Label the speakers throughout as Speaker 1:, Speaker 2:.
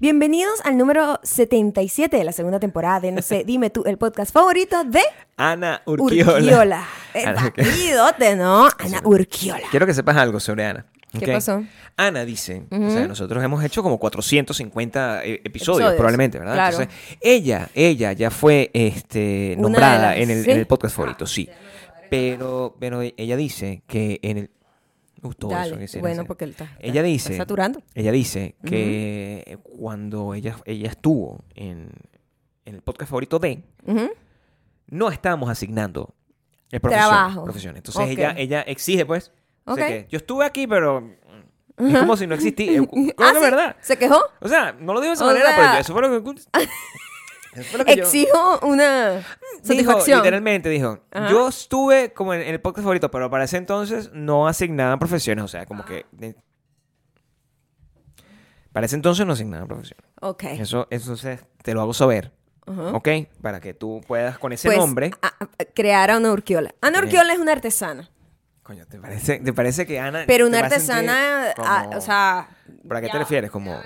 Speaker 1: Bienvenidos al número 77 de la segunda temporada de No sé, dime tú, el podcast favorito de
Speaker 2: Ana Urquiola. Ah,
Speaker 1: Urquiola. Eh,
Speaker 2: Ana Urquiola.
Speaker 1: papidote, ¿no? Ana Urquiola.
Speaker 2: Quiero que sepas algo sobre Ana.
Speaker 1: ¿Qué
Speaker 2: ¿ok?
Speaker 1: pasó?
Speaker 2: Ana dice, o sea, nosotros hemos hecho como 450 e- episodios,
Speaker 1: Episodios,
Speaker 2: probablemente, ¿verdad?
Speaker 1: claro.
Speaker 2: Entonces, ella, ella ya fue este,
Speaker 1: Una
Speaker 2: nombrada
Speaker 1: de las-
Speaker 2: en, el,
Speaker 1: ¿sí?
Speaker 2: en el podcast favorito, sí. Pero, pero ella dice que en el... Uh, todo
Speaker 1: Dale,
Speaker 2: eso que se-
Speaker 1: bueno,
Speaker 2: se-
Speaker 1: porque está, está-
Speaker 2: Ella dice-
Speaker 1: está saturando.
Speaker 2: Ella dice que cuando ella, ella estuvo en, en el podcast favorito de,
Speaker 1: Ujú.
Speaker 2: no estábamos asignando el profesión,
Speaker 1: Trabajo.
Speaker 2: profesión. Entonces
Speaker 1: Ok.
Speaker 2: ella, ella exige, pues, o sea,
Speaker 1: Ok.
Speaker 2: que yo estuve aquí, pero mm, es como si no existí. Eh, cu-
Speaker 1: Ah,
Speaker 2: coño,
Speaker 1: ¿sí?
Speaker 2: verdad.
Speaker 1: ¿Se quejó?
Speaker 2: O sea, no lo digo de esa
Speaker 1: O
Speaker 2: manera,
Speaker 1: sea,
Speaker 2: pero yo- eso fue lo que... eso fue lo que yo-
Speaker 1: Exijo una
Speaker 2: Dijo,
Speaker 1: satisfacción.
Speaker 2: literalmente dijo,
Speaker 1: Ajá.
Speaker 2: yo estuve como en, en el podcast favorito, pero para ese entonces no asignaban profesiones, o sea, como que... de- Para ese entonces no asignaban profesiones.
Speaker 1: ok.
Speaker 2: Eso, eso se- te lo hago saber,
Speaker 1: Eh. Ajá.
Speaker 2: ¿ok? Para que tú puedas con ese
Speaker 1: Pues,
Speaker 2: nombre... Eh.
Speaker 1: a- a- crear a una Urquiola. Ana
Speaker 2: Bien.
Speaker 1: Urquiola es una artesana,
Speaker 2: Coño, ¿te parece, te parece que Ana...
Speaker 1: pero
Speaker 2: Ah, te
Speaker 1: una
Speaker 2: va a sentir
Speaker 1: artesana, a-
Speaker 2: como-
Speaker 1: o sea,
Speaker 2: ¿Para qué
Speaker 1: ya
Speaker 2: te
Speaker 1: va.
Speaker 2: refieres? Como...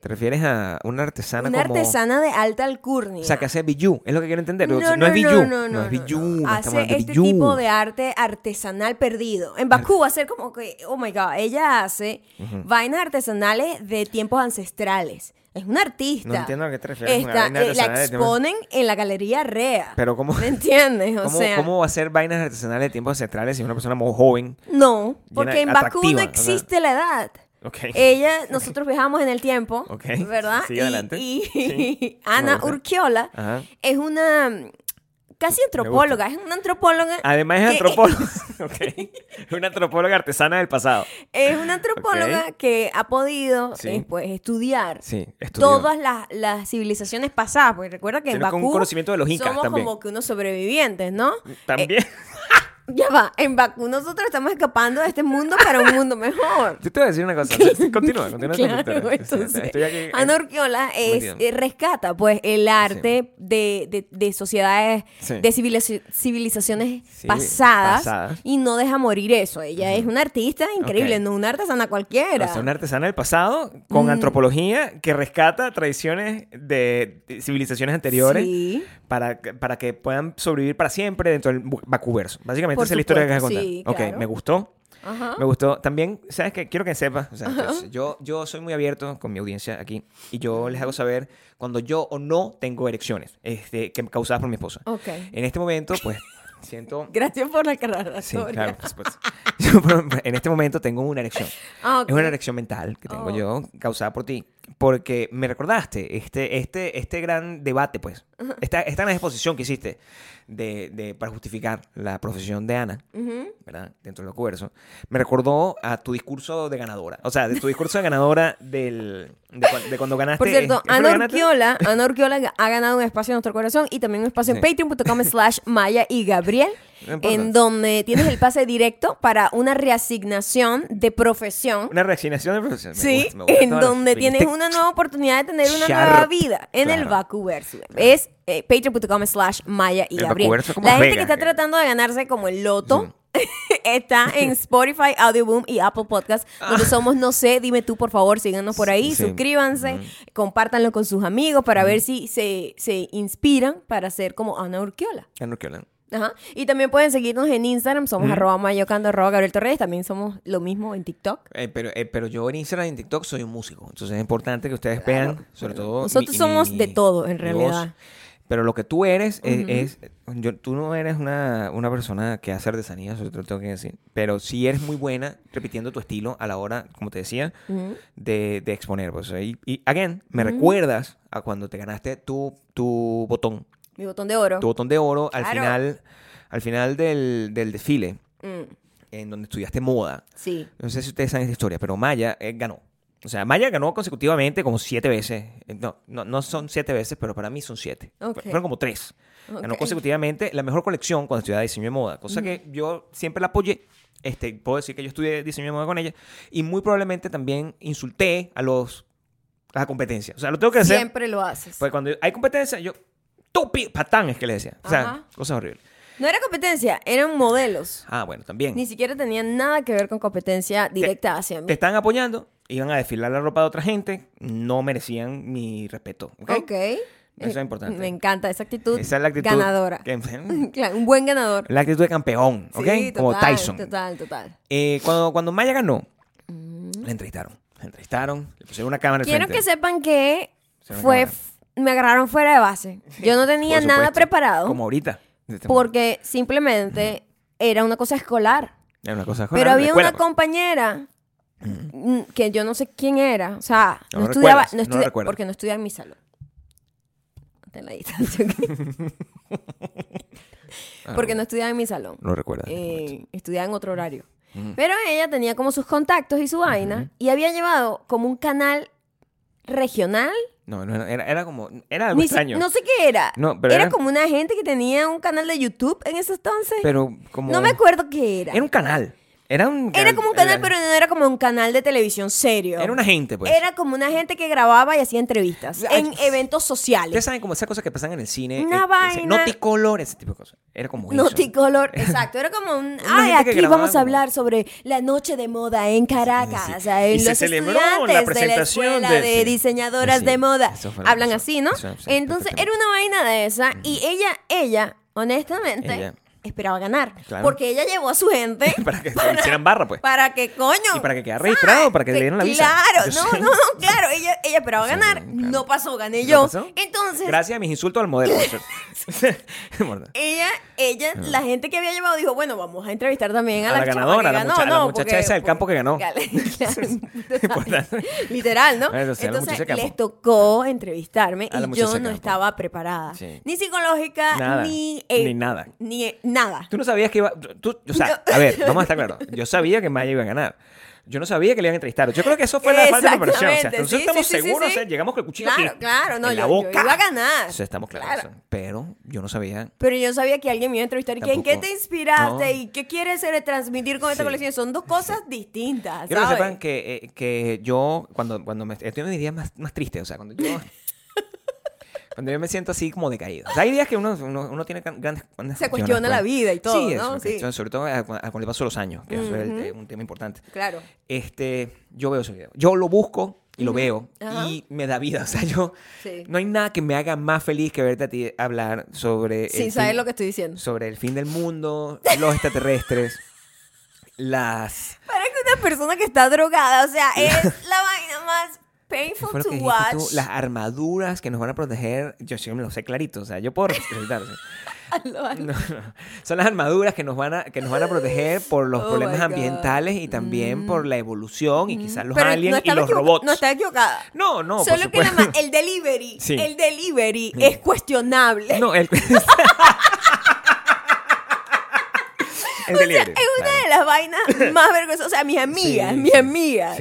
Speaker 2: ¿Te refieres a una artesana
Speaker 1: una
Speaker 2: como...
Speaker 1: artesana de alta alcurnia.
Speaker 2: O sea, que hace bijou, es lo que quiero entender. No,
Speaker 1: no,
Speaker 2: es bijou, no,
Speaker 1: no, no,
Speaker 2: es bijou,
Speaker 1: no.
Speaker 2: no, estamos
Speaker 1: Hace
Speaker 2: hablando de
Speaker 1: este
Speaker 2: bijou.
Speaker 1: tipo de arte artesanal perdido. En Bakú va a ser como que, oh my god, ella hace vainas artesanales de tiempos ancestrales. Es una artista.
Speaker 2: No entiendo a qué te refieres con
Speaker 1: Está-
Speaker 2: vaina
Speaker 1: eh,
Speaker 2: artesanal
Speaker 1: la
Speaker 2: de tiempos-
Speaker 1: exponen en la galería Rea.
Speaker 2: Pero ¿cómo,
Speaker 1: ¿Me entiendes? O
Speaker 2: cómo,
Speaker 1: sea,
Speaker 2: cómo va a ser vainas artesanales de tiempos ancestrales si es una persona muy joven?
Speaker 1: no, porque en Bakú no
Speaker 2: atractiva, o sea.
Speaker 1: existe la edad.
Speaker 2: Ok.
Speaker 1: Ella, nosotros viajamos en el tiempo,
Speaker 2: Ok,
Speaker 1: ¿verdad?
Speaker 2: sigue
Speaker 1: y
Speaker 2: adelante.
Speaker 1: y
Speaker 2: Sí, me
Speaker 1: Ana
Speaker 2: gusta.
Speaker 1: Urquiola
Speaker 2: Ajá.
Speaker 1: es una mm, casi antropóloga, es una antropóloga.
Speaker 2: Además es
Speaker 1: que-
Speaker 2: antropóloga. ok. Es una antropóloga artesana del pasado.
Speaker 1: Es una antropóloga que ha podido
Speaker 2: Sí.
Speaker 1: eh, pues, estudiar
Speaker 2: Sí, estudió.
Speaker 1: todas las, las civilizaciones pasadas, porque recuerda que en
Speaker 2: Tiene con
Speaker 1: Bakú
Speaker 2: un conocimiento de los incas
Speaker 1: somos
Speaker 2: también.
Speaker 1: como que unos sobrevivientes, ¿no?
Speaker 2: También.
Speaker 1: Ya va, en Bakú nosotros estamos escapando de este mundo para un mundo mejor.
Speaker 2: Yo te voy a decir una cosa. Sí, Continúa, continúa. con tu
Speaker 1: Claro, Ah,
Speaker 2: historia.
Speaker 1: entonces,
Speaker 2: Estoy aquí-
Speaker 1: Ana Urquiola es,
Speaker 2: metido.
Speaker 1: eh, rescata pues el arte de, de- de sociedades,
Speaker 2: Sí.
Speaker 1: de civiliza- civilizaciones
Speaker 2: Sí,
Speaker 1: pasadas,
Speaker 2: pasadas.
Speaker 1: y no deja morir eso. Ella es una artista increíble,
Speaker 2: Ok.
Speaker 1: no una artesana cualquiera.
Speaker 2: O sea, una artesana del pasado con
Speaker 1: Mm.
Speaker 2: antropología que rescata tradiciones de de civilizaciones anteriores
Speaker 1: Sí.
Speaker 2: para, que- para que puedan sobrevivir para siempre dentro del bu- vacuverso. Básicamente
Speaker 1: Por
Speaker 2: esa es la historia que vas a
Speaker 1: supuesto,
Speaker 2: contar.
Speaker 1: sí,
Speaker 2: ok,
Speaker 1: claro. Ah.
Speaker 2: me gustó.
Speaker 1: Ajá.
Speaker 2: Me gustó. También, ¿sabes qué? Quiero que sepas, o sea, que yo, yo soy muy abierto con mi audiencia aquí y yo les hago saber cuando yo o no tengo erecciones este, que causadas por mi esposa.
Speaker 1: Ok.
Speaker 2: En este momento, pues, siento...
Speaker 1: Gracias por la carrera.
Speaker 2: Sí, claro, por supuesto. Yo, por- en este momento tengo una erección.
Speaker 1: Ah, ok.
Speaker 2: Es una erección mental que tengo
Speaker 1: Oh.
Speaker 2: yo, causada por ti. Porque me recordaste este, este, este gran debate, pues. Esta, esta gran exposición que hiciste de, de- para justificar la profesión de Ana, ¿verdad? Dentro del curso. Me recordó a tu discurso de ganadora. O sea, de tu discurso de ganadora del, de, cua- de cuando ganaste.
Speaker 1: Por cierto,
Speaker 2: ¿eh? ¿Fue lo
Speaker 1: Ana
Speaker 2: que ganaste?
Speaker 1: Urquiola, Ana Urquiola ha ganado un espacio en nuestro corazón y también un espacio en
Speaker 2: Sí.
Speaker 1: patreon.com slash Maya y Gabriel,
Speaker 2: No importa.
Speaker 1: en donde tienes el pase directo para una reasignación de profesión.
Speaker 2: Una reaccionación de profesión. Me
Speaker 1: Sí,
Speaker 2: gusta, me gusta.
Speaker 1: en
Speaker 2: Ahora,
Speaker 1: donde tienes
Speaker 2: viniste-
Speaker 1: una nueva oportunidad de tener una
Speaker 2: Sharp.
Speaker 1: nueva vida en el
Speaker 2: Claro.
Speaker 1: Vacuverso. Es eh, patreon.com slash Maya y
Speaker 2: El
Speaker 1: Gabriel. La
Speaker 2: Vacuverso es como
Speaker 1: gente que
Speaker 2: Vegas,
Speaker 1: está
Speaker 2: eh.
Speaker 1: tratando de ganarse como el loto está en Spotify, Audioboom y Apple Podcast, donde somos No sé, dime tú por favor, síganos por ahí,
Speaker 2: Ah. Sí.
Speaker 1: suscríbanse, compártanlo con sus amigos para ver si se, se inspiran para ser como Ana Urquiola.
Speaker 2: Ana Urquiola.
Speaker 1: Ajá. Y también pueden seguirnos en Instagram, somos arroba mayocando, arroba Gabriel Torres, también somos lo mismo en TikTok.
Speaker 2: Eh, pero, eh, pero yo en Instagram y en TikTok soy un músico. Entonces es importante que ustedes vean, sobre todo.
Speaker 1: Nosotros somos de todo, en
Speaker 2: mi
Speaker 1: realidad.
Speaker 2: voz. Pero lo que tú eres eh, es. yo- tú no eres una, una persona que hace artesanía, eso te lo tengo que decir. Pero sí eres muy buena repitiendo tu estilo a la hora, como te decía, de, de exponer. Pues, y, y, again, me recuerdas a cuando te ganaste tu, tu botón,
Speaker 1: Mi botón de oro.
Speaker 2: tu botón de oro al
Speaker 1: Oh, Claro.
Speaker 2: final, al final del, del desfile,
Speaker 1: Mm,
Speaker 2: en donde estudiaste moda.
Speaker 1: sí.
Speaker 2: No sé si ustedes saben esta historia, pero Maya eh, ganó. O sea, Maya ganó consecutivamente como siete veces. Eh, No, no, no son siete veces, pero para mí son siete. Fue-
Speaker 1: Ok.
Speaker 2: Fueron como tres. Ganó
Speaker 1: Ok. Mm.
Speaker 2: consecutivamente la mejor colección cuando estudiaba diseño de moda, cosa que yo siempre la apoyé. Este, puedo decir que yo estudié diseño de moda con ella y muy probablemente también insulté a los a la competencia. O sea, lo tengo que hacer.
Speaker 1: Siempre lo haces.
Speaker 2: Pues cuando hay competencia, yo tupi, patán es que le decía. O sea,
Speaker 1: Ajá.
Speaker 2: cosas horribles.
Speaker 1: no era competencia, eran modelos.
Speaker 2: Ah, bueno, también.
Speaker 1: Ni siquiera tenían nada que ver con competencia directa hacia mí.
Speaker 2: te están apoyando iban a desfilar la ropa de otra gente, no merecían mi respeto. ¿ok?
Speaker 1: Ok.
Speaker 2: Eso es
Speaker 1: Eh,
Speaker 2: importante.
Speaker 1: Me encanta esa actitud,
Speaker 2: Esa es la actitud.
Speaker 1: ganadora.
Speaker 2: que-
Speaker 1: Claro, un buen ganador.
Speaker 2: la actitud de campeón, ¿ok?
Speaker 1: Sí,
Speaker 2: Como
Speaker 1: total,
Speaker 2: Tyson.
Speaker 1: Total, total.
Speaker 2: Eh, cuando, cuando Maya ganó, la entrevistaron. La entrevistaron, le pusieron una cámara
Speaker 1: Quiero
Speaker 2: enfrente.
Speaker 1: que sepan que
Speaker 2: Se me
Speaker 1: fue
Speaker 2: acaba.
Speaker 1: f- me agarraron fuera de base. Yo no tenía
Speaker 2: Por
Speaker 1: nada
Speaker 2: supuesto,
Speaker 1: preparado
Speaker 2: Como ahorita. este
Speaker 1: porque simplemente era una cosa escolar.
Speaker 2: Era una cosa
Speaker 1: Pero
Speaker 2: la
Speaker 1: había
Speaker 2: escuela,
Speaker 1: una compañera mm, que yo no sé quién era. O sea,
Speaker 2: No
Speaker 1: no,
Speaker 2: lo
Speaker 1: estudiaba.
Speaker 2: recuerdas,
Speaker 1: No
Speaker 2: no lo
Speaker 1: estudia-
Speaker 2: recuerdas.
Speaker 1: porque no estudiaba en mi salón. De la distancia. ok.
Speaker 2: Ah,
Speaker 1: porque no estudiaba en mi salón.
Speaker 2: pues. No pues. Mm. recuerda.
Speaker 1: Eh, estudiaba en otro horario. Pero ella tenía como sus contactos y su vaina. Y había llevado como un canal regional.
Speaker 2: No, no era, era- era como. Era algo
Speaker 1: Ni si-
Speaker 2: extraño.
Speaker 1: no sé qué era.
Speaker 2: No, pero
Speaker 1: era,
Speaker 2: era-
Speaker 1: como una gente que tenía un canal de YouTube en ese entonces.
Speaker 2: pero como.
Speaker 1: No me acuerdo qué era.
Speaker 2: Era un canal. Era un.
Speaker 1: Era como un canal, pero no era como un canal de televisión serio.
Speaker 2: Era una gente, pues. Ah,
Speaker 1: Era como una gente que grababa y hacía entrevistas
Speaker 2: Ay.
Speaker 1: en eventos
Speaker 2: Ustedes
Speaker 1: sociales.
Speaker 2: saben como esas cosas que pasan en el cine.
Speaker 1: Una
Speaker 2: eh, ese-
Speaker 1: vaina.
Speaker 2: Noticolor, ese tipo de cosas. Era como eso.
Speaker 1: Noticolor, exacto. Era como un.
Speaker 2: Una
Speaker 1: Ay,
Speaker 2: gente que
Speaker 1: aquí
Speaker 2: grababa
Speaker 1: vamos a
Speaker 2: como-
Speaker 1: hablar sobre la noche de moda en Caracas.
Speaker 2: Sí, sí.
Speaker 1: O sea, en
Speaker 2: Y se
Speaker 1: los
Speaker 2: celebró
Speaker 1: estudiantes
Speaker 2: la
Speaker 1: de la
Speaker 2: presentación
Speaker 1: escuela
Speaker 2: de-
Speaker 1: de,
Speaker 2: sí.
Speaker 1: diseñadoras
Speaker 2: Sí,
Speaker 1: de moda.
Speaker 2: eso fue lo que
Speaker 1: Hablan
Speaker 2: pasó.
Speaker 1: así, ¿no?
Speaker 2: Eso, sí,
Speaker 1: Entonces,
Speaker 2: perfectamente.
Speaker 1: era una vaina de esa. Y ella, ella, honestamente,
Speaker 2: Ella.
Speaker 1: esperaba ganar.
Speaker 2: Claro.
Speaker 1: Porque ella llevó a su gente.
Speaker 2: Para que hicieran barra, pues.
Speaker 1: Para que coño.
Speaker 2: Y para que quedara registrado, para que le dieran la visa.
Speaker 1: Claro,
Speaker 2: Yo
Speaker 1: no,
Speaker 2: sé.
Speaker 1: no, no, claro. Ella, ella esperaba
Speaker 2: Sí,
Speaker 1: ganar.
Speaker 2: claro.
Speaker 1: No pasó, gané
Speaker 2: ¿No
Speaker 1: yo.
Speaker 2: pasó?
Speaker 1: Entonces,
Speaker 2: Gracias a mis insultos al modelo. por cierto. Bueno.
Speaker 1: ella, ella, la gente que había llevado dijo, bueno, vamos a entrevistar también a,
Speaker 2: A
Speaker 1: la,
Speaker 2: la
Speaker 1: chava
Speaker 2: ganadora,
Speaker 1: que
Speaker 2: a la
Speaker 1: ganó,
Speaker 2: mucha- a la
Speaker 1: ¿no?
Speaker 2: muchacha
Speaker 1: Porque-
Speaker 2: esa del campo que ganó.
Speaker 1: Claro,
Speaker 2: Importante.
Speaker 1: Literal, ¿no?
Speaker 2: A ver, o sea, la muchacha
Speaker 1: Entonces
Speaker 2: del campo.
Speaker 1: les tocó entrevistarme
Speaker 2: A la
Speaker 1: y
Speaker 2: muchacha
Speaker 1: yo
Speaker 2: del
Speaker 1: no
Speaker 2: campo.
Speaker 1: estaba preparada.
Speaker 2: Sí.
Speaker 1: Ni psicológica,
Speaker 2: Nada,
Speaker 1: ni... eh,
Speaker 2: ni nada.
Speaker 1: Ni eh, nada.
Speaker 2: Tú no sabías que iba. Tú, o sea,
Speaker 1: No.
Speaker 2: a ver, vamos a estar claros. Yo sabía que Maya iba a ganar. Yo no sabía que le iban a entrevistar. Yo creo que eso fue la falta de preparación. O sea,
Speaker 1: Exactamente,
Speaker 2: nosotros
Speaker 1: sí,
Speaker 2: estamos
Speaker 1: sí, sí,
Speaker 2: seguros,
Speaker 1: sí, sí.
Speaker 2: o sea, llegamos con el cuchillo
Speaker 1: Claro,
Speaker 2: aquí,
Speaker 1: claro, no,
Speaker 2: en la
Speaker 1: yo- yo
Speaker 2: boca.
Speaker 1: iba a ganar.
Speaker 2: O sea, estamos claros.
Speaker 1: Claro.
Speaker 2: Pero yo no sabía.
Speaker 1: Pero yo sabía que alguien me iba a entrevistar y que en qué
Speaker 2: Tampoco.
Speaker 1: te inspiraste
Speaker 2: No.
Speaker 1: y qué quieres eh, transmitir con esta
Speaker 2: Sí.
Speaker 1: colección. Son dos cosas distintas.
Speaker 2: Quiero que
Speaker 1: ¿sabes?
Speaker 2: sepan que, eh, que yo, cuando, cuando me estoy en mis días más, más tristes, o sea, cuando yo. cuando yo me siento así como decaído. O sea, hay días que uno, uno, uno tiene gran- grandes. grandes
Speaker 1: Se
Speaker 2: cuestiones,
Speaker 1: cuestiona la
Speaker 2: pues.
Speaker 1: vida y todo,
Speaker 2: Sí, eso,
Speaker 1: ¿no?
Speaker 2: que
Speaker 1: Sí.
Speaker 2: son- sobre todo a- a cuando le paso los años, que eso es el- eh, un tema importante.
Speaker 1: Claro.
Speaker 2: Este, yo veo ese video. Yo lo busco y lo veo
Speaker 1: Ajá.
Speaker 2: y me da vida. O sea, yo.
Speaker 1: Sí.
Speaker 2: No hay nada que me haga más feliz que verte a ti hablar sobre.
Speaker 1: Sin
Speaker 2: el
Speaker 1: saber
Speaker 2: eh, fin-
Speaker 1: lo que estoy diciendo.
Speaker 2: Sobre el fin del mundo, los extraterrestres, las.
Speaker 1: Para que una persona que está drogada, o sea, es la vaina más
Speaker 2: ¿qué
Speaker 1: painful
Speaker 2: fue lo
Speaker 1: to
Speaker 2: que dijiste
Speaker 1: watch.
Speaker 2: tú? Las armaduras que nos van a proteger. Yo sí me lo sé clarito. O sea, yo puedo representar. o sea. No, no. Son las armaduras que nos van a, que nos van a proteger por los
Speaker 1: Oh my
Speaker 2: problemas
Speaker 1: God. Mm.
Speaker 2: ambientales y también por la evolución y quizás los
Speaker 1: Pero
Speaker 2: aliens y
Speaker 1: estaba
Speaker 2: los
Speaker 1: equivoca-
Speaker 2: robots.
Speaker 1: No estaba equivocada.
Speaker 2: No, no, por
Speaker 1: Solo que nada más
Speaker 2: supuesto.
Speaker 1: el delivery,
Speaker 2: Sí.
Speaker 1: el delivery es cuestionable.
Speaker 2: No, el... el delivery.
Speaker 1: es una de las vainas más vergonzosas. O sea, mis amigas, mis amigas.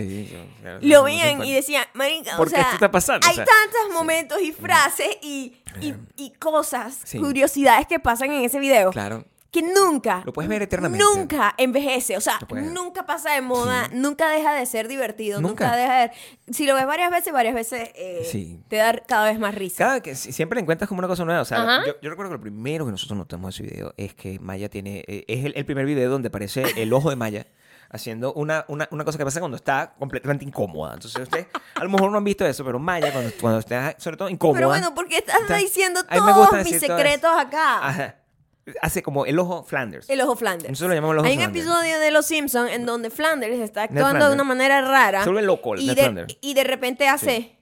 Speaker 1: lo veían y decían, marica,
Speaker 2: ¿Por
Speaker 1: o
Speaker 2: qué
Speaker 1: sea,
Speaker 2: esto está pasando? O
Speaker 1: hay
Speaker 2: sea, Eh,
Speaker 1: tantos momentos y frases y, y, y cosas,
Speaker 2: Sí.
Speaker 1: curiosidades que pasan en ese video
Speaker 2: Claro.
Speaker 1: que nunca,
Speaker 2: Lo puedes ver eternamente.
Speaker 1: nunca envejece, o sea,
Speaker 2: Lo puedes ver.
Speaker 1: nunca pasa de moda, nunca deja de ser divertido, nunca,
Speaker 2: Nunca.
Speaker 1: deja de... Si lo ves varias veces, varias veces eh,
Speaker 2: Sí.
Speaker 1: te da cada vez más risa.
Speaker 2: Cada que si- siempre le encuentras como una cosa nueva. O sea,
Speaker 1: Ajá.
Speaker 2: yo, yo recuerdo que lo primero que nosotros notamos de ese video es que Maya tiene. eh, es el, el primer video donde aparece el ojo de Maya haciendo una, una, una cosa que pasa cuando está completamente incómoda. Entonces, ustedes a lo mejor no han visto eso, pero Maya, cuando, cuando está sobre todo incómoda.
Speaker 1: Pero bueno, porque estás
Speaker 2: ¿ah? está-
Speaker 1: diciendo
Speaker 2: A mí me
Speaker 1: todos
Speaker 2: gusta
Speaker 1: mis
Speaker 2: decir ah, todo
Speaker 1: secretos
Speaker 2: eso.
Speaker 1: acá.
Speaker 2: Ajá. Hace como el ojo Flanders.
Speaker 1: El ojo Flanders.
Speaker 2: Nosotros lo llamamos el ojo
Speaker 1: Hay un
Speaker 2: Flanders.
Speaker 1: episodio de Los Simpsons en donde Flanders está
Speaker 2: Ned
Speaker 1: actuando de
Speaker 2: Flanders.
Speaker 1: una manera rara.
Speaker 2: Se vuelve loco el
Speaker 1: y
Speaker 2: Ned
Speaker 1: de,
Speaker 2: Flanders.
Speaker 1: y de repente hace.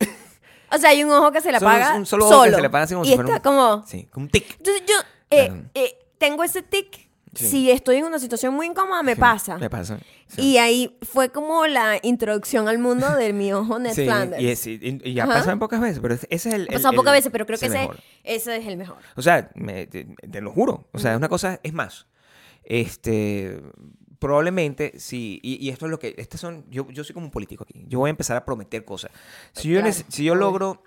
Speaker 1: o sea, hay un ojo que se le
Speaker 2: Solo-
Speaker 1: apaga.
Speaker 2: un solo
Speaker 1: solo.
Speaker 2: ojo que se le apaga así como
Speaker 1: y
Speaker 2: si fuera
Speaker 1: está
Speaker 2: un-
Speaker 1: como.
Speaker 2: Sí, como un tic.
Speaker 1: Entonces yo eh,
Speaker 2: Claro.
Speaker 1: eh, tengo ese tic.
Speaker 2: Sí.
Speaker 1: Si estoy en una situación muy incómoda, me pasa.
Speaker 2: Me pasa. sí.
Speaker 1: Y ahí fue como la introducción al mundo de mi ojo Ned
Speaker 2: Sí,
Speaker 1: Flanders.
Speaker 2: y, es- y- y ya
Speaker 1: Ajá.
Speaker 2: pasan pocas veces, pero ese es el...
Speaker 1: Ha
Speaker 2: el-
Speaker 1: pasado
Speaker 2: el-
Speaker 1: pocas veces, pero creo
Speaker 2: es
Speaker 1: que
Speaker 2: el
Speaker 1: ese,
Speaker 2: mejor.
Speaker 1: ese es el mejor.
Speaker 2: O sea, me- te, te lo juro. O sea, es una cosa, es más. Este, probablemente, si, y, y esto es lo que, estas son, yo, yo soy como un político aquí. Yo voy a empezar a prometer cosas. Si yo,
Speaker 1: Claro,
Speaker 2: nece- si yo
Speaker 1: obvio.
Speaker 2: logro,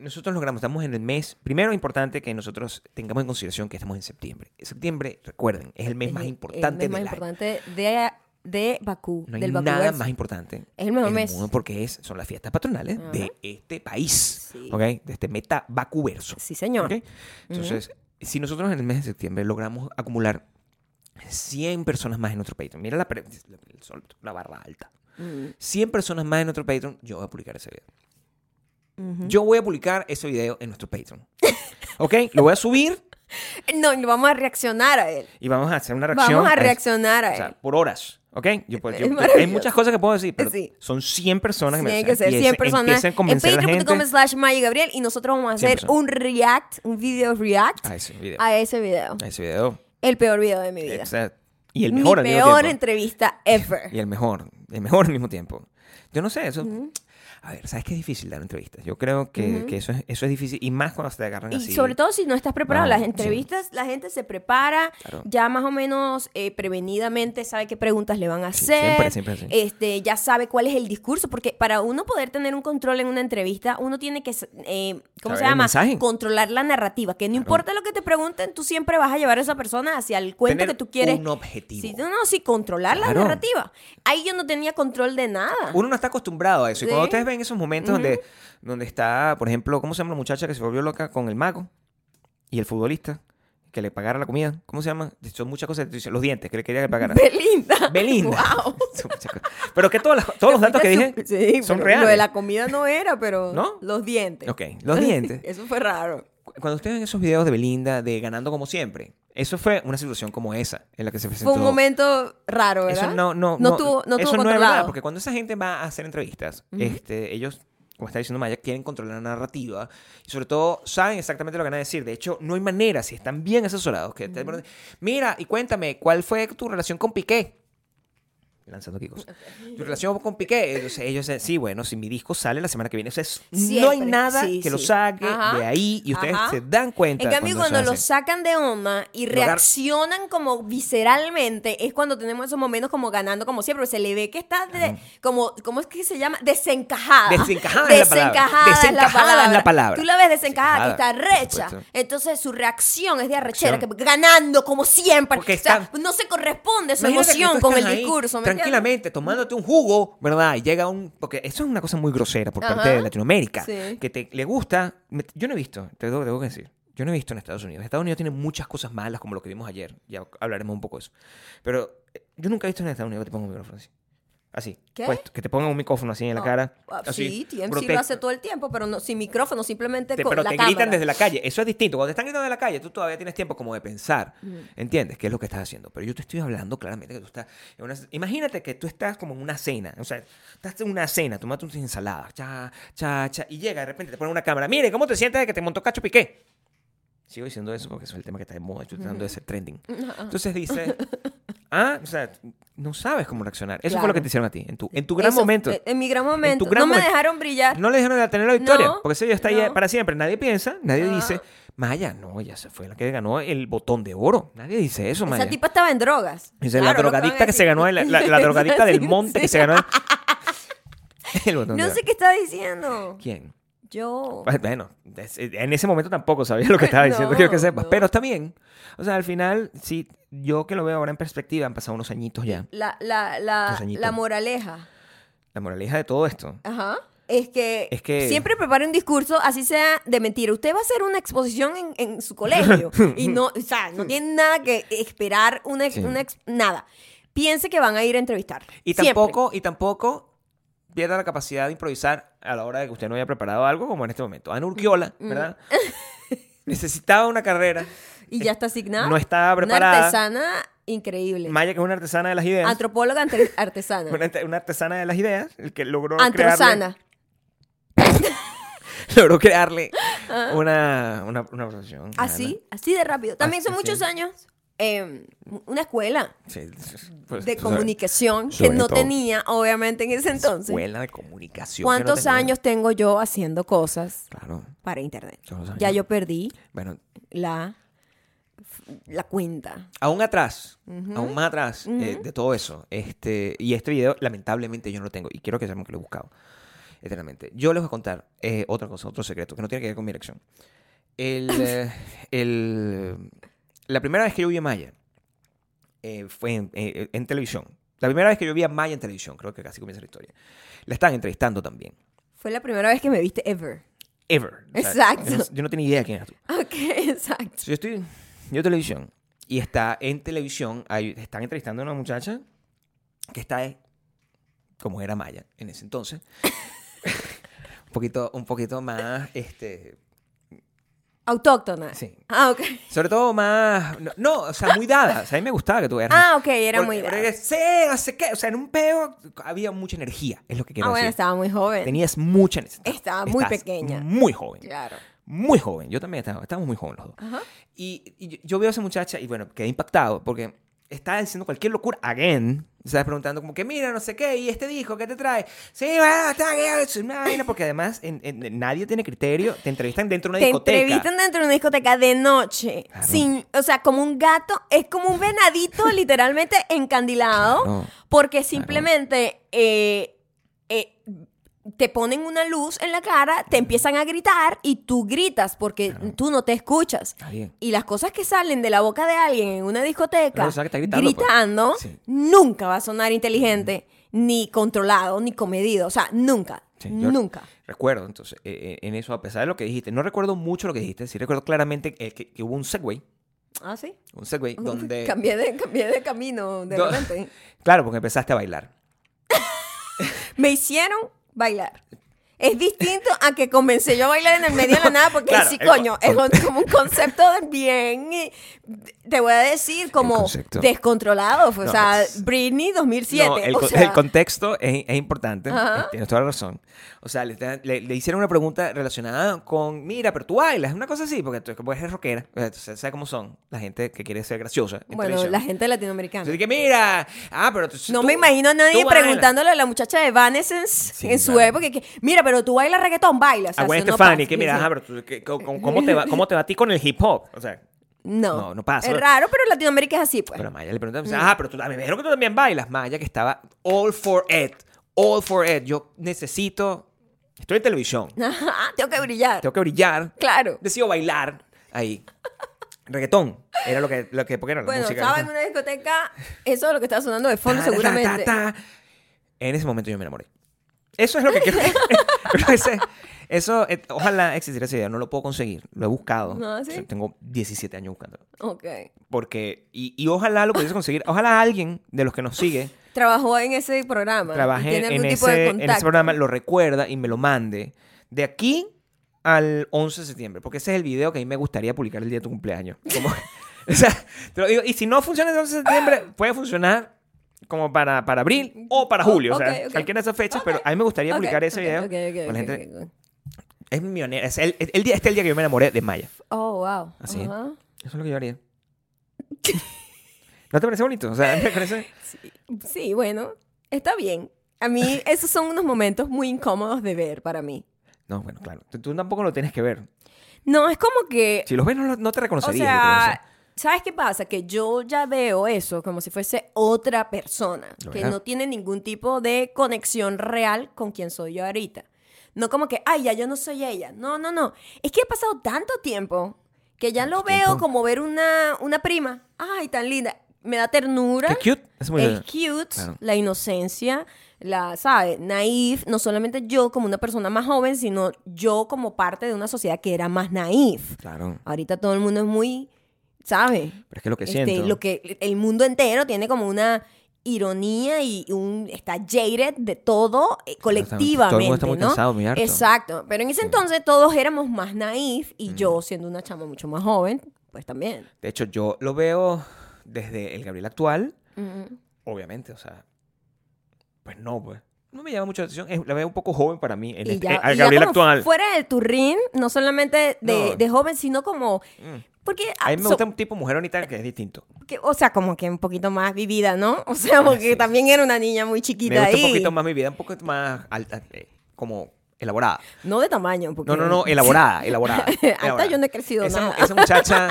Speaker 2: nosotros logramos, estamos en el mes, primero es importante que nosotros tengamos en consideración que estamos en septiembre. Septiembre, recuerden, es el mes
Speaker 1: Es
Speaker 2: más
Speaker 1: el-
Speaker 2: importante
Speaker 1: el
Speaker 2: del
Speaker 1: mes más
Speaker 2: año.
Speaker 1: importante de, de Bakú,
Speaker 2: No hay
Speaker 1: del
Speaker 2: nada
Speaker 1: Bakuverso.
Speaker 2: más importante.
Speaker 1: Es el mejor
Speaker 2: en
Speaker 1: mes.
Speaker 2: mundo porque es, son las fiestas patronales
Speaker 1: Ajá.
Speaker 2: de este país,
Speaker 1: Sí.
Speaker 2: ¿ok? De este meta vacuverso.
Speaker 1: Sí, señor.
Speaker 2: ¿ok? Entonces, si nosotros en el mes de septiembre logramos acumular 100 personas más en nuestro Patreon. Mira la, pre- el sol- la barra alta.
Speaker 1: Mm.
Speaker 2: 100 personas más en nuestro Patreon, yo voy a publicar ese video. Yo voy a publicar ese video en nuestro Patreon. ¿Ok? Lo voy a subir
Speaker 1: No, y vamos a reaccionar a él.
Speaker 2: y vamos a hacer una
Speaker 1: Vamos
Speaker 2: reacción.
Speaker 1: a
Speaker 2: eso.
Speaker 1: reaccionar a
Speaker 2: O sea,
Speaker 1: él.
Speaker 2: por horas. ¿Ok? Yo puedo- yo-
Speaker 1: Es
Speaker 2: yo- hay
Speaker 1: maravilloso.
Speaker 2: muchas cosas que puedo decir, pero
Speaker 1: Sí.
Speaker 2: son 100 personas que me
Speaker 1: Tiene que ser
Speaker 2: empiecen-
Speaker 1: 100 personas.
Speaker 2: Empiecen a
Speaker 1: En
Speaker 2: convencer a la
Speaker 1: patreon.com
Speaker 2: gente.
Speaker 1: slash Maya Gabriel y nosotros vamos a
Speaker 2: 100
Speaker 1: hacer
Speaker 2: personas.
Speaker 1: un react, un video react
Speaker 2: A ese video.
Speaker 1: a ese video.
Speaker 2: A ese video.
Speaker 1: El peor video de mi vida.
Speaker 2: Exacto. Y el mejor al
Speaker 1: Mi
Speaker 2: mismo
Speaker 1: peor
Speaker 2: tiempo.
Speaker 1: entrevista ever.
Speaker 2: Y el mejor, el mejor al mismo tiempo. Yo no sé, eso... A ver, ¿sabes qué es difícil dar entrevistas? Yo creo que, que eso, es, eso es difícil, y más cuando se te agarran
Speaker 1: Y
Speaker 2: así.
Speaker 1: sobre todo si no estás preparado,
Speaker 2: No,
Speaker 1: las
Speaker 2: sí.
Speaker 1: entrevistas, la gente se prepara,
Speaker 2: Claro.
Speaker 1: ya más o menos eh, prevenidamente sabe qué preguntas le van a
Speaker 2: Sí,
Speaker 1: hacer,
Speaker 2: siempre, siempre, sí.
Speaker 1: este, ya sabe cuál es el discurso, porque para uno poder tener un control en una entrevista, uno tiene que, eh, ¿cómo
Speaker 2: Saber
Speaker 1: se
Speaker 2: el
Speaker 1: llama?
Speaker 2: mensaje.
Speaker 1: Controlar la narrativa, que no importa lo que te pregunten, tú siempre vas a llevar a esa persona hacia el cuento
Speaker 2: Tener
Speaker 1: que tú quieres.
Speaker 2: un objetivo.
Speaker 1: Sí, no, no, sí, controlar
Speaker 2: Claro.
Speaker 1: la narrativa. Ahí yo no tenía control de nada.
Speaker 2: Uno no está acostumbrado a eso. Y cuando
Speaker 1: Sí.
Speaker 2: ustedes ven esos momentos donde, donde está, por ejemplo, ¿cómo se llama la muchacha que se volvió loca con el mago y el futbolista? Que le pagara la comida. ¿Cómo se llama? Son muchas cosas. que tú dices, Los dientes, que le quería que pagara.
Speaker 1: Belinda.
Speaker 2: Belinda.
Speaker 1: Wow.
Speaker 2: Son muchas cosas. Pero que todas las- todos los datos que dije
Speaker 1: Sí,
Speaker 2: son
Speaker 1: pero
Speaker 2: reales.
Speaker 1: Lo de la comida no era, pero
Speaker 2: ¿No?
Speaker 1: los dientes.
Speaker 2: Ok, los dientes.
Speaker 1: Eso fue raro.
Speaker 2: Cu- Cuando ustedes ven esos videos de Belinda de ganando como siempre, eso fue una situación como esa en la que se presentó.
Speaker 1: Fue un momento raro, ¿verdad?
Speaker 2: Eso no, no,
Speaker 1: no, tuvo, no tuvo
Speaker 2: eso no es
Speaker 1: controlado.
Speaker 2: verdad, porque cuando esa gente va a hacer entrevistas, este, ellos, como está diciendo Maya, quieren controlar la narrativa y sobre todo saben exactamente lo que van a decir. De hecho, no hay manera, si están bien asesorados, que te- mira y cuéntame, ¿cuál fue tu relación con Piqué? Lanzando aquí cosas. Tu relación con Piqué. Entonces ellos dicen, sí, bueno, si mi disco sale la semana que viene. O sea, es- no hay
Speaker 1: Siempre.
Speaker 2: nada
Speaker 1: Sí,
Speaker 2: que lo
Speaker 1: sí.
Speaker 2: saque
Speaker 1: Ajá.
Speaker 2: de ahí y ustedes
Speaker 1: Ajá.
Speaker 2: se dan cuenta.
Speaker 1: En cambio,
Speaker 2: eso
Speaker 1: cuando,
Speaker 2: hace.
Speaker 1: los sacan de onda y
Speaker 2: Lo agar-
Speaker 1: reaccionan como visceralmente, es cuando tenemos esos momentos como ganando como siempre, porque se le ve que está de- como, ¿cómo es que se llama? Desencajada.
Speaker 2: Desencajada es la palabra.
Speaker 1: Desencajada es la
Speaker 2: Desencajada es la palabra.
Speaker 1: Tú la ves desencajada, que está
Speaker 2: Desencajada, por
Speaker 1: recha.
Speaker 2: supuesto.
Speaker 1: Entonces su reacción es de arrechera, que
Speaker 2: Reacción.
Speaker 1: ganando como siempre.
Speaker 2: Porque
Speaker 1: o sea,
Speaker 2: están-
Speaker 1: no se corresponde su
Speaker 2: Imagínate que
Speaker 1: emoción
Speaker 2: tú
Speaker 1: con el
Speaker 2: estás ahí
Speaker 1: discurso. ¿me entiendes?
Speaker 2: tranquilamente, tomándote un jugo, ¿verdad? Y llega un. Porque eso es una cosa muy grosera por parte
Speaker 1: Ajá.
Speaker 2: de Latinoamérica.
Speaker 1: Sí.
Speaker 2: Que te le gusta. me- yo no he visto, te debo, debo que decir. Yo no he visto en Estados Unidos. Estados Unidos tiene muchas cosas malas, como lo que vimos ayer. Ya hablaremos un poco de eso. Pero eh, yo nunca he visto en Estados Unidos que te pongan un micrófono así. Así.
Speaker 1: ¿Qué?
Speaker 2: puesto, que te pongan un micrófono así en la
Speaker 1: Ah,
Speaker 2: cara.
Speaker 1: ah,
Speaker 2: así,
Speaker 1: sí, TMC lo
Speaker 2: protesto.
Speaker 1: hace todo el tiempo, pero no, sin micrófono, simplemente
Speaker 2: Te-
Speaker 1: con
Speaker 2: pero
Speaker 1: la
Speaker 2: te
Speaker 1: cámara.
Speaker 2: gritan desde la calle. Eso es distinto. Cuando te están gritando desde la calle, tú todavía tienes tiempo como de pensar.
Speaker 1: Mm.
Speaker 2: ¿Entiendes? ¿Qué es lo que estás haciendo? Pero yo te estoy hablando claramente que tú estás... en una- Imagínate que tú estás como en una cena. O sea, estás en una cena, tomate unas ensaladas, cha, cha, cha, y llega de repente, te pone una cámara. Mire, ¿cómo te sientes de que te montó Cacho Piqué? Sigo diciendo eso porque eso es el tema que está de moda. Estoy tratando de ser trending.
Speaker 1: Mm,
Speaker 2: Entonces dice... Ah, o sea, no sabes cómo reaccionar. Eso fue
Speaker 1: Claro.
Speaker 2: lo que te hicieron a ti, en tu, en tu gran
Speaker 1: Eso-
Speaker 2: momento.
Speaker 1: eh, En mi gran momento.
Speaker 2: gran
Speaker 1: no me
Speaker 2: momento.
Speaker 1: dejaron brillar.
Speaker 2: No le dejaron de tener la victoria.
Speaker 1: No,
Speaker 2: porque eso ya está ahí
Speaker 1: no. Ah.
Speaker 2: para siempre. Nadie piensa, nadie
Speaker 1: No.
Speaker 2: dice, Maya, no, ya se fue la que ganó el botón de oro. Nadie dice eso, Maya.
Speaker 1: Esa tipa estaba en drogas.
Speaker 2: Dice,
Speaker 1: Claro,
Speaker 2: la
Speaker 1: lo van a
Speaker 2: drogadicta que se
Speaker 1: decir.
Speaker 2: ganó, el- la, la drogadicta del monte que se ganó el, el botón de
Speaker 1: No
Speaker 2: oro.
Speaker 1: sé qué está diciendo.
Speaker 2: ¿Quién?
Speaker 1: Yo.
Speaker 2: Pues, Bueno, es- en ese momento tampoco sabía lo que estaba diciendo, quiero que
Speaker 1: No,
Speaker 2: sepas.
Speaker 1: no.
Speaker 2: Pero está bien. O sea, al final, sí, yo que lo veo ahora en perspectiva, han pasado unos añitos ya.
Speaker 1: La, la, la,
Speaker 2: Los añitos.
Speaker 1: la moraleja.
Speaker 2: La moraleja de todo esto.
Speaker 1: Ajá. Es que,
Speaker 2: Es que-
Speaker 1: siempre prepare un discurso, así sea de mentira. Usted va a hacer una exposición en, en su colegio y no, o sea, no tiene nada que esperar, una, ex-
Speaker 2: Sí.
Speaker 1: una ex- nada. Piense que van a ir a entrevistar.
Speaker 2: Y
Speaker 1: Siempre.
Speaker 2: tampoco, y tampoco pierda la capacidad de improvisar a la hora de que usted no haya preparado algo como en este momento. Ana Urquiola,
Speaker 1: Mm,
Speaker 2: ¿verdad? Necesitaba una carrera.
Speaker 1: Y ya está asignada.
Speaker 2: No estaba
Speaker 1: Una
Speaker 2: preparada.
Speaker 1: artesana increíble.
Speaker 2: Maya, que es una artesana de las ideas.
Speaker 1: Antropóloga ante- artesana.
Speaker 2: Una, arte- una artesana de las ideas, el que logró crearle,
Speaker 1: Antrosana.
Speaker 2: logró crearle una, una, una profesión.
Speaker 1: Así, así de rápido. También son
Speaker 2: Así.
Speaker 1: muchos años. eh, una escuela
Speaker 2: Ana. Sí, pues,
Speaker 1: de
Speaker 2: tú sabes,
Speaker 1: comunicación que
Speaker 2: sobre
Speaker 1: no
Speaker 2: todo.
Speaker 1: tenía, obviamente, en ese entonces.
Speaker 2: Escuela de comunicación. que no
Speaker 1: ¿Cuántos
Speaker 2: tenía.
Speaker 1: años tengo yo haciendo cosas
Speaker 2: Claro.
Speaker 1: para internet?
Speaker 2: son los años.
Speaker 1: Ya yo perdí
Speaker 2: Bueno,
Speaker 1: la, la cuenta.
Speaker 2: aún atrás, aún más atrás eh, de todo eso. Este, y este video, lamentablemente, yo no lo tengo. Y quiero que sepan que lo he buscado eternamente. Yo les voy a contar eh, otra cosa, otro secreto, que no tiene que ver con mi elección. El, eh, el- la primera vez que yo vi a Maya eh, fue en, eh, en televisión. La primera vez que yo vi a Maya en televisión, creo que casi comienza la historia. La estaban entrevistando también.
Speaker 1: Fue la primera vez que me viste ever.
Speaker 2: Ever. O sea,
Speaker 1: Exacto.
Speaker 2: Yo no, yo no tenía idea de quién eras tú.
Speaker 1: Ok, exacto.
Speaker 2: So, yo estoy. Yo televisión. y está en televisión, ahí están entrevistando a una muchacha que está, eh, como era Maya en ese entonces, un, poquito, un poquito más, este,
Speaker 1: Autóctona.
Speaker 2: Sí.
Speaker 1: Ah, ok.
Speaker 2: sobre todo más, no, no, o sea, muy dada, o sea, a mí me gustaba que tú eras...
Speaker 1: Ah, ok, era muy.
Speaker 2: Porque-
Speaker 1: dada.
Speaker 2: porque sé, no sé qué, o sea, en un peo había mucha energía, es lo que quiero
Speaker 1: Ah, bueno,
Speaker 2: decir.
Speaker 1: estaba muy joven.
Speaker 2: Tenías mucha energía.
Speaker 1: Estaba muy
Speaker 2: Estás
Speaker 1: pequeña.
Speaker 2: Muy joven.
Speaker 1: Claro.
Speaker 2: Muy joven. Yo también estaba. Estábamos muy jóvenes los dos.
Speaker 1: Ajá.
Speaker 2: Y, y yo- yo veo a esa muchacha y bueno, quedé impactado porque estaba diciendo cualquier locura. Again. Estaba preguntando como que mira, no sé qué, y este dijo, ¿qué te trae? Sí, bueno, está bien, es una vaina", porque además en- en- nadie tiene criterio, te entrevistan dentro de una
Speaker 1: Te
Speaker 2: discoteca.
Speaker 1: entrevistan dentro de una discoteca de noche.
Speaker 2: Claro.
Speaker 1: Sin, o sea, como un gato, es como un venadito literalmente encandilado.
Speaker 2: Claro.
Speaker 1: Porque simplemente eh, eh, te ponen una luz en la cara, te empiezan a gritar y tú gritas porque tú no te escuchas.
Speaker 2: Está bien.
Speaker 1: Y las cosas que salen de la boca de alguien en una discoteca
Speaker 2: Claro, o sea, que está gritando, pues.
Speaker 1: gritando,
Speaker 2: Sí.
Speaker 1: nunca va a sonar inteligente, ni controlado, ni comedido. O sea, nunca.
Speaker 2: Sí, yo
Speaker 1: nunca.
Speaker 2: Recuerdo, entonces, eh, eh, en eso, a pesar de lo que dijiste, no recuerdo mucho lo que dijiste, sí recuerdo claramente eh, que, que hubo un segway,
Speaker 1: Ah, sí.
Speaker 2: un segway donde...
Speaker 1: Cambié de, cambié de camino de
Speaker 2: do-
Speaker 1: repente.
Speaker 2: Claro, porque empezaste a bailar.
Speaker 1: Me hicieron bailar. Es distinto a que comencé yo a bailar en el medio de la nada, porque
Speaker 2: Claro,
Speaker 1: sí,
Speaker 2: el
Speaker 1: coño,
Speaker 2: con-
Speaker 1: es un- como un concepto de bien, eh, te voy a decir, como
Speaker 2: concepto.
Speaker 1: descontrolado. fue, o
Speaker 2: No,
Speaker 1: sea,
Speaker 2: es-
Speaker 1: Britney 2007.
Speaker 2: No, el,
Speaker 1: o
Speaker 2: con-
Speaker 1: sea,
Speaker 2: el contexto es, es importante.
Speaker 1: Ajá.
Speaker 2: eh, Tienes toda la razón. O sea, le, están- le- le hicieron una pregunta relacionada con, mira, pero tú bailas, una cosa así, porque tú como eres rockera. o sea, tú sabes sabes cómo son la gente que quiere ser graciosa. en
Speaker 1: bueno,
Speaker 2: televisión.
Speaker 1: la gente latinoamericana.
Speaker 2: Entonces, que mira, ah, pero tú-
Speaker 1: No
Speaker 2: tú-
Speaker 1: me imagino a nadie
Speaker 2: tú bailas".
Speaker 1: preguntándole a la muchacha de Vanessence
Speaker 2: Sí,
Speaker 1: en su
Speaker 2: claro.
Speaker 1: época que, mira, pero tú bailas reggaetón, bailas. O sea,
Speaker 2: A Gwen
Speaker 1: eso no
Speaker 2: Stefani,
Speaker 1: pasa.
Speaker 2: que mira,
Speaker 1: Sí, sí.
Speaker 2: ah, pero tú- que- ¿cómo, cómo te va, ¿cómo te va a ti con el hip hop? O sea,
Speaker 1: No,
Speaker 2: No, no pasa.
Speaker 1: Es raro, pero en Latinoamérica es así, pues.
Speaker 2: Pero a Maya le preguntaron, ah, pero tú me dijeron que tú también bailas. Maya que estaba all for it, all for it. Yo necesito, estoy en televisión,
Speaker 1: Ajá, tengo que brillar.
Speaker 2: tengo que brillar.
Speaker 1: Claro.
Speaker 2: Decido bailar ahí. Reggaetón. Era lo que, lo que porque era la
Speaker 1: Bueno,
Speaker 2: música.
Speaker 1: estaba en una discoteca, eso es lo que estaba sonando de fondo
Speaker 2: Ta, ta,
Speaker 1: seguramente.
Speaker 2: ta, ta. En ese momento yo me enamoré. Eso es lo que quiero. Creo que ese- eso, eh, ojalá existiera esa idea. No lo puedo conseguir. Lo he buscado.
Speaker 1: No, ¿sí?
Speaker 2: O sea, tengo 17 años buscándolo.
Speaker 1: Ok.
Speaker 2: Porque, y, y ojalá lo pudiese conseguir. Ojalá alguien de los que nos sigue
Speaker 1: Trabajó en ese programa. y
Speaker 2: trabaje
Speaker 1: tiene
Speaker 2: en,
Speaker 1: algún tipo de
Speaker 2: ese, en
Speaker 1: contacto.
Speaker 2: ese programa, lo recuerda y me lo mande de aquí al 11 de septiembre, porque ese es el video que a mí me gustaría publicar el día de tu cumpleaños. Como- o sea, te lo digo, y si no funciona el 11 de septiembre, puede funcionar como para, para abril o para julio, o sea,
Speaker 1: Oh, Ok, ok.
Speaker 2: cualquiera de esas fechas, pero a mí me gustaría
Speaker 1: Ok,
Speaker 2: publicar ese
Speaker 1: ok,
Speaker 2: video.
Speaker 1: ok, ok,
Speaker 2: con la
Speaker 1: ok,
Speaker 2: gente-
Speaker 1: ok.
Speaker 2: Es millonera, es el, el- el día, este es el día que yo me enamoré de Maya.
Speaker 1: Oh, wow.
Speaker 2: Así.
Speaker 1: Ajá.
Speaker 2: Eso es lo que yo haría. ¿No te parece bonito? O sea, me parece...
Speaker 1: Sí, bueno, está bien. A mí esos son unos momentos muy incómodos de ver para mí.
Speaker 2: No, bueno, claro. Tú, tú tampoco lo tienes que ver.
Speaker 1: No, es como que
Speaker 2: Si los ves, no, lo- no te
Speaker 1: O
Speaker 2: reconocerías. yo creo, o sea.
Speaker 1: sea, ¿sabes qué pasa? Que yo ya veo eso como si fuese otra persona,
Speaker 2: Lo
Speaker 1: que
Speaker 2: verás.
Speaker 1: no tiene ningún tipo de conexión real con quien soy yo ahorita. No como que, ay, ya yo no soy ella. No, no, no. Es que he pasado tanto tiempo que ya lo
Speaker 2: Tanto
Speaker 1: veo
Speaker 2: tiempo.
Speaker 1: como ver una, una prima. Ay, tan linda. Me da ternura.
Speaker 2: Qué cute. Es muy
Speaker 1: es
Speaker 2: linda.
Speaker 1: cute,
Speaker 2: Claro.
Speaker 1: la inocencia, la, ¿sabes? Naif, no solamente yo como una persona más joven, sino yo como parte de una sociedad que era más naif.
Speaker 2: Claro.
Speaker 1: Ahorita todo el mundo es muy, ¿sabes?
Speaker 2: Pero es que lo que
Speaker 1: Este,
Speaker 2: siento.
Speaker 1: lo que el mundo entero tiene como una ironía y un está jaded de todo eh, colectivamente,
Speaker 2: todo el mundo está muy
Speaker 1: ¿no?
Speaker 2: cansado, muy harto.
Speaker 1: Exacto, pero en ese entonces todos éramos más naif y yo siendo una chama mucho más joven, pues también.
Speaker 2: De hecho, yo lo veo desde el Gabriel actual,
Speaker 1: Mm.
Speaker 2: obviamente, o sea. Pues no, pues. No me llama mucho la atención. Es- la veo un poco joven para mí. en
Speaker 1: Y
Speaker 2: este-
Speaker 1: ya,
Speaker 2: eh, al
Speaker 1: y ya
Speaker 2: Gabriel
Speaker 1: como
Speaker 2: actual.
Speaker 1: fuera del turrín, no solamente de,
Speaker 2: No.
Speaker 1: de joven, sino como
Speaker 2: Mm.
Speaker 1: porque ah,
Speaker 2: A mí me
Speaker 1: so-
Speaker 2: gusta un tipo mujer ahorita que es distinto.
Speaker 1: que- o sea, como que un poquito más vivida, ¿no? O sea, porque
Speaker 2: sí.
Speaker 1: también era una niña muy
Speaker 2: Me
Speaker 1: chiquita
Speaker 2: gusta
Speaker 1: ahí.
Speaker 2: un poquito más mi vida, un poco más alta, eh, como elaborada.
Speaker 1: No de tamaño, porque...
Speaker 2: No, no, no, elaborada, elaborada. elaborada.
Speaker 1: yo no he crecido
Speaker 2: esa, mu-
Speaker 1: nada.
Speaker 2: Esa muchacha,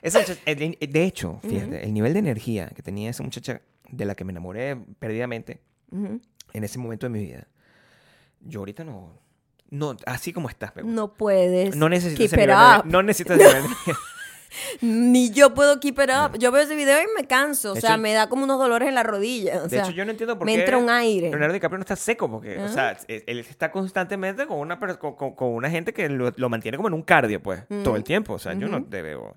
Speaker 2: esa muchacha- el- el- de hecho, fíjate, el nivel de energía que tenía esa muchacha de la que me enamoré perdidamente
Speaker 1: Ujú.
Speaker 2: en ese momento de mi vida, yo ahorita no, no, así como estás, me gusta.
Speaker 1: No puenes.
Speaker 2: no necesito
Speaker 1: keep
Speaker 2: ese
Speaker 1: it
Speaker 2: nivel de-
Speaker 1: up.
Speaker 2: no necesito ese nivel de-
Speaker 1: Ni yo puedo keep it up. Yo veo ese video y me canso. O
Speaker 2: De
Speaker 1: sea,
Speaker 2: hecho-
Speaker 1: me da como unos dolores en la rodilla. O
Speaker 2: De
Speaker 1: sea,
Speaker 2: hecho, yo no entiendo por
Speaker 1: me
Speaker 2: qué
Speaker 1: entra un aire. Ah.
Speaker 2: Leonardo DiCaprio no está seco porque, o sea, él él está constantemente con una, per- con, con- con una gente
Speaker 1: Mm.
Speaker 2: que lo, lo mantiene como en un cardio, pues, todo el tiempo. O sea, yo no te veo.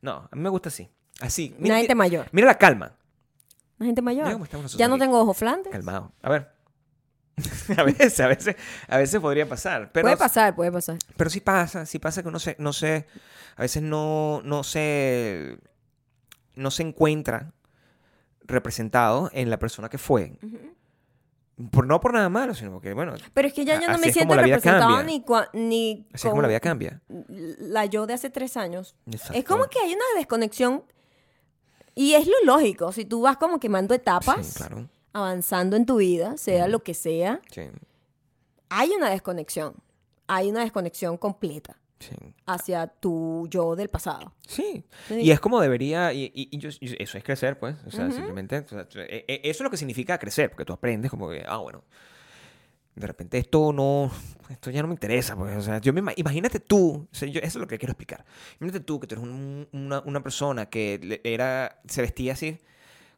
Speaker 2: No, a mí me gusta así. Así.
Speaker 1: Una gente
Speaker 2: mira-
Speaker 1: mayor.
Speaker 2: Mira la calma.
Speaker 1: Una gente
Speaker 2: Mira
Speaker 1: mayor.
Speaker 2: cómo estamos nosotros
Speaker 1: Ya no
Speaker 2: aquí.
Speaker 1: tengo ojos flandes.
Speaker 2: Calmado. A ver. a veces, a veces, a veces podría pasar. Pero,
Speaker 1: Puede pasar, puede pasar.
Speaker 2: pero sí pasa, sí pasa que uno se, no se, a veces no, no se, no se encuentra representado en la persona que fue. Por, no por nada malo, sino porque, bueno, así
Speaker 1: Pero es que ya yo no
Speaker 2: Ah, Así
Speaker 1: me
Speaker 2: es
Speaker 1: siento
Speaker 2: como la vida
Speaker 1: representado
Speaker 2: cambia.
Speaker 1: ni, cua- ni
Speaker 2: es como
Speaker 1: con
Speaker 2: la vida cambia.
Speaker 1: la yo de hace tres años. Es
Speaker 2: Exacto.
Speaker 1: como que hay una desconexión y es lo lógico. Si tú vas como quemando etapas,
Speaker 2: Sí, claro.
Speaker 1: avanzando en tu vida, sea lo que sea,
Speaker 2: Sí,
Speaker 1: hay una desconexión. Hay una desconexión completa
Speaker 2: sí.
Speaker 1: hacia tu yo del pasado.
Speaker 2: Sí.
Speaker 1: Sí.
Speaker 2: Y es como debería, y, y- y yo- y eso es crecer, pues. O sea, simplemente, o sea, e- e- eso es lo que significa crecer, porque tú aprendes como que, ah, bueno, de repente esto no, esto ya no me interesa, pues. O sea, yo me, ima- imagínate tú, o sea, yo- eso es lo que quiero explicar. Imagínate tú que tú eres un- una, una persona que le- era, se vestía así,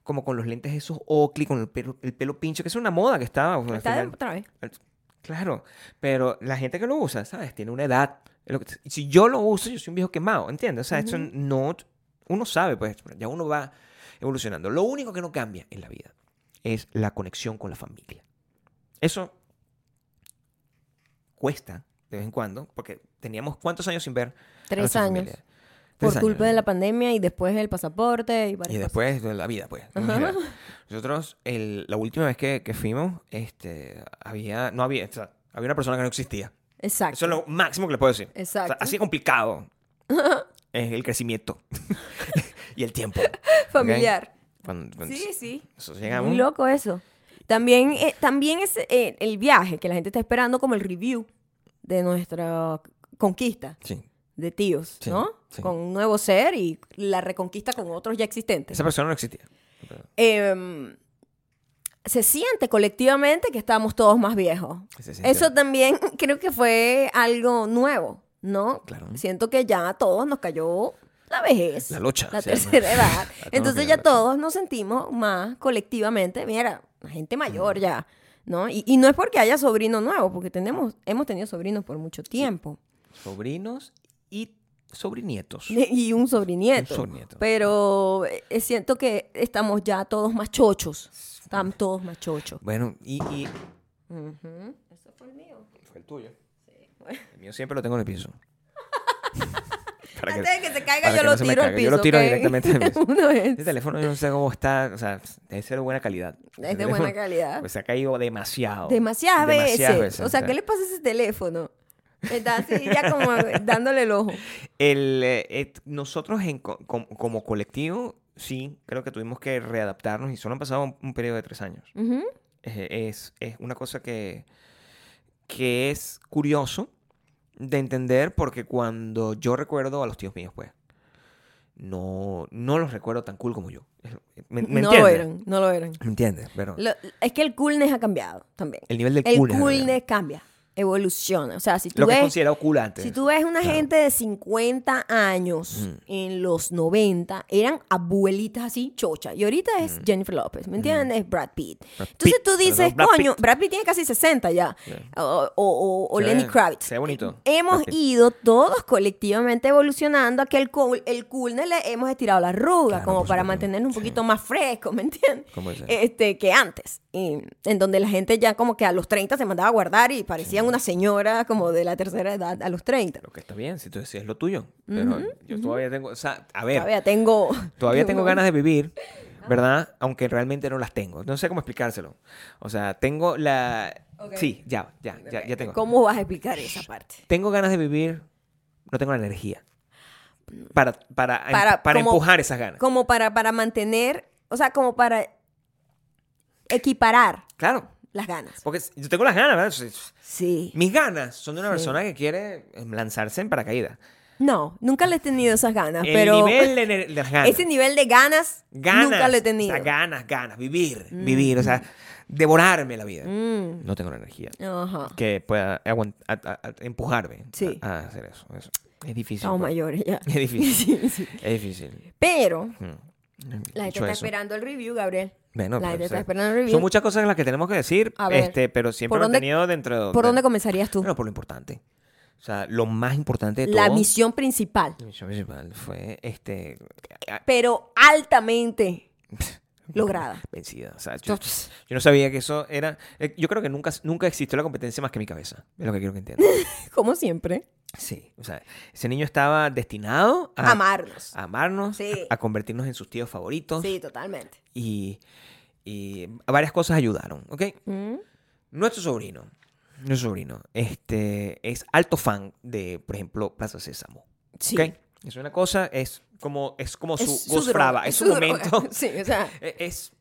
Speaker 2: como con los lentes esos Oakley, con el pelo, el pelo pincho, que es una moda que estaba. o sea, al
Speaker 1: Está de-
Speaker 2: final-
Speaker 1: otra vez.
Speaker 2: Claro, pero la gente que lo usa, ¿sabes? Tiene una edad. Lo que- Si yo lo uso, yo soy un viejo quemado, ¿entiendes? O sea, eso no... Uno sabe, pues, ya uno va evolucionando. Lo único que no cambia en la vida es la conexión con la familia. Eso cuesta de vez en cuando, porque teníamos cuántos años sin ver a
Speaker 1: Tres
Speaker 2: nuestra
Speaker 1: años.
Speaker 2: familia?
Speaker 1: Por
Speaker 2: Tres
Speaker 1: culpa
Speaker 2: años.
Speaker 1: de la pandemia y después el pasaporte y
Speaker 2: Y
Speaker 1: varias cosas.
Speaker 2: después de la vida, pues. en
Speaker 1: Ajá.
Speaker 2: general. Nosotros, el- la última vez que, que fuimos, este, había, no había, o sea, había una persona que no existía.
Speaker 1: Exacto.
Speaker 2: Eso es lo máximo que le puedo decir. O
Speaker 1: Exacto.
Speaker 2: sea, así de complicado es el crecimiento y el tiempo.
Speaker 1: Familiar.
Speaker 2: Cuando- cuando
Speaker 1: Sí, sí.
Speaker 2: nosotros
Speaker 1: Muy
Speaker 2: llegamos.
Speaker 1: loco eso. También, eh, también es eh, el viaje que la gente está esperando como el review de nuestra conquista
Speaker 2: Sí.
Speaker 1: de tíos,
Speaker 2: Sí,
Speaker 1: ¿no?
Speaker 2: sí.
Speaker 1: Con un nuevo ser y la reconquista con otros ya existentes.
Speaker 2: Esa persona no existía.
Speaker 1: Em, se siente colectivamente que estamos todos más viejos.
Speaker 2: Se siente-
Speaker 1: Eso también creo que fue algo nuevo, ¿no?
Speaker 2: Claro.
Speaker 1: Siento que ya a todos nos cayó la vejez.
Speaker 2: La locha,
Speaker 1: La
Speaker 2: se llama.
Speaker 1: tercera edad.
Speaker 2: todos nos
Speaker 1: Entonces ya
Speaker 2: cayó la locha.
Speaker 1: todos nos sentimos más colectivamente, mira, la gente mayor ya, ¿no? Y, y no es porque haya sobrinos nuevos, porque tenemos, hemos tenido sobrinos por mucho tiempo.
Speaker 2: Sobrinos y sobrinietos.
Speaker 1: ¿eh? Y un sobrinieto.
Speaker 2: Un sobrinieto.
Speaker 1: Pero eh, siento que estamos ya todos más chochos. Están todos más chochos.
Speaker 2: Bueno, y, y-
Speaker 1: Ujú. Eso fue el mío.
Speaker 2: Fue el tuyo. El mío siempre lo tengo en el piso. Para que-
Speaker 1: Antes de que se caiga,
Speaker 2: para
Speaker 1: yo
Speaker 2: que
Speaker 1: lo
Speaker 2: no se me
Speaker 1: tiro al
Speaker 2: caiga.
Speaker 1: piso.
Speaker 2: Yo lo tiro
Speaker 1: ¿ok?
Speaker 2: directamente al piso.
Speaker 1: Uno es.
Speaker 2: Este teléfono yo no sé cómo está, o sea, debe ser de buena calidad.
Speaker 1: Es de
Speaker 2: Este
Speaker 1: buena
Speaker 2: teléfono,
Speaker 1: calidad.
Speaker 2: Pues se ha caído demasiado.
Speaker 1: Demasiadas, veces. O sea,
Speaker 2: o
Speaker 1: ¿qué le pasa a ese teléfono? Está así ya como dándole el ojo.
Speaker 2: El, eh, et- nosotros en co- com- como colectivo, sí, creo que tuvimos que readaptarnos y solo han pasado un, un periodo de tres años.
Speaker 1: Ujú.
Speaker 2: Eh, Es, es una cosa que, que es curioso de entender porque cuando yo recuerdo a los tíos míos, pues, no, no los recuerdo tan cool como yo. Es- ¿Me, me
Speaker 1: no lo
Speaker 2: entiendes?
Speaker 1: eran, no lo eran.
Speaker 2: ¿Me entiendes? Pero
Speaker 1: Lo- es que el coolness ha cambiado también.
Speaker 2: el nivel del
Speaker 1: El
Speaker 2: cool es
Speaker 1: coolness,
Speaker 2: la verdad.
Speaker 1: cambia, evoluciona. O sea, si tú
Speaker 2: Lo que es
Speaker 1: ves
Speaker 2: considerado cool antes.
Speaker 1: Si tú ves una
Speaker 2: Claro.
Speaker 1: gente de 50 años en los 90, eran abuelitas así, chocha. Y ahorita es Jennifer López, ¿me entiendes? Es Brad Pitt. Entonces tú
Speaker 2: perdón,
Speaker 1: dices,
Speaker 2: Brad
Speaker 1: coño,
Speaker 2: Pitt.
Speaker 1: Brad Pitt tiene casi 60 ya. O, o- o- o
Speaker 2: Se ve-
Speaker 1: Lenny Kravitz. Em,
Speaker 2: se ve bonito.
Speaker 1: Hemos
Speaker 2: Brad Pitt.
Speaker 1: ido todos colectivamente evolucionando a que el, cool, el coolness le hemos estirado la arruga,
Speaker 2: Claro,
Speaker 1: como
Speaker 2: por
Speaker 1: para
Speaker 2: supuesto.
Speaker 1: mantenernos un
Speaker 2: Sí.
Speaker 1: poquito más frescos, ¿me entiendes?
Speaker 2: Como dicen.
Speaker 1: Este, que antes. Y- en donde la gente ya como que a los 30 se mandaba a guardar y parecían una señora como de la tercera edad a los 30.
Speaker 2: Lo que está bien, si tú decides lo tuyo. Pero yo todavía tengo, o sea, a ver,
Speaker 1: Todavía tengo...
Speaker 2: todavía tengo ganas de vivir,
Speaker 1: Ah.
Speaker 2: ¿verdad? Aunque realmente no las tengo. No sé cómo explicárselo. O sea, tengo la...
Speaker 1: Ok.
Speaker 2: Sí, ya, ya, ya, ya tengo.
Speaker 1: ¿Cómo vas a explicar esa parte?
Speaker 2: Tengo ganas de vivir, no tengo la energía. Para, para, em-
Speaker 1: Mm. Para-
Speaker 2: para,
Speaker 1: como-
Speaker 2: empujar esas ganas.
Speaker 1: Como para, para mantener, o sea, como para equiparar
Speaker 2: Claro.
Speaker 1: las ganas.
Speaker 2: Porque yo tengo las ganas, ¿verdad?
Speaker 1: Sí.
Speaker 2: Mis ganas son de una
Speaker 1: Sí.
Speaker 2: persona que quiere em, lanzarse en paracaídas.
Speaker 1: No, nunca le he tenido esas ganas,
Speaker 2: El
Speaker 1: Ah, pero pues,
Speaker 2: nivel de, ener- de las ganas.
Speaker 1: ese nivel de ganas,
Speaker 2: Ganas.
Speaker 1: nunca lo he
Speaker 2: O
Speaker 1: tenido.
Speaker 2: sea, ganas, ganas. Vivir, vivir. O sea, devorarme la vida.
Speaker 1: Mm,
Speaker 2: No tengo la energía
Speaker 1: Ajá.
Speaker 2: que pueda aguant- a- a- a- empujarme
Speaker 1: Sí.
Speaker 2: a, a hacer eso. Es, es difícil.
Speaker 1: Estamos
Speaker 2: pues.
Speaker 1: mayores ya.
Speaker 2: Es difícil.
Speaker 1: Sí, sí.
Speaker 2: Es difícil.
Speaker 1: Pero
Speaker 2: Mm.
Speaker 1: la gente está
Speaker 2: Dicho eso,
Speaker 1: esperando el review, Gabriel.
Speaker 2: bueno,
Speaker 1: la
Speaker 2: pero,
Speaker 1: gente
Speaker 2: o sea,
Speaker 1: está esperando el review.
Speaker 2: Son muchas cosas las que tenemos que decir,
Speaker 1: A ver,
Speaker 2: este, pero siempre
Speaker 1: ¿por
Speaker 2: lo he
Speaker 1: dónde-
Speaker 2: tenido dentro de...
Speaker 1: ¿Por dónde comenzarías tú?
Speaker 2: Bueno, por lo importante. O sea, lo más importante de todo.
Speaker 1: La misión principal,
Speaker 2: la misión principal fue este.
Speaker 1: pero altamente lograda.
Speaker 2: Vencida. O sea, yo, yo no sabía que eso era. eh, Yo creo que nunca, nunca existió la competencia más que en mi cabeza. Es lo que quiero que entiendas.
Speaker 1: Como siempre,
Speaker 2: Sí. O sea, ese niño estaba destinado a,
Speaker 1: amarnos.
Speaker 2: a amarnos,
Speaker 1: Sí.
Speaker 2: a convertirnos en sus tíos favoritos.
Speaker 1: Sí, totalmente.
Speaker 2: Y, y varias cosas ayudaron, ¿ok?
Speaker 1: Mm.
Speaker 2: Nuestro sobrino, nuestro sobrino, este, es alto fan de, por ejemplo, Plaza Sésamo.
Speaker 1: Sí.
Speaker 2: ¿ok? Es una cosa, es como, es como su,
Speaker 1: su
Speaker 2: Ghost
Speaker 1: droga,
Speaker 2: Brava, es su,
Speaker 1: droga.
Speaker 2: momento.
Speaker 1: Sí, o sea,
Speaker 2: E- es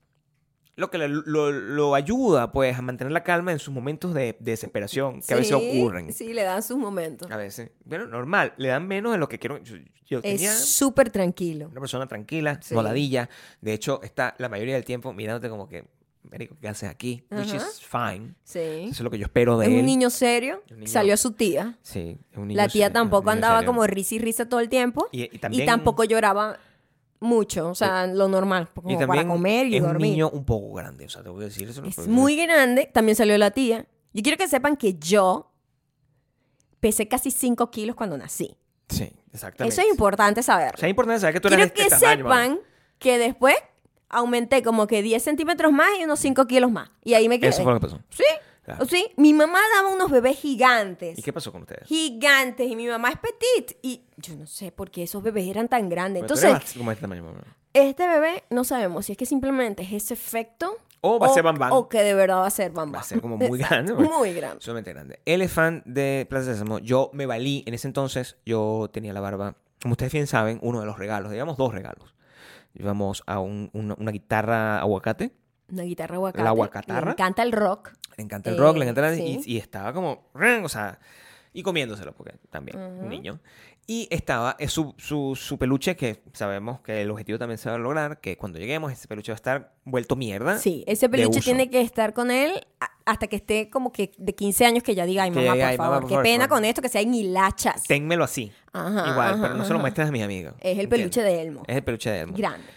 Speaker 2: lo que le- lo, lo ayuda, pues, a mantener la calma en sus momentos de, desesperación que a veces
Speaker 1: sí,
Speaker 2: ocurren.
Speaker 1: Sí, le dan sus momentos.
Speaker 2: A veces. Bueno, normal, le dan menos de lo que quiero. Yo, yo tenía
Speaker 1: Es súper tranquilo.
Speaker 2: una persona tranquila,
Speaker 1: Sí.
Speaker 2: no ladilla. De hecho, está la mayoría del tiempo mirándote como que, marico, ¿qué haces aquí? Which
Speaker 1: Ajá.
Speaker 2: is fine.
Speaker 1: Sí.
Speaker 2: Eso es lo que yo espero de
Speaker 1: Es
Speaker 2: él.
Speaker 1: un niño serio.
Speaker 2: Un niño-
Speaker 1: Salió a su tía.
Speaker 2: Sí, es un niño
Speaker 1: La tía
Speaker 2: serio, un
Speaker 1: tampoco
Speaker 2: niño
Speaker 1: andaba
Speaker 2: serio.
Speaker 1: como risa y risa todo el tiempo.
Speaker 2: Y- y
Speaker 1: Y,
Speaker 2: también-
Speaker 1: tampoco lloraba mucho. O sea, lo normal. Como
Speaker 2: Y también
Speaker 1: para comer y
Speaker 2: es
Speaker 1: dormir.
Speaker 2: un niño un poco grande, o sea, tengo que decir eso. no
Speaker 1: Es
Speaker 2: puedo-
Speaker 1: muy grande. También salió la tía. Yo quiero que sepan que yo pesé casi 5 kilos cuando nací.
Speaker 2: Sí, exactamente.
Speaker 1: Eso es importante saberlo.
Speaker 2: O sea, es importante saber que tú
Speaker 1: quiero
Speaker 2: eres de
Speaker 1: que
Speaker 2: este tamaño,
Speaker 1: sepan
Speaker 2: mami.
Speaker 1: que después aumenté como que 10 centímetros más y unos 5 kilos más. Y ahí me quedé.
Speaker 2: Eso fue lo que pasó.
Speaker 1: Sí.
Speaker 2: Claro.
Speaker 1: Sí. Mi mamá daba unos bebés gigantes.
Speaker 2: ¿Y qué pasó con ustedes?
Speaker 1: Gigantes. Y mi mamá es petit. Y yo no sé por qué esos bebés eran tan grandes.
Speaker 2: Porque tú
Speaker 1: Entonces,
Speaker 2: eres bastante como de este tamaño, mami.
Speaker 1: este bebé no sabemos si es que simplemente es ese efecto.
Speaker 2: O va a ser Bam Bam.
Speaker 1: O que de verdad va a ser bambán.
Speaker 2: Va a ser como muy grande. pues. porque-
Speaker 1: Muy grande.
Speaker 2: Sumamente grande. Él es fan de Plaza Sésamo. Yo me valí en ese entonces. Yo tenía la barba, como ustedes bien saben, uno de los regalos. Digamos dos regalos. Llevamos a un- una, una guitarra aguacate.
Speaker 1: Una guitarra aguacate.
Speaker 2: La aguacatarra.
Speaker 1: Le encanta el rock.
Speaker 2: Le encanta el
Speaker 1: Eh,
Speaker 2: rock, le encanta la...
Speaker 1: sí.
Speaker 2: Y, y estaba como... "Ren", O sea, y comiéndoselo, porque también, un niño. Y estaba eh, su, su, su peluche, que sabemos que el objetivo también se va a lograr, que cuando lleguemos ese peluche va a estar vuelto mierda.
Speaker 1: Sí, ese
Speaker 2: de
Speaker 1: peluche
Speaker 2: uso.
Speaker 1: tiene que estar con él a- hasta que esté como que de 15 años que ya diga, ay
Speaker 2: Que
Speaker 1: mamá, por
Speaker 2: diga, "Ay, mamá,
Speaker 1: favor,
Speaker 2: por
Speaker 1: qué
Speaker 2: favor,
Speaker 1: pena
Speaker 2: por-".
Speaker 1: con esto que sean hilachas.
Speaker 2: Ténmelo así.
Speaker 1: Ajá,
Speaker 2: Igual,
Speaker 1: ajá,
Speaker 2: pero no se lo
Speaker 1: ajá.
Speaker 2: muestres a mis amigos.
Speaker 1: Es el
Speaker 2: ¿entiendes?
Speaker 1: peluche de Elmo.
Speaker 2: Es el peluche de Elmo.
Speaker 1: Grande.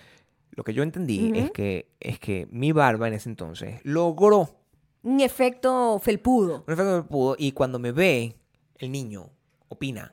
Speaker 2: Lo que yo entendí es, que, es que mi barba en ese entonces logró
Speaker 1: Un efecto felpudo.
Speaker 2: un efecto que pudo y cuando me ve, el niño opina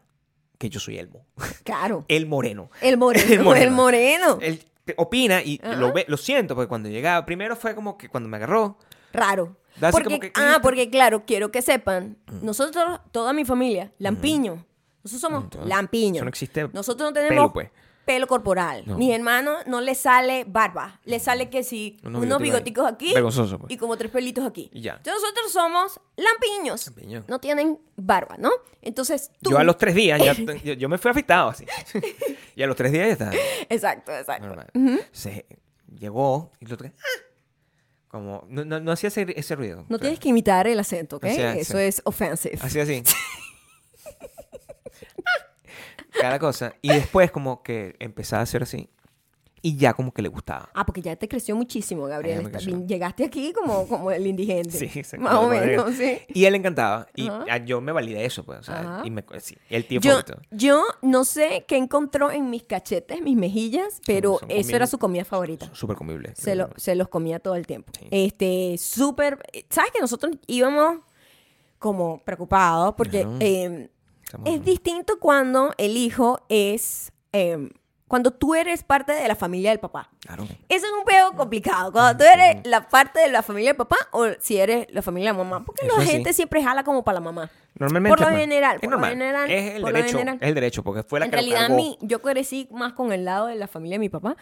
Speaker 2: que yo soy Elmo.
Speaker 1: Claro.
Speaker 2: El moreno.
Speaker 1: El moreno.
Speaker 2: El
Speaker 1: El
Speaker 2: moreno. Eh,
Speaker 1: moreno. Oh.
Speaker 2: Él te- opina y lo, ve, lo siento, porque cuando llegaba, primero fue como que cuando me agarró,
Speaker 1: Raro.
Speaker 2: Da así
Speaker 1: Porque,
Speaker 2: como que- Mm.
Speaker 1: ah, porque claro, quiero que sepan, nosotros, toda mi familia, lampiño. Nosotros somos
Speaker 2: Entonces,
Speaker 1: lampiño.
Speaker 2: eso no existe
Speaker 1: Nosotros no tenemos
Speaker 2: pelo, pues.
Speaker 1: pelo corporal.
Speaker 2: No.
Speaker 1: Mis hermanos no les sale barba. Les sale que sí,
Speaker 2: Unos
Speaker 1: unos,
Speaker 2: bigoticos
Speaker 1: bigoticos
Speaker 2: ahí.
Speaker 1: aquí
Speaker 2: Vergonzoso, pues.
Speaker 1: y como tres pelitos aquí.
Speaker 2: Y ya.
Speaker 1: Entonces nosotros somos lampiños.
Speaker 2: Lampiño.
Speaker 1: No tienen barba, ¿no? Entonces tú...
Speaker 2: yo a los tres días, ya, te- yo, yo me fui afectado así. y a los tres días ya estaba.
Speaker 1: Exacto, exacto.
Speaker 2: normal. Se llegó y lo toqué. "Ah". Como, no, no, no hacía ese, ese ruido.
Speaker 1: No
Speaker 2: O sea,
Speaker 1: tienes que imitar el acento, ¿ok?
Speaker 2: Así es,
Speaker 1: Eso
Speaker 2: sí.
Speaker 1: es offensive.
Speaker 2: Así, así. Cada cosa. Y después como que empezaba a hacer así. Y ya como que le gustaba.
Speaker 1: Ah, porque ya te creció muchísimo, Gabriel.
Speaker 2: Ah, ya me
Speaker 1: Está-
Speaker 2: creció.
Speaker 1: vin- Llegaste aquí como, como el indigente.
Speaker 2: Sí, exacto.
Speaker 1: Más o
Speaker 2: Como de-
Speaker 1: menos, sí.
Speaker 2: Y a él le encantaba. Y ah, yo me validé eso, pues. O sea,
Speaker 1: Ajá.
Speaker 2: y me, sí, el tío
Speaker 1: Yo,
Speaker 2: favorito.
Speaker 1: yo no sé qué encontró en mis cachetes, mis mejillas, pero
Speaker 2: son
Speaker 1: eso
Speaker 2: comidas-
Speaker 1: era su comida favorita.
Speaker 2: Súper comible.
Speaker 1: Se, lo- se los comía todo el tiempo. Este, súper... ¿Sabes que nosotros íbamos como preocupados? Porque
Speaker 2: Claro.
Speaker 1: eh,
Speaker 2: Estamos-
Speaker 1: es distinto cuando el hijo es... eh, cuando tú eres parte de la familia del papá.
Speaker 2: Claro.
Speaker 1: Eso es un
Speaker 2: Mm.
Speaker 1: peo complicado. Cuando tú eres la parte de la familia del papá o si eres la familia de la mamá. Porque
Speaker 2: Eso
Speaker 1: la
Speaker 2: sí.
Speaker 1: gente siempre jala como para la mamá.
Speaker 2: Normalmente.
Speaker 1: Por lo
Speaker 2: pues,
Speaker 1: general,
Speaker 2: Es
Speaker 1: por lo
Speaker 2: normal.
Speaker 1: general,
Speaker 2: es el
Speaker 1: por lo
Speaker 2: derecho.
Speaker 1: general.
Speaker 2: Es el derecho, porque fue la
Speaker 1: en
Speaker 2: que
Speaker 1: realidad,
Speaker 2: lo cargó. ¿Mm?
Speaker 1: mi, yo crecí más con el lado de la familia de mi papá.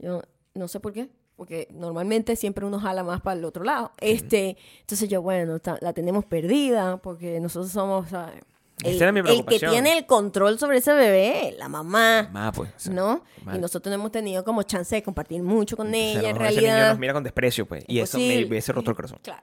Speaker 1: Yo no sé por qué. Porque normalmente siempre uno jala más para el otro lado. Este, entonces yo, bueno, ta- la tenemos perdida porque nosotros somos... ¿sabes?
Speaker 2: Esa
Speaker 1: El,
Speaker 2: era mi
Speaker 1: el que
Speaker 2: preocupación.
Speaker 1: tiene el control sobre ese bebé, la mamá.
Speaker 2: Mamá, pues. o sea,
Speaker 1: ¿No?
Speaker 2: mal.
Speaker 1: Y nosotros no hemos tenido como chance de compartir mucho con
Speaker 2: O sea, a lo
Speaker 1: ella, en
Speaker 2: mejor Ese niño
Speaker 1: realidad.
Speaker 2: nos mira con desprecio, pues. Y eso me
Speaker 1: Imposible.
Speaker 2: hubiese roto el corazón.
Speaker 1: Claro.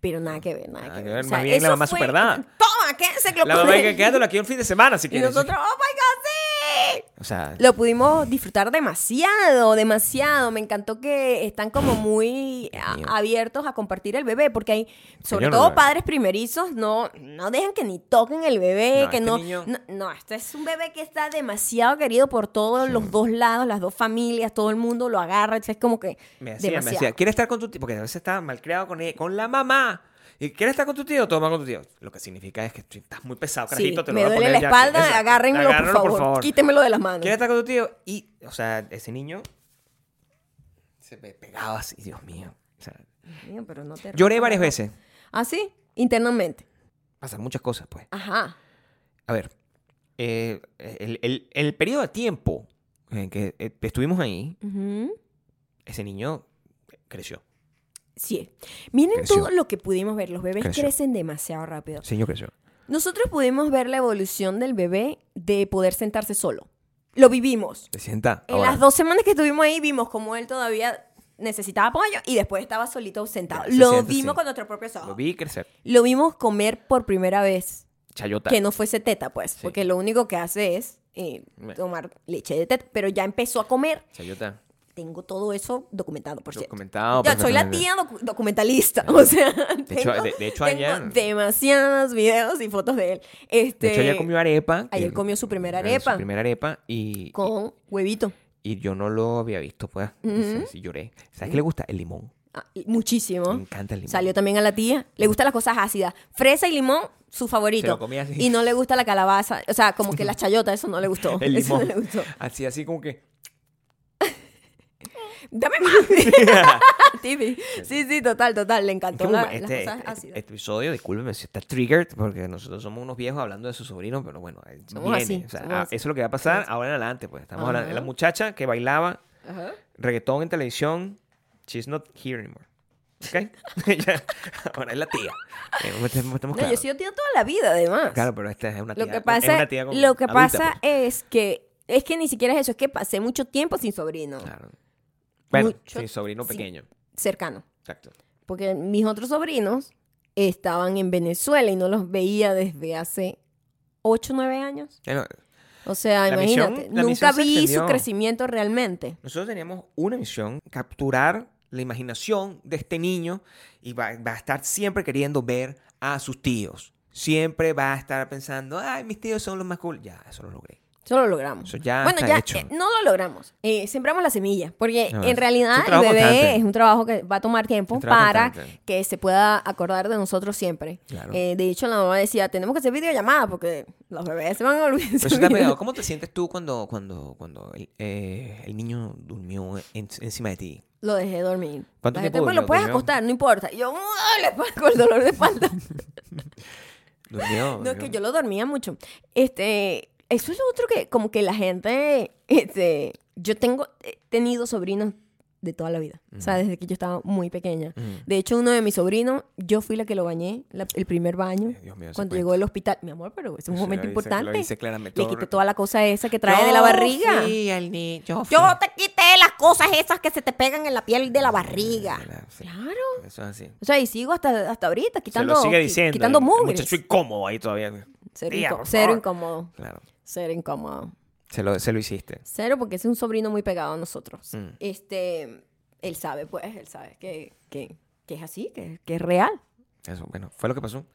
Speaker 1: Pero nada que ver, nada, que ver.
Speaker 2: Más bien la
Speaker 1: eso
Speaker 2: mamá
Speaker 1: fue-
Speaker 2: superdada.
Speaker 1: Toma, quédense que lo
Speaker 2: La mamá
Speaker 1: pudimos-
Speaker 2: que quedándolo aquí un fin de semana, si
Speaker 1: Y
Speaker 2: quieres.
Speaker 1: nosotros, oh my God, sí.
Speaker 2: O sea,
Speaker 1: Lo pudimos disfrutar demasiado, demasiado. Me encantó que están como muy a-
Speaker 2: Mm. mío.
Speaker 1: abiertos a compartir el bebé, porque hay, sobre
Speaker 2: yo no
Speaker 1: todo
Speaker 2: lo-
Speaker 1: padres primerizos, no, no dejan que ni toquen el bebé,
Speaker 2: No,
Speaker 1: que
Speaker 2: este
Speaker 1: no,
Speaker 2: niño-
Speaker 1: no. no, este es un bebé que está demasiado querido por todos los dos lados, las dos familias, todo el mundo lo agarra, es como que
Speaker 2: me hacía, me
Speaker 1: demasiado.
Speaker 2: hacía. ¿Quieres estar e-, con tu tío? Porque a veces estaba malcriado con, ella- con la mamá. ¿Y quieres estar con tu tío? Toma con tu tío. Lo que significa es que tú estás muy pesado,
Speaker 1: Sí,
Speaker 2: carajito, te
Speaker 1: me
Speaker 2: lo voy a
Speaker 1: duele
Speaker 2: poner
Speaker 1: la
Speaker 2: ya.
Speaker 1: espalda,
Speaker 2: Eso,
Speaker 1: agárrenmelo, por, favor. Quítemelo de las manos.
Speaker 2: ¿Quieres estar con tu tío? Y, o sea, ese niño se me pegaba así, Dios mío. O sea,
Speaker 1: Mira, pero no te
Speaker 2: lloré
Speaker 1: rompas
Speaker 2: varias
Speaker 1: la-
Speaker 2: veces.
Speaker 1: ¿Ah, sí? Internamente.
Speaker 2: Pasan muchas cosas, pues.
Speaker 1: Ajá.
Speaker 2: A ver, eh, el, el- el periodo de tiempo en que eh, estuvimos ahí,
Speaker 1: Ujú.
Speaker 2: ese niño creció.
Speaker 1: Sí. Miren
Speaker 2: Creció.
Speaker 1: todo lo que pudimos ver. Los bebés
Speaker 2: Creció.
Speaker 1: crecen demasiado rápido.
Speaker 2: Ese niño creció.
Speaker 1: Nosotros pudimos ver la evolución del bebé de poder sentarse solo. Lo vivimos.
Speaker 2: Se sienta.
Speaker 1: En
Speaker 2: ahora.
Speaker 1: las dos semanas que estuvimos ahí vimos cómo él todavía necesitaba apoyo y después estaba solito sentado.
Speaker 2: Ya, se
Speaker 1: Lo
Speaker 2: siente,
Speaker 1: vimos
Speaker 2: sí.
Speaker 1: con nuestros propios ojos.
Speaker 2: Lo vi crecer.
Speaker 1: Lo vimos comer por primera vez.
Speaker 2: Chayota.
Speaker 1: Que no fuese teta, pues. Porque lo único que hace es eh,
Speaker 2: Me-
Speaker 1: tomar leche de teta. Pero ya empezó a comer.
Speaker 2: Chayota.
Speaker 1: Tengo todo eso documentado, por cierto.
Speaker 2: Documentado.
Speaker 1: Ya, soy la
Speaker 2: perfectamente.
Speaker 1: tía docu- documentalista. O sea,
Speaker 2: De hecho, de- de hecho,
Speaker 1: tengo
Speaker 2: ayer-
Speaker 1: demasiados videos y fotos de él. Este,
Speaker 2: De hecho, ayer comió arepa. que-
Speaker 1: ayer comió su primera
Speaker 2: eh,
Speaker 1: arepa.
Speaker 2: Su primera arepa y,
Speaker 1: Con huevito.
Speaker 2: y yo no lo había visto, pues. Y se- sí, lloré. ¿Sabes qué le gusta? El limón.
Speaker 1: Ah, y muchísimo.
Speaker 2: Me encanta el limón.
Speaker 1: Salió también a la tía. Le gustan las cosas ácidas. Fresa y limón, su favorito.
Speaker 2: Se lo comía así.
Speaker 1: Y no le gusta la calabaza. O sea, como que la chayota, eso no le gustó.
Speaker 2: El
Speaker 1: Eso no
Speaker 2: limón.
Speaker 1: le gustó.
Speaker 2: Así, así como que.
Speaker 1: Dame más. Tipi. Sí, sí, total, total. Le
Speaker 2: Es
Speaker 1: encantó
Speaker 2: que
Speaker 1: la-
Speaker 2: este,
Speaker 1: las cosas
Speaker 2: este-
Speaker 1: ácidas.
Speaker 2: este episodio, discúlpeme si está triggered, porque nosotros somos unos viejos hablando de su sobrino, pero bueno, eh,
Speaker 1: Somos
Speaker 2: viene,
Speaker 1: así,
Speaker 2: o sea,
Speaker 1: somos
Speaker 2: ah,
Speaker 1: así.
Speaker 2: eso es lo que va a pasar ahora en adelante, pues. Estamos hablando de la
Speaker 1: Ajá.
Speaker 2: muchacha que bailaba
Speaker 1: Ajá.
Speaker 2: reggaetón en televisión, she's not here anymore. ¿Ok? Ya, ahora es la tía. Eh, estamos- estamos
Speaker 1: No, yo he
Speaker 2: claros.
Speaker 1: sido tía toda la vida, además.
Speaker 2: Claro, pero esta es una tía.
Speaker 1: Lo que
Speaker 2: es
Speaker 1: pasa,
Speaker 2: una tía con-
Speaker 1: lo que
Speaker 2: adulta, pues.
Speaker 1: pasa es que es que ni siquiera es eso, es que pasé mucho tiempo sin sobrino
Speaker 2: pues. Claro. Bueno,
Speaker 1: Mucho-
Speaker 2: sí, sobrino
Speaker 1: sí.
Speaker 2: pequeño.
Speaker 1: cercano,
Speaker 2: Exacto.
Speaker 1: porque mis otros sobrinos estaban en Venezuela y no los veía desde hace 8 9 años.
Speaker 2: Bueno,
Speaker 1: O sea,
Speaker 2: La
Speaker 1: imagínate,
Speaker 2: misión- la
Speaker 1: nunca
Speaker 2: misión se
Speaker 1: vi su
Speaker 2: extendió.
Speaker 1: crecimiento realmente.
Speaker 2: Nosotros teníamos una misión, capturar la imaginación de este niño y va, va a estar siempre queriendo ver a sus tíos. Siempre va a estar pensando, ay, mis tíos son los más cool. Ya, eso lo logré.
Speaker 1: Eso lo logramos.
Speaker 2: Eso ya
Speaker 1: bueno,
Speaker 2: está
Speaker 1: ya
Speaker 2: hecho.
Speaker 1: eh, no lo logramos. Eh, sembramos la semilla, porque
Speaker 2: No, es-
Speaker 1: en realidad
Speaker 2: es un
Speaker 1: el
Speaker 2: trabajo
Speaker 1: bebé
Speaker 2: constante.
Speaker 1: es un trabajo que va a tomar tiempo
Speaker 2: Un trabajo
Speaker 1: para
Speaker 2: constante.
Speaker 1: que se pueda acordar de nosotros siempre.
Speaker 2: Claro.
Speaker 1: Eh, de hecho, la mamá decía, tenemos que hacer videollamada porque los bebés se van a olvidar.
Speaker 2: Pero eso está pegado. ¿Cómo te sientes tú cuando, cuando, cuando el, eh, el niño durmió en- encima de ti?
Speaker 1: Lo dejé dormir.
Speaker 2: ¿Cuánto
Speaker 1: La gente,
Speaker 2: tiempo
Speaker 1: "Pues, lo
Speaker 2: durmió-
Speaker 1: puedes
Speaker 2: durmió?
Speaker 1: acostar, no importa. Y yo, "Ah, le pongo el dolor de espalda.
Speaker 2: Durmió.
Speaker 1: No, es que
Speaker 2: durmió.
Speaker 1: yo lo dormía mucho. Este, eso es lo otro que, como que la gente, este, yo tengo, he tenido sobrinos de toda la vida. O sea, desde que yo estaba muy pequeña.
Speaker 2: Ujú.
Speaker 1: De hecho, uno de mis sobrinos, yo fui la que lo bañé, la- el primer baño.
Speaker 2: Eh, Dios mío, ese
Speaker 1: cuando
Speaker 2: cuento.
Speaker 1: llegó al hospital. Mi amor, pero es un
Speaker 2: Sí,
Speaker 1: momento
Speaker 2: lo dice-
Speaker 1: importante.
Speaker 2: lo dice claramente.
Speaker 1: Le
Speaker 2: Todo-
Speaker 1: quité toda la cosa esa que trae de la barriga.
Speaker 2: Sí, al niño. Yo,
Speaker 1: Yo
Speaker 2: fui.
Speaker 1: te quité las cosas esas que se te pegan en la piel de la barriga.
Speaker 2: Sí,
Speaker 1: Claro.
Speaker 2: Eso es así.
Speaker 1: O sea, y sigo hasta, hasta ahorita
Speaker 2: Se
Speaker 1: quitando,
Speaker 2: lo sigue
Speaker 1: qui-
Speaker 2: diciendo.
Speaker 1: quitando
Speaker 2: el
Speaker 1: mugres.
Speaker 2: Muchacho incómodo ahí todavía.
Speaker 1: Cero,
Speaker 2: Tía,
Speaker 1: inco-
Speaker 2: por
Speaker 1: cero
Speaker 2: favor.
Speaker 1: incómodo.
Speaker 2: Claro.
Speaker 1: Cero incómodo.
Speaker 2: Se lo, se lo hiciste.
Speaker 1: Cero porque es un sobrino muy pegado a nosotros.
Speaker 2: Mm.
Speaker 1: Este, él sabe, pues, él sabe que, que, que es así, que, que es real.
Speaker 2: Eso, bueno, fue lo que pasó.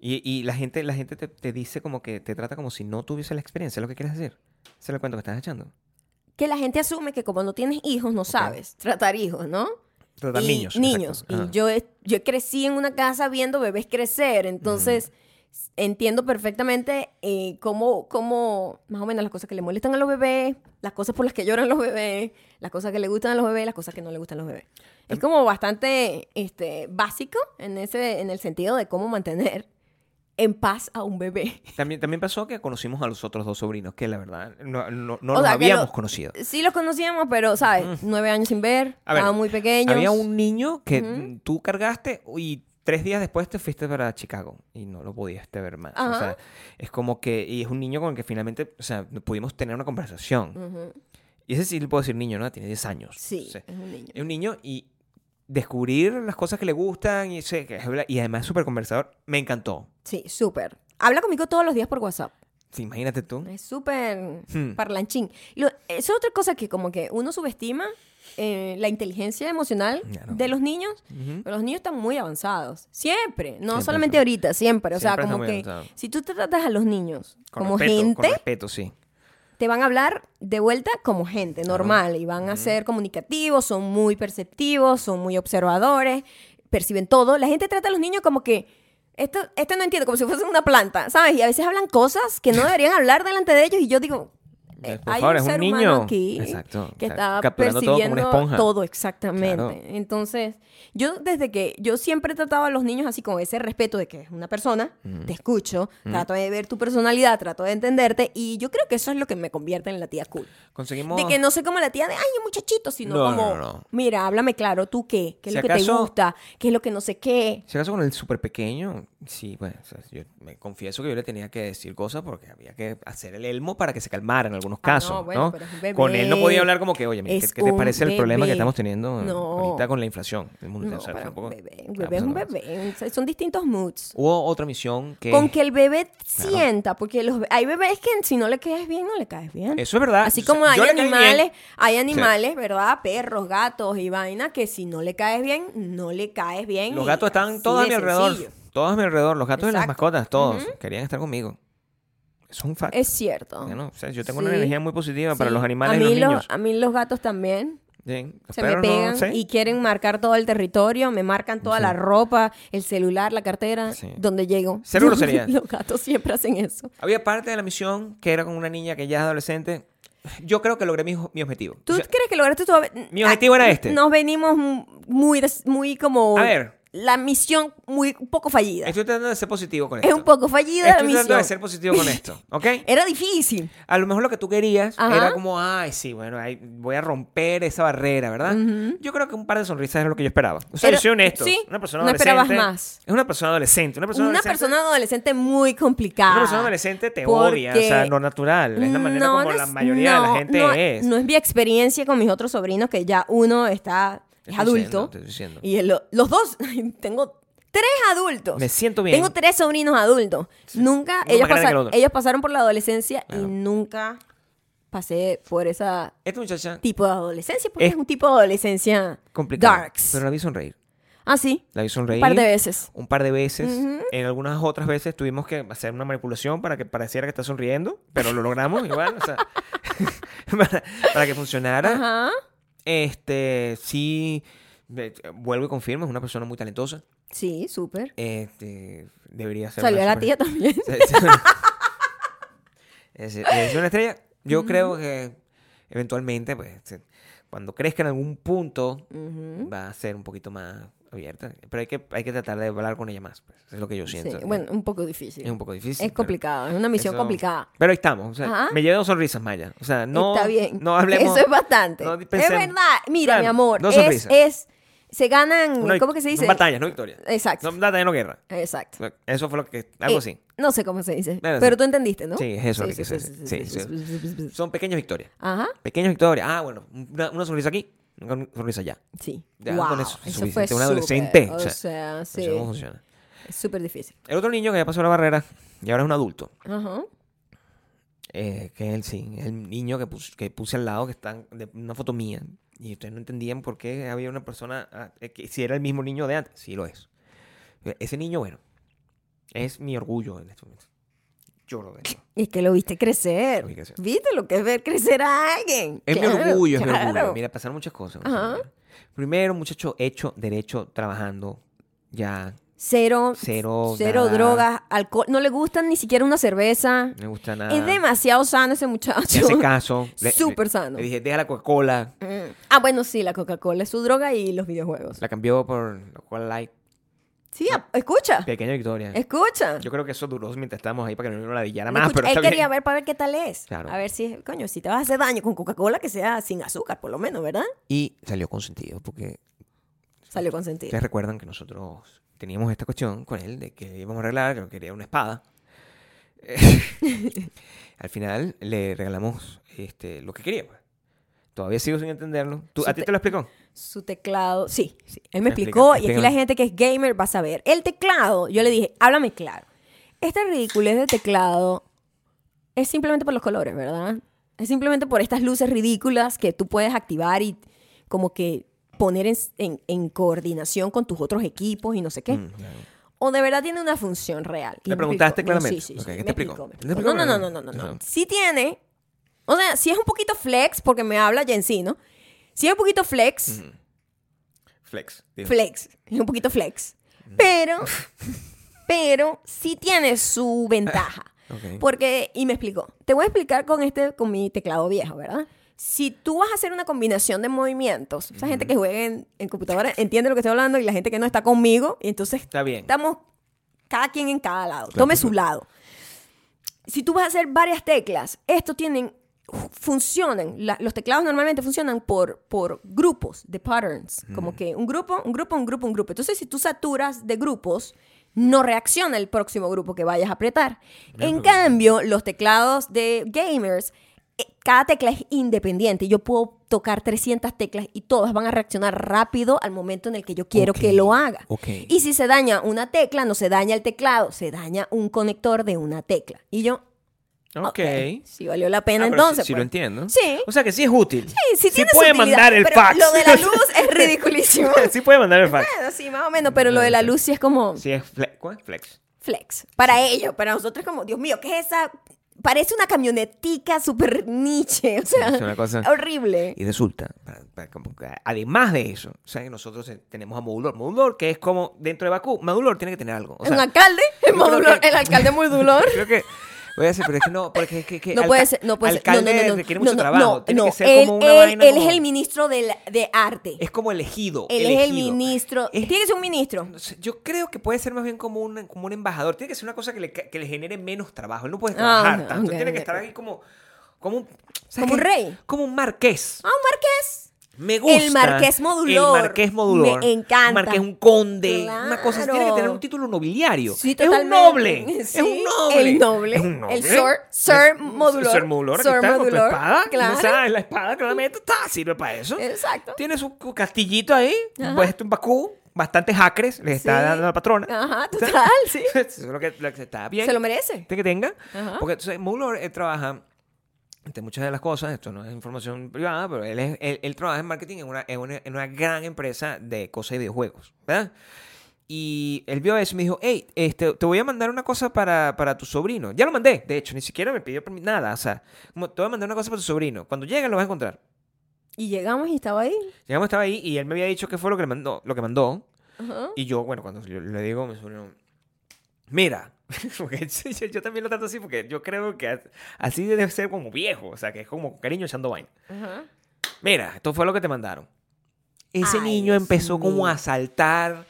Speaker 2: Y, y la gente, la gente te, te dice como que te trata como si no tuviese la experiencia, es lo que quieres decir. Ese es el cuento que estás echando.
Speaker 1: Que la gente asume que como no tienes hijos, no sabes tratar hijos, ¿no?
Speaker 2: Tratar
Speaker 1: Y-
Speaker 2: niños.
Speaker 1: Niños.
Speaker 2: exacto. Ajá.
Speaker 1: Y yo, he- yo crecí en una casa viendo bebés crecer, entonces s- entiendo perfectamente eh, cómo, cómo, más o menos, las cosas que le molestan a los bebés, las cosas por las que lloran los bebés, las cosas que le gustan a los bebés, las cosas que no le gustan a los bebés.
Speaker 2: Em.
Speaker 1: Es como bastante este, básico en, ese, en el sentido de cómo mantener en paz a un bebé.
Speaker 2: También, también pasó que conocimos a los otros dos sobrinos, que la verdad no, no, no
Speaker 1: O
Speaker 2: los
Speaker 1: sea, que
Speaker 2: habíamos
Speaker 1: lo-
Speaker 2: conocido.
Speaker 1: Sí los conocíamos, pero, ¿sabes? Nueve años sin ver,
Speaker 2: A ver,
Speaker 1: estaban muy pequeños.
Speaker 2: Había un niño que mm, tú cargaste y tres días después te fuiste para Chicago y no lo pudiste ver más. O
Speaker 1: Ajá.
Speaker 2: sea, es como que, y es un niño con el que finalmente, o sea, pudimos tener una conversación.
Speaker 1: Ujú.
Speaker 2: Y ese sí le puedo decir niño, ¿no? Tiene 10 años.
Speaker 1: Mm. Sí,
Speaker 2: O sea,
Speaker 1: es un niño.
Speaker 2: Es un niño y descubrir las cosas que le gustan y, sé que es verdad, y además es súper conversador. Me encantó.
Speaker 1: Sí, súper. Habla conmigo todos los días por WhatsApp.
Speaker 2: Sí, imagínate tú.
Speaker 1: Es súper
Speaker 2: Hmm.
Speaker 1: parlanchín. Y lo- es otra cosa que como que uno subestima eh, la inteligencia emocional
Speaker 2: Claro.
Speaker 1: de los niños.
Speaker 2: Ujú.
Speaker 1: Pero los niños están muy avanzados. Siempre. No
Speaker 2: ¿Mm? Siempre
Speaker 1: solamente
Speaker 2: son.
Speaker 1: ahorita, siempre. O
Speaker 2: Siempre
Speaker 1: sea, como
Speaker 2: están muy
Speaker 1: que
Speaker 2: avanzados.
Speaker 1: si tú te tratas a los niños
Speaker 2: Con
Speaker 1: como
Speaker 2: respeto,
Speaker 1: gente,
Speaker 2: Con respeto, sí.
Speaker 1: te van a hablar de vuelta como gente normal y van a ser comunicativos, son muy perceptivos, son muy observadores, perciben todo. La gente trata a los niños como que, esto, esto no entiendo, como si fuesen una planta, ¿sabes? Y a veces hablan cosas que no deberían hablar delante de ellos y yo digo, eh,
Speaker 2: Por
Speaker 1: hay
Speaker 2: favor,
Speaker 1: un
Speaker 2: es un
Speaker 1: ser humano
Speaker 2: niño.
Speaker 1: aquí
Speaker 2: Exacto.
Speaker 1: que
Speaker 2: Está
Speaker 1: está
Speaker 2: capturando todo como una
Speaker 1: percibiendo
Speaker 2: esponja.
Speaker 1: todo, exactamente.
Speaker 2: Claro.
Speaker 1: Entonces, yo desde que yo siempre trataba a los niños así con ese respeto de que es una persona,
Speaker 2: Mm.
Speaker 1: te escucho, trato de ver tu personalidad, trato de entenderte y yo creo que eso es lo que me convierte en la tía cool.
Speaker 2: Conseguimos.
Speaker 1: De que no soy como la tía de, ay, muchachito, sino
Speaker 2: No,
Speaker 1: como,
Speaker 2: no, no.
Speaker 1: mira, háblame claro, ¿tú qué? ¿Qué es
Speaker 2: Si
Speaker 1: lo que te
Speaker 2: acaso-
Speaker 1: gusta? ¿Qué es lo que no sé qué?
Speaker 2: Si acaso con el súper pequeño, sí, bueno, o sea, yo me confieso que yo le tenía que decir cosas porque había que hacer el elmo para que se calmara en algunos
Speaker 1: Ah, no,
Speaker 2: casos.
Speaker 1: bueno,
Speaker 2: ¿no?
Speaker 1: pero es un bebé.
Speaker 2: Con él no podía hablar como que, oye, mira, ¿qué,
Speaker 1: Es
Speaker 2: qué te
Speaker 1: un
Speaker 2: parece el problema que
Speaker 1: bebé.
Speaker 2: estamos teniendo
Speaker 1: No.
Speaker 2: ahorita con la inflación? El mundo,
Speaker 1: No,
Speaker 2: o sea,
Speaker 1: pero
Speaker 2: tampoco-
Speaker 1: un bebé, un
Speaker 2: Claro,
Speaker 1: bebé es un
Speaker 2: pues, no.
Speaker 1: bebé, o sea, son distintos moods.
Speaker 2: Hubo otra misión que.
Speaker 1: Con que el bebé
Speaker 2: Claro.
Speaker 1: sienta, porque los, be- hay bebés que si no le caes bien, no le caes bien.
Speaker 2: Eso es verdad.
Speaker 1: Así
Speaker 2: Ah, O sea,
Speaker 1: como hay
Speaker 2: yo le caí bien.
Speaker 1: animales, hay animales, ¿verdad? Perros, gatos y vaina, que si no le caes bien, no le caes bien.
Speaker 2: Los
Speaker 1: y
Speaker 2: gatos estaban
Speaker 1: así
Speaker 2: todos a
Speaker 1: de
Speaker 2: mi alrededor.
Speaker 1: sencillo.
Speaker 2: Todos a mi alrededor. Los gatos y las
Speaker 1: Exacto.
Speaker 2: mascotas, todos. Querían estar conmigo. Eso es un fact.
Speaker 1: Es cierto.
Speaker 2: Bueno, o sea, yo tengo una
Speaker 1: Sí.
Speaker 2: energía muy positiva para
Speaker 1: Sí.
Speaker 2: los animales
Speaker 1: a
Speaker 2: y
Speaker 1: mí
Speaker 2: los niños.
Speaker 1: A mí los gatos también.
Speaker 2: Sí, los
Speaker 1: Se me
Speaker 2: perros no
Speaker 1: pegan
Speaker 2: sé.
Speaker 1: y quieren marcar todo el territorio, me marcan toda la ropa, el celular, la cartera,
Speaker 2: Sí.
Speaker 1: donde llego.
Speaker 2: Cero grosería.
Speaker 1: Los gatos siempre hacen eso.
Speaker 2: Había parte de la misión que era con una niña que ya es adolescente. Yo creo que logré mi, mi objetivo.
Speaker 1: ¿Tú
Speaker 2: O sea,
Speaker 1: crees que lograste tu ob-
Speaker 2: mi objetivo
Speaker 1: Ah,
Speaker 2: era este.
Speaker 1: Nos venimos m- muy, des- muy como.
Speaker 2: A ver.
Speaker 1: La misión muy un poco fallida.
Speaker 2: estoy tratando de ser positivo con esto.
Speaker 1: es un poco fallida la
Speaker 2: Estoy
Speaker 1: misión.
Speaker 2: tratando de ser positivo con esto, ¿ok?
Speaker 1: Era difícil.
Speaker 2: A lo mejor lo que tú querías
Speaker 1: Ajá.
Speaker 2: era como, ay, sí, bueno, ahí voy a romper esa barrera, ¿verdad? Yo creo que un par de sonrisas era lo que yo esperaba. O sea,
Speaker 1: Pero-
Speaker 2: yo soy honesto.
Speaker 1: sí,
Speaker 2: una persona
Speaker 1: no
Speaker 2: adolescente.
Speaker 1: esperabas más.
Speaker 2: Es una persona adolescente. Una persona
Speaker 1: una
Speaker 2: adolescente,
Speaker 1: persona adolescente muy complicada.
Speaker 2: una persona adolescente te
Speaker 1: porque
Speaker 2: odia. O sea, no natural. Es la manera
Speaker 1: no,
Speaker 2: como
Speaker 1: no
Speaker 2: la
Speaker 1: es-
Speaker 2: mayoría de la
Speaker 1: no,
Speaker 2: gente
Speaker 1: no,
Speaker 2: es.
Speaker 1: No es mi experiencia con mis otros sobrinos, que ya uno está
Speaker 2: Te
Speaker 1: es
Speaker 2: estoy diciendo,
Speaker 1: adulto.
Speaker 2: te estoy diciendo.
Speaker 1: Y el- los dos, tengo tres adultos.
Speaker 2: Me siento bien.
Speaker 1: Tengo tres sobrinos adultos. Nunca,
Speaker 2: más
Speaker 1: ellos,
Speaker 2: grande
Speaker 1: pasa-
Speaker 2: que el otro.
Speaker 1: ellos pasaron por la adolescencia
Speaker 2: Claro.
Speaker 1: y nunca pasé por ese
Speaker 2: Esta muchacha
Speaker 1: tipo de adolescencia, porque
Speaker 2: Es-
Speaker 1: es, un tipo de adolescencia
Speaker 2: complicada.
Speaker 1: darks.
Speaker 2: Pero la vi sonreír.
Speaker 1: Ah, sí,
Speaker 2: La vi
Speaker 1: un
Speaker 2: sonreír.
Speaker 1: par de veces.
Speaker 2: un par de veces. En algunas otras veces tuvimos que hacer una manipulación para que pareciera que está sonriendo, pero lo logramos igual, o sea, para, para que funcionara.
Speaker 1: Ajá.
Speaker 2: Este, sí, de- vuelvo y confirmo, es una persona muy talentosa.
Speaker 1: Sí, súper.
Speaker 2: Este, debería ser...
Speaker 1: Salió la
Speaker 2: una super-
Speaker 1: tía también.
Speaker 2: es, es una estrella. Yo creo que eventualmente, pues, se- cuando crezca en algún punto, va a ser un poquito más abierta. Pero hay que, hay que tratar de hablar con ella más. pues. Es lo que yo
Speaker 1: Sí,
Speaker 2: siento.
Speaker 1: bueno, un poco difícil.
Speaker 2: Es un poco difícil.
Speaker 1: Es
Speaker 2: pero
Speaker 1: complicado, es una misión
Speaker 2: eso-
Speaker 1: complicada.
Speaker 2: Pero ahí estamos. o sea,
Speaker 1: Ajá.
Speaker 2: me llevo sonrisas, Maya. O sea, no,
Speaker 1: Está bien.
Speaker 2: no hablemos.
Speaker 1: Eso es bastante.
Speaker 2: no
Speaker 1: es
Speaker 2: pensemos.
Speaker 1: verdad. Mira,
Speaker 2: Claro,
Speaker 1: mi amor,
Speaker 2: dos
Speaker 1: es,
Speaker 2: sonrisas.
Speaker 1: es. Se ganan.
Speaker 2: Una vic-
Speaker 1: ¿Cómo que se dice?
Speaker 2: Son batallas, no victorias.
Speaker 1: Exacto.
Speaker 2: Son batallas, no guerra.
Speaker 1: Exacto.
Speaker 2: Eso fue lo que. Algo
Speaker 1: Eh,
Speaker 2: así.
Speaker 1: No sé cómo se dice.
Speaker 2: Bueno,
Speaker 1: pero
Speaker 2: sí.
Speaker 1: tú entendiste, ¿no?
Speaker 2: Sí, es eso lo que se
Speaker 1: sí, sí,
Speaker 2: dice. Sí,
Speaker 1: sí, sí, sí, sí, sí.
Speaker 2: Son pequeñas victorias.
Speaker 1: Ajá.
Speaker 2: Pequeñas victorias. Ah, bueno, una, una sonrisa aquí, una sonrisa allá.
Speaker 1: Sí.
Speaker 2: Ya,
Speaker 1: wow.
Speaker 2: con eso es
Speaker 1: eso
Speaker 2: suficiente.
Speaker 1: fue
Speaker 2: Un
Speaker 1: súper,
Speaker 2: adolescente, o
Speaker 1: O
Speaker 2: sea,
Speaker 1: sea,
Speaker 2: No sé
Speaker 1: sí.
Speaker 2: cómo funciona.
Speaker 1: Es súper difícil.
Speaker 2: El otro niño que ya pasó la barrera y ahora es un adulto.
Speaker 1: Ajá.
Speaker 2: eh, que es el, sí, es el niño que, pus- que puse al lado, que está de una foto mía. Y ustedes no entendían por qué había una persona, ah, eh, que si era el mismo niño de antes. Sí, lo es. Eh, Ese niño, bueno, es mi orgullo en este momento. Yo lo veo.
Speaker 1: Y es que lo viste crecer.
Speaker 2: Lo vi crecer.
Speaker 1: ¿Viste lo que es ver crecer a alguien?
Speaker 2: Es mi
Speaker 1: Claro,
Speaker 2: orgullo, es mi
Speaker 1: claro.
Speaker 2: orgullo. Mira, pasaron muchas cosas.
Speaker 1: Ajá.
Speaker 2: Primero, muchacho hecho, derecho, trabajando, ya.
Speaker 1: Cero,
Speaker 2: Cero,
Speaker 1: cero
Speaker 2: nada.
Speaker 1: drogas, alcohol. No le gustan ni siquiera una cerveza.
Speaker 2: No me gusta nada.
Speaker 1: Es demasiado sano ese
Speaker 2: Me
Speaker 1: muchacho.
Speaker 2: hace caso. Le-
Speaker 1: Súper
Speaker 2: le-
Speaker 1: sano.
Speaker 2: Le dije, deja la Coca-Cola.
Speaker 1: Mm. Ah, bueno, sí, la Coca-Cola es su droga y los videojuegos.
Speaker 2: La cambió por la Coca-Cola Light.
Speaker 1: Sí, a- escucha.
Speaker 2: Pequeña victoria.
Speaker 1: Escucha.
Speaker 2: Yo creo que eso duró mientras estábamos ahí para que no la dillara
Speaker 1: Escucha,
Speaker 2: más, pero
Speaker 1: él
Speaker 2: está
Speaker 1: quería
Speaker 2: bien.
Speaker 1: ver para ver qué tal es.
Speaker 2: Claro.
Speaker 1: A ver si, coño, si te vas a hacer daño con Coca-Cola, que sea sin azúcar, por lo menos, ¿verdad?
Speaker 2: Y salió consentido, porque
Speaker 1: Salió consentido.
Speaker 2: ustedes recuerdan que nosotros teníamos esta cuestión con él de que íbamos a arreglar, que no quería una espada. Al final le regalamos este, lo que quería. pues. Todavía sigo sin entenderlo. ¿Tú-
Speaker 1: Su
Speaker 2: ¿A ti
Speaker 1: te-
Speaker 2: te lo explicó?
Speaker 1: Su teclado, sí, sí. Él me
Speaker 2: Explica,
Speaker 1: explicó y aquí
Speaker 2: explícame.
Speaker 1: la gente que es gamer va a saber. El teclado, yo le dije, háblame claro. Esta ridiculez de teclado es simplemente por los colores, ¿verdad? Es simplemente por estas luces ridículas que tú puedes activar y como que poner en, en- en coordinación con tus otros equipos y no sé qué.
Speaker 2: Mm, claro.
Speaker 1: O de verdad tiene una función real. Y
Speaker 2: ¿Le
Speaker 1: me
Speaker 2: preguntaste
Speaker 1: explicó.
Speaker 2: claramente?
Speaker 1: Sí, sí,
Speaker 2: Ok,
Speaker 1: sí,
Speaker 2: ¿qué te
Speaker 1: me
Speaker 2: explicó?
Speaker 1: explicó, me
Speaker 2: ¿Te
Speaker 1: explicó.
Speaker 2: explicó
Speaker 1: No, no, no, no,
Speaker 2: claramente?
Speaker 1: no, no,
Speaker 2: Ajá.
Speaker 1: no. Sí tiene. O sea, sí es un poquito flex, porque me habla Jensino. Sí es un poquito flex,
Speaker 2: Flex. digo.
Speaker 1: Flex, es un poquito flex. Pero, pero sí tiene su ventaja.
Speaker 2: Ok.
Speaker 1: Porque, y me explicó, te voy a explicar con este, con mi teclado viejo, ¿verdad? Si tú vas a hacer una combinación de movimientos, esa gente que juega en, en computadora entiende lo que estoy hablando y la gente que no está conmigo, y entonces
Speaker 2: Está bien.
Speaker 1: estamos cada quien en cada lado, tome su lado. Si tú vas a hacer varias teclas, esto tienen, funcionan, la- los teclados normalmente funcionan por, por grupos de patterns, como que un grupo, un grupo, un grupo, un grupo. Entonces, si tú saturas de grupos, no reacciona el próximo grupo que vayas a apretar. En
Speaker 2: pero-
Speaker 1: cambio, los teclados de gamers, eh, cada tecla es independiente. Yo puedo tocar 300 teclas y todas van a reaccionar rápido al momento en el que yo quiero
Speaker 2: Ok,
Speaker 1: que lo haga.
Speaker 2: ok.
Speaker 1: Y si se daña una tecla, no se daña el teclado, se daña un conector de una tecla. Y yo,
Speaker 2: Ok.
Speaker 1: ok, sí valió la pena
Speaker 2: Ah, pero
Speaker 1: entonces.
Speaker 2: sí, sí lo
Speaker 1: pues.
Speaker 2: entiendo.
Speaker 1: Sí.
Speaker 2: O sea que sí es útil.
Speaker 1: Sí, sí, tiene su
Speaker 2: puede
Speaker 1: utilidad,
Speaker 2: mandar el
Speaker 1: pero
Speaker 2: fax.
Speaker 1: Lo de la luz es ridiculísimo.
Speaker 2: sí puede mandar el fax.
Speaker 1: Bueno, sí, más o menos, pero lo de la luz sí es como
Speaker 2: Sí es flex. ¿Cuál? Flex.
Speaker 1: flex. Para ellos, para nosotros es como, Dios mío, ¿qué es esa? Parece una camionetica súper niche, o sea,
Speaker 2: es una cosa-
Speaker 1: horrible.
Speaker 2: Eh, Y resulta, para- para como que, además de eso, o sea que nosotros eh, tenemos a Modulor. Modulor, que es como dentro de Bakú, Modulor tiene que tener algo. O
Speaker 1: un
Speaker 2: sea,
Speaker 1: alcalde, el,
Speaker 2: creo
Speaker 1: Modulor-
Speaker 2: que-
Speaker 1: el alcalde Modulor.
Speaker 2: creo que. Voy a decir, pero es que no, porque es que. que
Speaker 1: No
Speaker 2: alca-
Speaker 1: puede ser, no puede ser. No,
Speaker 2: alcalde
Speaker 1: no, no, no,
Speaker 2: requiere
Speaker 1: no,
Speaker 2: mucho
Speaker 1: no,
Speaker 2: trabajo.
Speaker 1: no,
Speaker 2: tiene
Speaker 1: no.
Speaker 2: que ser
Speaker 1: él,
Speaker 2: como una
Speaker 1: él-
Speaker 2: vaina.
Speaker 1: él
Speaker 2: como-
Speaker 1: es el ministro de, la- de arte.
Speaker 2: es como elegido.
Speaker 1: él es el
Speaker 2: elegido.
Speaker 1: ministro.
Speaker 2: Es-
Speaker 1: Tiene que ser un ministro.
Speaker 2: no sé, Yo creo que puede ser más bien como un, como un embajador. Tiene que ser una cosa que le, ca- que le genere menos trabajo. Él no puede
Speaker 1: Ah,
Speaker 2: trabajar
Speaker 1: ok,
Speaker 2: tanto.
Speaker 1: ok,
Speaker 2: Tiene que
Speaker 1: ok.
Speaker 2: estar ahí como, como un... ¿sabes
Speaker 1: Como un
Speaker 2: qué?
Speaker 1: rey.
Speaker 2: Como un marqués.
Speaker 1: Ah, un marqués.
Speaker 2: Me gusta.
Speaker 1: El marqués Modulor.
Speaker 2: El marqués modulor.
Speaker 1: Me encanta.
Speaker 2: Un marqués, un conde. Una cosa así.
Speaker 1: Claro.
Speaker 2: Tiene que tener un título nobiliario.
Speaker 1: Sí,
Speaker 2: es un
Speaker 1: totalmente.
Speaker 2: noble.
Speaker 1: Sí,
Speaker 2: es un noble.
Speaker 1: el noble.
Speaker 2: Es un noble.
Speaker 1: El sir- sir
Speaker 2: Es-
Speaker 1: modulor.
Speaker 2: Sir modulor.
Speaker 1: Sir
Speaker 2: Sir está Con tu
Speaker 1: modulor,
Speaker 2: espada.
Speaker 1: claro.
Speaker 2: No sabes, la espada claramente está, sirve para eso.
Speaker 1: Exacto.
Speaker 2: Tiene su cu- castillito ahí.
Speaker 1: Ajá.
Speaker 2: Pues un Bakú. Bastantes hackers. Les está
Speaker 1: Sí.
Speaker 2: dando la patrona.
Speaker 1: Ajá, total, sí.
Speaker 2: Eso es lo que, lo que está bien. este
Speaker 1: Se lo merece.
Speaker 2: que tenga.
Speaker 1: Ajá.
Speaker 2: Porque entonces, Mueller eh, trabaja, entre muchas de las cosas, esto no es información privada, pero él, es- él, él trabaja en marketing en una, en, una, en una gran empresa de cosas de videojuegos, ¿verdad? Y él vio eso y me dijo, hey, este, te voy a mandar una cosa para, para tu sobrino. Ya lo mandé, de hecho, ni siquiera me pidió permi- nada. O sea, como, te voy a mandar una cosa para tu sobrino. Cuando llegue lo vas a encontrar.
Speaker 1: Y llegamos y estaba ahí.
Speaker 2: Llegamos, estaba ahí y él me había dicho qué fue lo que le mandó. Lo que mandó.
Speaker 1: Ajá.
Speaker 2: Y yo, bueno, cuando yo le digo a mi sobrino, mira, porque yo, yo- yo también lo trato así, porque yo creo que así debe ser como viejo, o sea, que es como cariño echando vaina.
Speaker 1: Ajá.
Speaker 2: Mira, esto fue lo que te mandaron. Ese
Speaker 1: Ay,
Speaker 2: niño
Speaker 1: Dios
Speaker 2: empezó
Speaker 1: mío.
Speaker 2: como a saltar.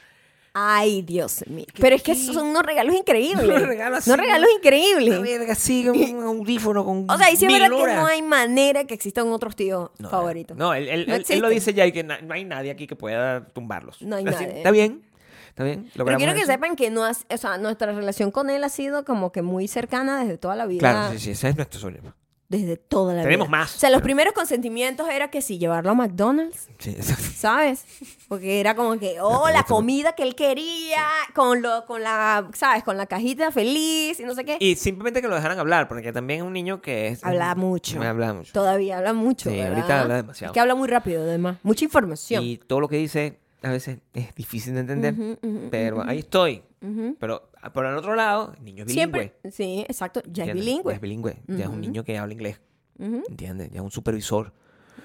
Speaker 1: Ay, Dios mío. Pero es que
Speaker 2: qué?
Speaker 1: esos son unos regalos increíbles.
Speaker 2: Unos regalos así,
Speaker 1: Unos regalos
Speaker 2: La
Speaker 1: increíbles.
Speaker 2: verga, sigue un audífono con.
Speaker 1: O sea, y sí es
Speaker 2: mil
Speaker 1: verdad que
Speaker 2: horas.
Speaker 1: no hay manera que exista un otro tío
Speaker 2: No,
Speaker 1: favorito.
Speaker 2: No, él, él-
Speaker 1: No
Speaker 2: él- él lo
Speaker 1: existen.
Speaker 2: dice ya y que na- no hay nadie aquí que pueda tumbarlos.
Speaker 1: No hay
Speaker 2: Así,
Speaker 1: nadie.
Speaker 2: Está bien, está bien.
Speaker 1: Pero
Speaker 2: logramos
Speaker 1: quiero que
Speaker 2: eso.
Speaker 1: sepan que no has- o sea, nuestra relación con él ha sido como que muy cercana desde toda la vida.
Speaker 2: Claro, sí, sí, ese es nuestro sueño.
Speaker 1: Desde toda la
Speaker 2: Tenemos
Speaker 1: vida.
Speaker 2: más,
Speaker 1: O sea, los
Speaker 2: pero-
Speaker 1: primeros consentimientos era que sí, llevarlo a McDonald's,
Speaker 2: Sí, exacto.
Speaker 1: ¿sabes? Porque era como que, oh, la comida que él quería, con lo, con la, ¿sabes? Con la cajita feliz y no sé qué.
Speaker 2: Y simplemente que lo dejaran hablar, porque también es un niño que es...
Speaker 1: Habla mucho.
Speaker 2: Me habla mucho.
Speaker 1: Todavía habla mucho.
Speaker 2: Sí,
Speaker 1: ¿verdad?
Speaker 2: ahorita habla demasiado.
Speaker 1: Es que habla muy rápido, además. Mucha información.
Speaker 2: Y todo lo que dice a veces es difícil de entender,
Speaker 1: Ujú, ujú,
Speaker 2: pero ahí estoy.
Speaker 1: Ujú.
Speaker 2: Pero ah, por el otro lado, el niño es bilingüe.
Speaker 1: Siempre. Sí, exacto. Ya es
Speaker 2: ¿entiendes?
Speaker 1: bilingüe.
Speaker 2: Ya es bilingüe. Ya es un niño que habla inglés,
Speaker 1: Ujú.
Speaker 2: ¿entiendes? Ya es un supervisor.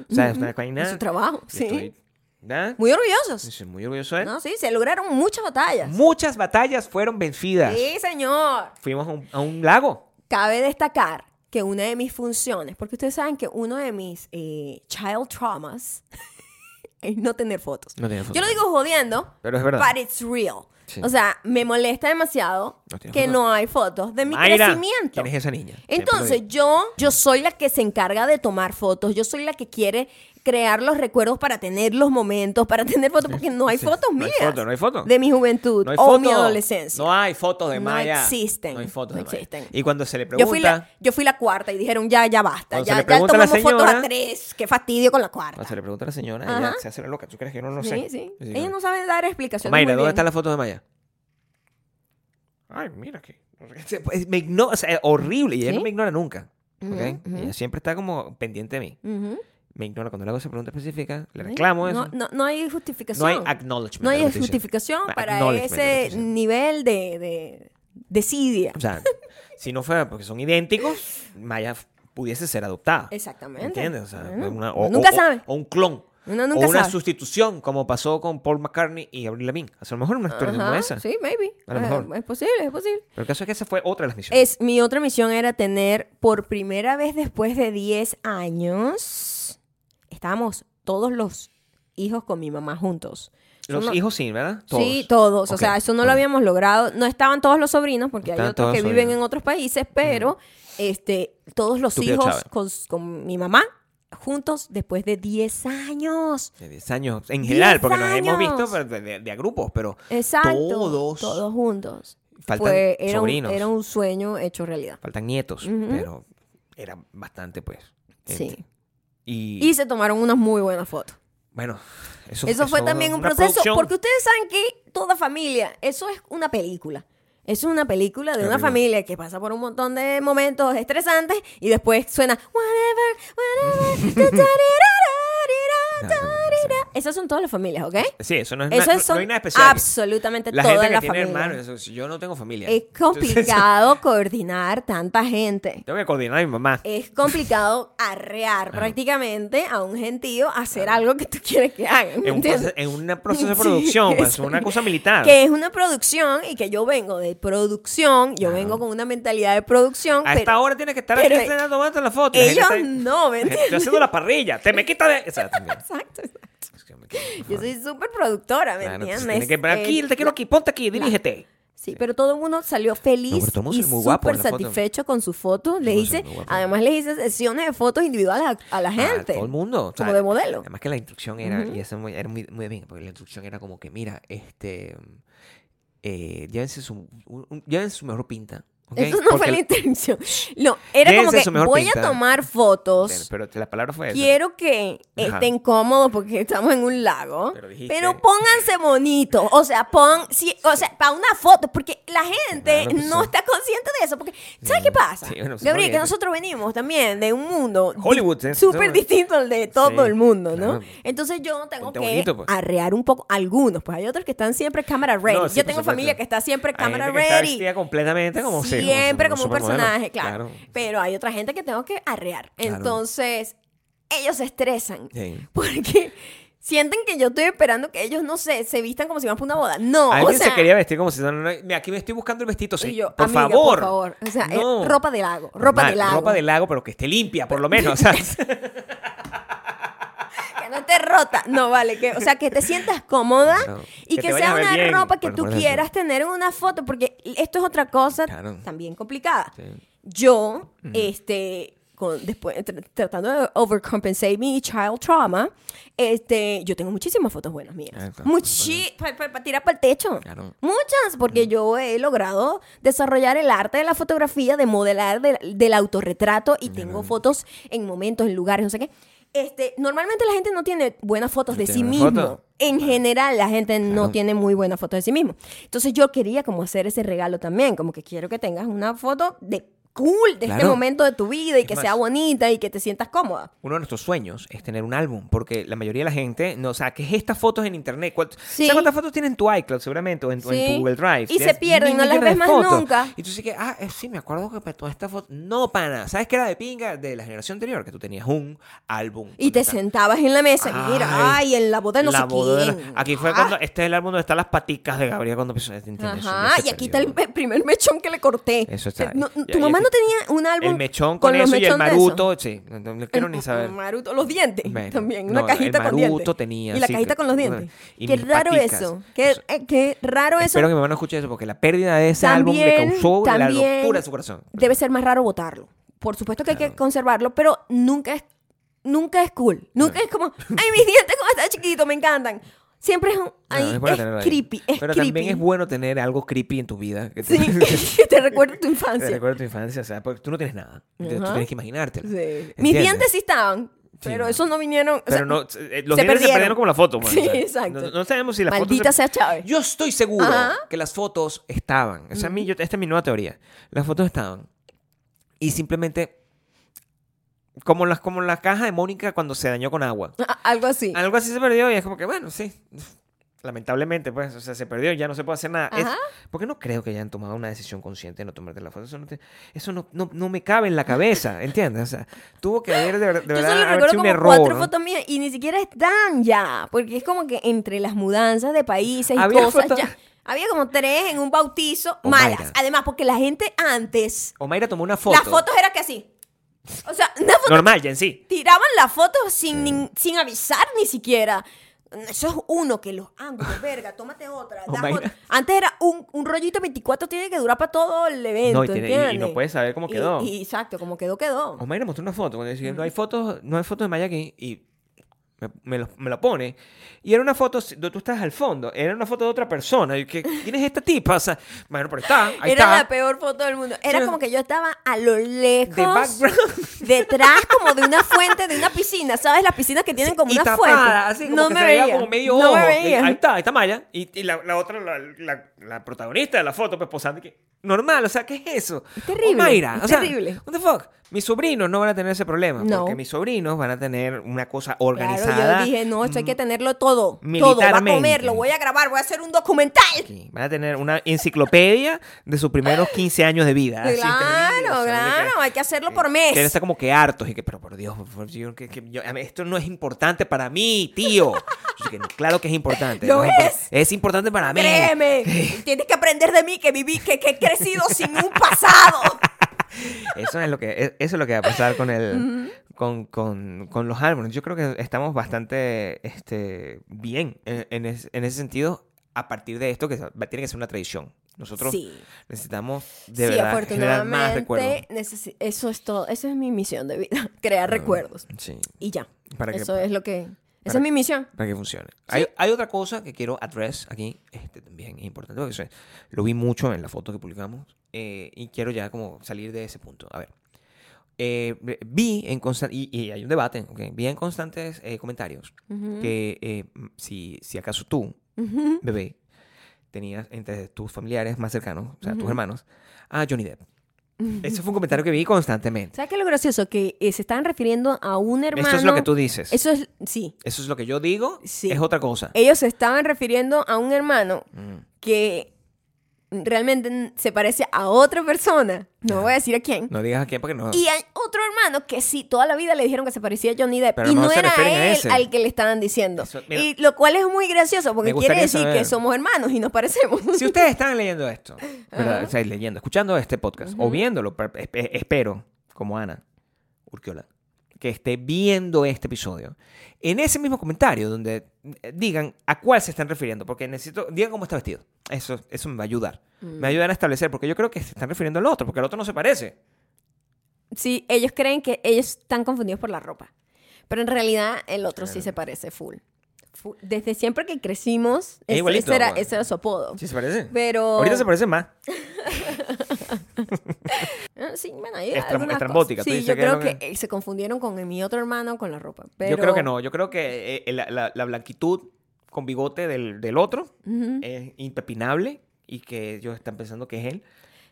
Speaker 2: O sea, es una vaina...
Speaker 1: Es su trabajo.
Speaker 2: Yo
Speaker 1: Sí.
Speaker 2: estoy- ¿Eh? ¿verdad?
Speaker 1: Muy orgullosos.
Speaker 2: Soy muy orgulloso de él.
Speaker 1: No, sí, se lograron muchas batallas.
Speaker 2: Muchas batallas fueron vencidas.
Speaker 1: Sí, señor.
Speaker 2: Fuimos a un, a un lago.
Speaker 1: Cabe destacar que una de mis funciones, porque ustedes saben que uno de mis eh, child traumas es no tener fotos.
Speaker 2: No tenía fotos.
Speaker 1: Yo lo digo jodiendo,
Speaker 2: Pero es verdad.
Speaker 1: but it's real.
Speaker 2: Sí.
Speaker 1: O sea, me molesta demasiado
Speaker 2: No tienes
Speaker 1: que
Speaker 2: fotos.
Speaker 1: no hay fotos de mi
Speaker 2: Mayra,
Speaker 1: crecimiento.
Speaker 2: ¿Quién es esa niña? Siempre lo
Speaker 1: Entonces
Speaker 2: digo.
Speaker 1: yo, yo soy la que se encarga de tomar fotos, yo soy la que quiere crear los recuerdos para tener los momentos, para tener fotos, porque no hay
Speaker 2: sí.
Speaker 1: fotos
Speaker 2: No hay
Speaker 1: mías.
Speaker 2: foto, no hay foto.
Speaker 1: De mi juventud
Speaker 2: No hay
Speaker 1: o
Speaker 2: foto.
Speaker 1: mi adolescencia.
Speaker 2: No hay fotos de
Speaker 1: No
Speaker 2: Maya.
Speaker 1: existen.
Speaker 2: No hay fotos
Speaker 1: No
Speaker 2: de Maya.
Speaker 1: existen.
Speaker 2: Y cuando se le pregunta.
Speaker 1: yo, fui la, yo fui la cuarta y dijeron ya, ya basta,
Speaker 2: Cuando se
Speaker 1: ya,
Speaker 2: le
Speaker 1: ya
Speaker 2: pregunta a la
Speaker 1: tomamos fotos a
Speaker 2: señora-
Speaker 1: tres, qué fastidio con la cuarta.
Speaker 2: Cuando se le pregunta a la señora,
Speaker 1: Ah. Ajá.
Speaker 2: ella se hace la loca. ¿Tú crees que yo Ah, no lo
Speaker 1: sí,
Speaker 2: sé?
Speaker 1: sí.
Speaker 2: Así
Speaker 1: Ellos
Speaker 2: como,
Speaker 1: no saben dar explicaciones.
Speaker 2: Mayra,
Speaker 1: muy
Speaker 2: ¿dónde
Speaker 1: bien.
Speaker 2: están las fotos de Maya? Ay, mira que. Me ignora, o sea, horrible. Y ella
Speaker 1: ¿Sí?
Speaker 2: no me ignora nunca. ¿ok?
Speaker 1: Ujú, ujú.
Speaker 2: Ella siempre está como pendiente de mí.
Speaker 1: Ujú.
Speaker 2: Me ignora cuando le hago esa pregunta específica, le
Speaker 1: Sí.
Speaker 2: reclamo eso.
Speaker 1: No, no, no hay
Speaker 2: No
Speaker 1: justificación.
Speaker 2: hay acknowledgement.
Speaker 1: No
Speaker 2: es
Speaker 1: hay
Speaker 2: lo que estoy diciendo.
Speaker 1: justificación
Speaker 2: Ah,
Speaker 1: para
Speaker 2: acknowledgement, es lo que
Speaker 1: ese
Speaker 2: estoy diciendo.
Speaker 1: nivel de, de, desidia.
Speaker 2: O sea, si no fuera porque son idénticos, Maya f- pudiese ser adoptada.
Speaker 1: Exactamente.
Speaker 2: ¿Entiendes? O sea, pues,
Speaker 1: Bueno,
Speaker 2: una- o-
Speaker 1: nunca
Speaker 2: o-
Speaker 1: sabe.
Speaker 2: O un clon.
Speaker 1: Uno
Speaker 2: o
Speaker 1: nunca
Speaker 2: una
Speaker 1: sabe.
Speaker 2: sustitución, como pasó con Paul McCartney y Avril Lavigne. O sea, a lo mejor una historia como
Speaker 1: Ajá,
Speaker 2: esa.
Speaker 1: Sí, maybe.
Speaker 2: A lo
Speaker 1: Eh,
Speaker 2: mejor.
Speaker 1: Es posible, es posible.
Speaker 2: Pero el caso es que esa fue otra de las misiones.
Speaker 1: Es, mi otra misión era tener por primera vez después de 10 años. Estábamos todos los hijos con mi mamá juntos.
Speaker 2: Los
Speaker 1: Uno-
Speaker 2: hijos sí, ¿verdad? Todos.
Speaker 1: Sí, todos. O
Speaker 2: Ok,
Speaker 1: sea, eso no lo
Speaker 2: ok.
Speaker 1: habíamos logrado. No estaban todos los sobrinos, porque hay
Speaker 2: Estaban
Speaker 1: otros
Speaker 2: todos
Speaker 1: que
Speaker 2: los
Speaker 1: viven
Speaker 2: sobrinos.
Speaker 1: en otros países, pero este, todos los
Speaker 2: Tu tío
Speaker 1: hijos
Speaker 2: Chávez.
Speaker 1: con, con mi mamá juntos después de 10 años.
Speaker 2: De 10 años en
Speaker 1: 10
Speaker 2: general, porque nos hemos
Speaker 1: años.
Speaker 2: visto pero de, de- de a grupos, pero
Speaker 1: Exacto.
Speaker 2: Todos.
Speaker 1: Todos juntos.
Speaker 2: Faltan
Speaker 1: Fue- era, un,
Speaker 2: sobrinos.
Speaker 1: era un sueño hecho realidad.
Speaker 2: faltan nietos,
Speaker 1: Ujú.
Speaker 2: pero era bastante, pues. gente.
Speaker 1: Sí.
Speaker 2: Y,
Speaker 1: Y se tomaron unas muy buenas fotos.
Speaker 2: bueno, eso,
Speaker 1: Eso fue
Speaker 2: eso-
Speaker 1: también un
Speaker 2: una
Speaker 1: proceso,
Speaker 2: producción.
Speaker 1: porque ustedes saben que toda familia, eso es una película. Eso es una película de
Speaker 2: Una
Speaker 1: una
Speaker 2: película.
Speaker 1: familia que pasa por un montón de momentos estresantes y después suena whatever, whatever. ta, ta, ra, ra, ra, ta, ra. Esas son todas las familias, ¿ok?
Speaker 2: Sí, eso no es
Speaker 1: Eso
Speaker 2: na- no-
Speaker 1: son
Speaker 2: no hay nada especial.
Speaker 1: absolutamente
Speaker 2: La
Speaker 1: todas
Speaker 2: gente que
Speaker 1: las
Speaker 2: tiene
Speaker 1: familias.
Speaker 2: hermanos, eso, si yo no tengo familia.
Speaker 1: es
Speaker 2: Entonces,
Speaker 1: complicado coordinar tanta gente.
Speaker 2: tengo que coordinar a mi mamá.
Speaker 1: Es complicado arrear prácticamente a un gentío a hacer algo que tú quieres que hagan. ¿me
Speaker 2: En un,
Speaker 1: entiendes?
Speaker 2: proceso, en un proceso de
Speaker 1: Sí,
Speaker 2: producción, pues,
Speaker 1: eso.
Speaker 2: una cosa militar.
Speaker 1: que es una producción y que yo vengo de producción, yo vengo con una mentalidad de producción,
Speaker 2: A esta
Speaker 1: pero
Speaker 2: hora tienes que estar
Speaker 1: pero-
Speaker 2: aquí tomando la foto. y la gente
Speaker 1: ellos
Speaker 2: está ahí-
Speaker 1: no, ¿me
Speaker 2: Estoy
Speaker 1: entiendes?
Speaker 2: haciendo la parrilla. Te me quita de. O sea, también.
Speaker 1: Exacto, exacto.
Speaker 2: Es que me quita, por
Speaker 1: Yo
Speaker 2: favor.
Speaker 1: soy súper productora, ¿me
Speaker 2: Claro, entonces
Speaker 1: entiendes?
Speaker 2: tiene que- pero aquí,
Speaker 1: Eh,
Speaker 2: te quiero aquí, ponte aquí, dirígete.
Speaker 1: Sí, pero todo el mundo salió feliz
Speaker 2: No, pero todo el mundo
Speaker 1: y
Speaker 2: salió muy guapo
Speaker 1: súper
Speaker 2: en la foto.
Speaker 1: satisfecho con su foto. Le
Speaker 2: mundo
Speaker 1: hice,
Speaker 2: salió muy guapo.
Speaker 1: además le hice sesiones de fotos individuales a, a la gente.
Speaker 2: A todo el mundo. o sea,
Speaker 1: Como de modelo.
Speaker 2: Además que la instrucción era, y eso muy- era muy, muy bien, porque la instrucción era como que, mira, este, eh, llévense, su, un- un- llévense su mejor pinta. ¿ok?
Speaker 1: Eso no
Speaker 2: Porque
Speaker 1: fue la
Speaker 2: la-
Speaker 1: intención. No, era como
Speaker 2: Llévense
Speaker 1: que
Speaker 2: su mejor
Speaker 1: voy a
Speaker 2: pinta.
Speaker 1: tomar fotos.
Speaker 2: Pero la palabra fue esa.
Speaker 1: Quiero que eh,
Speaker 2: Ajá.
Speaker 1: estén cómodos porque estamos en un lago. Pero,
Speaker 2: Pero dijiste-
Speaker 1: pónganse bonito. O sea, pon, sí, o sea, para una foto. Porque la gente
Speaker 2: Claro que
Speaker 1: no
Speaker 2: sí.
Speaker 1: está consciente de eso. Porque, ¿sabes qué pasa?
Speaker 2: Sí, bueno, pues,
Speaker 1: Gabriel,
Speaker 2: no,
Speaker 1: que
Speaker 2: ya-
Speaker 1: nosotros venimos también de un mundo di-
Speaker 2: Hollywood, ¿eh?
Speaker 1: súper
Speaker 2: No.
Speaker 1: distinto al de todo
Speaker 2: Sí,
Speaker 1: el mundo, ¿no?
Speaker 2: claro.
Speaker 1: Entonces yo tengo que
Speaker 2: Ponte bonito, pues.
Speaker 1: arrear un poco algunos. Pues hay otros que están siempre cámara ready.
Speaker 2: No, sí,
Speaker 1: yo
Speaker 2: por
Speaker 1: tengo
Speaker 2: supuesto.
Speaker 1: familia que está siempre
Speaker 2: Hay gente
Speaker 1: cámara
Speaker 2: que está
Speaker 1: ready.
Speaker 2: vestida completamente como sí,
Speaker 1: Siempre como, un
Speaker 2: supermodelo.
Speaker 1: personaje, claro. Pero hay otra gente que tengo que arrear.
Speaker 2: Claro.
Speaker 1: Entonces, ellos se estresan.
Speaker 2: Sí.
Speaker 1: Porque sienten que yo estoy esperando que ellos, no sé, se vistan como si van a una boda. No, o
Speaker 2: Alguien
Speaker 1: sea,
Speaker 2: se quería vestir como si no, no, no, mira, aquí me estoy buscando el vestido, sí.
Speaker 1: y yo,
Speaker 2: por,
Speaker 1: "Amiga,
Speaker 2: favor.
Speaker 1: por favor. O sea, eh,
Speaker 2: No.
Speaker 1: ropa de lago, ropa de
Speaker 2: Normal,
Speaker 1: lago.
Speaker 2: Ropa de lago, pero que esté limpia, por lo menos. ¿sabes?
Speaker 1: Que no esté rota. No, vale. Que, o sea, que te sientas cómoda
Speaker 2: Claro.
Speaker 1: y
Speaker 2: Que
Speaker 1: que,
Speaker 2: te vayas
Speaker 1: sea
Speaker 2: a ver
Speaker 1: una
Speaker 2: bien,
Speaker 1: ropa que
Speaker 2: por-
Speaker 1: tú
Speaker 2: por eso.
Speaker 1: quieras tener en una foto, porque esto es otra cosa
Speaker 2: Claro.
Speaker 1: también complicada.
Speaker 2: Sí.
Speaker 1: Yo,
Speaker 2: Mm.
Speaker 1: este, con, después, tr- tratando de overcompensate mi child trauma, este, yo tengo muchísimas fotos buenas mías.
Speaker 2: Ah, claro.
Speaker 1: Para tirar para el techo.
Speaker 2: Claro. Mm.
Speaker 1: Muchas, porque yo he logrado desarrollar el arte de la fotografía, de modelar del- del autorretrato y tengo fotos en momentos, en lugares, no sé qué. Este, normalmente la gente no tiene buenas fotos
Speaker 2: No
Speaker 1: de
Speaker 2: tiene
Speaker 1: sí mismo.
Speaker 2: buenas fotos.
Speaker 1: En general, la gente no
Speaker 2: Claro.
Speaker 1: tiene muy buenas fotos de sí mismo. Entonces yo quería como hacer ese regalo también, como que quiero que tengas una foto de cool de este
Speaker 2: Claro.
Speaker 1: momento de tu vida y
Speaker 2: Es
Speaker 1: que
Speaker 2: más-
Speaker 1: sea bonita y que te sientas cómoda.
Speaker 2: Uno de nuestros sueños es tener un álbum, porque la mayoría de la gente, no, o sea, que es estas fotos en internet. ¿Cuál-
Speaker 1: Sí.
Speaker 2: ¿Sabes cuántas fotos tienen en tu iCloud seguramente o en, o en
Speaker 1: Sí.
Speaker 2: tu Google Drive?
Speaker 1: Y
Speaker 2: Tienes
Speaker 1: se pierden, no las
Speaker 2: millones
Speaker 1: ves
Speaker 2: de
Speaker 1: más
Speaker 2: fotos.
Speaker 1: nunca.
Speaker 2: Y tú sí que, ah, eh, sí, me acuerdo que me tomé esta foto. No, pana, ¿sabes qué era de pinga? De la generación anterior, que tú tenías un álbum.
Speaker 1: Y te
Speaker 2: sentías
Speaker 1: sentabas en la mesa y mira, ay,
Speaker 2: Ay,
Speaker 1: en la boda de no sé quién.
Speaker 2: Aquí fue
Speaker 1: Ah,
Speaker 2: cuando, este es el álbum donde están las paticas de Gabriel cuando empezó. este, ¿entiendes? Eso ya
Speaker 1: Ajá,
Speaker 2: se
Speaker 1: y aquí está
Speaker 2: perdió.
Speaker 1: el pe- primer mechón que le corté.
Speaker 2: Eso está
Speaker 1: Eh, no,
Speaker 2: ahí.
Speaker 1: tu
Speaker 2: Ya,
Speaker 1: mamá
Speaker 2: ya
Speaker 1: no
Speaker 2: que-
Speaker 1: tenía un álbum.
Speaker 2: El mechón con,
Speaker 1: los
Speaker 2: eso y el
Speaker 1: mechón de eso.
Speaker 2: maruto, sí, no, no quiero ni saber.
Speaker 1: Maruto, los dientes
Speaker 2: Bueno,
Speaker 1: también,
Speaker 2: no,
Speaker 1: una cajita
Speaker 2: el
Speaker 1: con dientes.
Speaker 2: Maruto tenía,
Speaker 1: y la
Speaker 2: sí,
Speaker 1: cajita
Speaker 2: que-
Speaker 1: con los dientes.
Speaker 2: y
Speaker 1: qué
Speaker 2: mis
Speaker 1: raro
Speaker 2: paticas.
Speaker 1: eso. Qué,
Speaker 2: Eso-
Speaker 1: eh, qué raro eso.
Speaker 2: Espero que mi mamá no escuche eso porque la pérdida de ese álbum
Speaker 1: También-
Speaker 2: le causó
Speaker 1: también
Speaker 2: la ruptura de su corazón.
Speaker 1: Debe ser más raro botarlo. Por supuesto que hay que conservarlo, pero nunca es, nunca es cool. Nunca es como, ay, mis dientes como están chiquitos, me encantan. Siempre es, un, ahí,
Speaker 2: No,
Speaker 1: es,
Speaker 2: bueno tenerlo ahí.
Speaker 1: creepy, es
Speaker 2: Pero
Speaker 1: creepy.
Speaker 2: también es bueno tener algo creepy en tu vida. Que te,
Speaker 1: Sí, que te recuerda tu
Speaker 2: te
Speaker 1: infancia.
Speaker 2: recuerda tu infancia, o sea, porque tú no tienes nada. Entonces,
Speaker 1: Ajá.
Speaker 2: Tú tienes que imaginártelo.
Speaker 1: Sí. Mis
Speaker 2: ¿Entiendes?
Speaker 1: dientes sí estaban, pero
Speaker 2: no.
Speaker 1: esos no vinieron. o
Speaker 2: Pero
Speaker 1: sea,
Speaker 2: no, eh, los
Speaker 1: se
Speaker 2: dientes se perdieron
Speaker 1: perdieron.
Speaker 2: como la foto. bueno,
Speaker 1: Sí,
Speaker 2: o sea,
Speaker 1: exacto.
Speaker 2: No, no sabemos si la
Speaker 1: Maldita
Speaker 2: foto. se-
Speaker 1: sea Chávez.
Speaker 2: Yo estoy seguro
Speaker 1: Ajá.
Speaker 2: que las fotos estaban. O sea, a mí, yo, esta es mi nueva teoría. Las fotos estaban. Y simplemente. Como, las, como la caja de Mónica cuando se dañó con agua.
Speaker 1: a- algo así.
Speaker 2: Algo así se perdió y es como que, bueno, sí. lamentablemente, pues, o sea, se perdió, ya no se puede hacer nada. Es-
Speaker 1: Ajá.
Speaker 2: porque no creo que hayan tomado una decisión consciente de no tomarte la foto. Eso no, te- eso no, no- no me cabe en la cabeza, ¿entiendes? O sea, tuvo que haber de, ver- de
Speaker 1: Yo
Speaker 2: verdad
Speaker 1: solo
Speaker 2: haber
Speaker 1: recuerdo
Speaker 2: sido
Speaker 1: como
Speaker 2: un error.
Speaker 1: cuatro
Speaker 2: ¿no?
Speaker 1: fotos mías y ni siquiera están ya, porque es como que entre las mudanzas de países y
Speaker 2: Había
Speaker 1: cosas
Speaker 2: fotos-
Speaker 1: ya. Había como tres en un bautizo
Speaker 2: Oh,
Speaker 1: malas.
Speaker 2: Mayra.
Speaker 1: Además, porque la gente antes,
Speaker 2: Omaira tomó una foto.
Speaker 1: las fotos eran que así. O sea, una foto-
Speaker 2: Normal, ya en sí.
Speaker 1: tiraban las fotos sin, nin- sin avisar ni siquiera. Eso es uno que los ángulos, verga, tómate otra.
Speaker 2: Oh,
Speaker 1: da
Speaker 2: Mayra.
Speaker 1: otra. Antes era un, un rollito 24, tiene que durar para todo el evento.
Speaker 2: No, y tiene- y- y no
Speaker 1: ¿entiendes?
Speaker 2: puedes saber cómo
Speaker 1: Y-
Speaker 2: quedó.
Speaker 1: y exacto, como quedó, quedó.
Speaker 2: Omaira mostró una foto. Cuando decía, no hay fotos, no hay fotos de Maya aquí. Y me, me lo, me lo pone. Y era una foto donde tú estás al fondo. Era una foto de otra persona. Y que, ¿Quién es esta tipa? O sea, bueno, pero está, ahí
Speaker 1: Era
Speaker 2: está.
Speaker 1: la peor foto del mundo. Era
Speaker 2: Sí.
Speaker 1: como que yo estaba a lo
Speaker 2: De
Speaker 1: lejos,
Speaker 2: background.
Speaker 1: detrás como de una fuente, de una piscina. ¿Sabes? Las piscinas que tienen como
Speaker 2: y
Speaker 1: una
Speaker 2: tapada,
Speaker 1: fuente.
Speaker 2: así como
Speaker 1: no
Speaker 2: que
Speaker 1: me
Speaker 2: se veía
Speaker 1: veía.
Speaker 2: como medio
Speaker 1: no
Speaker 2: ojo.
Speaker 1: me
Speaker 2: Y Ahí
Speaker 1: veía.
Speaker 2: está, ahí está Maya. Y, y la, la otra, la, la- la protagonista de la foto, pues posando. y que, normal, o sea, ¿qué es eso?
Speaker 1: Es terrible,
Speaker 2: Mayra,
Speaker 1: es
Speaker 2: o sea,
Speaker 1: terrible.
Speaker 2: what the fuck? Mis sobrinos no van a tener ese problema.
Speaker 1: No.
Speaker 2: Porque mis sobrinos van a tener una cosa
Speaker 1: Claro,
Speaker 2: organizada. Mm,
Speaker 1: yo dije, no, esto hay que tenerlo todo. Todo. Va a
Speaker 2: Militarmente.
Speaker 1: comer, lo voy a grabar, voy a hacer un documental.
Speaker 2: Aquí. Van a tener una enciclopedia de sus primeros 15 años de vida. Así, terrible,
Speaker 1: claro,
Speaker 2: o sea, de que- eh,
Speaker 1: claro. Hay que hacerlo por
Speaker 2: Que él
Speaker 1: mes.
Speaker 2: está como que hartos y que, pero por Dios, por favor, yo- que- que yo- a mí esto no es importante para mí, tío. Yo que, claro que es importante.
Speaker 1: ¿Lo
Speaker 2: no impor-
Speaker 1: es?
Speaker 2: Es importante para mí.
Speaker 1: Créeme. Tienes que aprender de mí que viví, que, que he crecido sin un pasado.
Speaker 2: Eso es lo que, e- eso es lo que va a pasar con el, con, con- con los álbumes. Yo creo que estamos bastante este, bien en, en es- en ese sentido a partir de esto que se- va- tiene que ser una tradición. Nosotros
Speaker 1: Sí.
Speaker 2: necesitamos de
Speaker 1: sí,
Speaker 2: verdad generar más recuerdos.
Speaker 1: afortunadamente, necesi- eso es todo. Esa es mi misión de vida, crear recuerdos.
Speaker 2: Sí.
Speaker 1: Y ya.
Speaker 2: Ah. Para que-
Speaker 1: eso es lo que... Esa
Speaker 2: para-
Speaker 1: es mi misión.
Speaker 2: para que funcione. Hay, hay otra cosa que quiero address aquí, este también es importante, porque se- lo vi mucho en la foto que publicamos eh, y quiero ya como salir de ese punto. A ver, eh, vi en constante, y, y hay un debate, ok, vi en constantes eh, comentarios
Speaker 1: Mm.
Speaker 2: que eh, m- si, si acaso tú, bebé, tenías entre tus familiares más cercanos, o sea, tus hermanos, a Johnny Depp. Ese fue un comentario que vi constantemente.
Speaker 1: ¿Sabes qué es lo gracioso? Que eh, se estaban refiriendo a un hermano...
Speaker 2: Esto es lo que tú dices.
Speaker 1: Eso es... Sí.
Speaker 2: Eso es lo que yo digo,
Speaker 1: Sí. Eh,
Speaker 2: es otra cosa.
Speaker 1: Ellos se estaban refiriendo a un hermano
Speaker 2: Mm.
Speaker 1: que realmente n- se parece a otra persona. No voy a decir a quién.
Speaker 2: No digas a quién porque no...
Speaker 1: Y hay otro hermano que sí, toda la vida le dijeron que se parecía a Johnny Depp.
Speaker 2: Pero
Speaker 1: y
Speaker 2: no
Speaker 1: no,
Speaker 2: se
Speaker 1: era
Speaker 2: refieren a
Speaker 1: él
Speaker 2: ese.
Speaker 1: al que le estaban diciendo.
Speaker 2: Eso, mira.
Speaker 1: y lo cual es muy gracioso porque
Speaker 2: Me
Speaker 1: quiere
Speaker 2: gustaría
Speaker 1: decir que
Speaker 2: saber.
Speaker 1: somos hermanos y nos parecemos.
Speaker 2: Si ustedes están leyendo esto, ¿verdad? O sea, leyendo, escuchando este podcast o viéndolo, per- espe- espero, como Ana Urquiola, que esté viendo este episodio, en ese mismo comentario donde eh, digan a cuál se están refiriendo, porque necesito, digan cómo está vestido. Eso, eso me va a ayudar. Me
Speaker 1: Mm.
Speaker 2: va a ayudar a establecer, porque yo creo que se están refiriendo al otro, porque el otro no se parece.
Speaker 1: Sí, ellos creen que ellos están confundidos por la ropa. Pero en realidad el otro sí se parece full. Full. Desde siempre que crecimos,
Speaker 2: Es
Speaker 1: ese,
Speaker 2: igualito,
Speaker 1: ese era,
Speaker 2: güey.
Speaker 1: ese era su apodo.
Speaker 2: ¿Sí se parece?
Speaker 1: Pero-
Speaker 2: Ahorita se parece más.
Speaker 1: Ah, Sí, bueno, hay
Speaker 2: Estram-
Speaker 1: algunas cosas.
Speaker 2: estrambótica, tú
Speaker 1: Sí,
Speaker 2: dices
Speaker 1: yo
Speaker 2: que
Speaker 1: creo
Speaker 2: es lo
Speaker 1: que
Speaker 2: que-
Speaker 1: eh, se confundieron con mi otro hermano con la ropa.
Speaker 2: Yo creo que
Speaker 1: pero-
Speaker 2: no, yo creo que eh, eh, la, la- la blanquitud con bigote del, del otro es impepinable y que ellos están pensando que es él.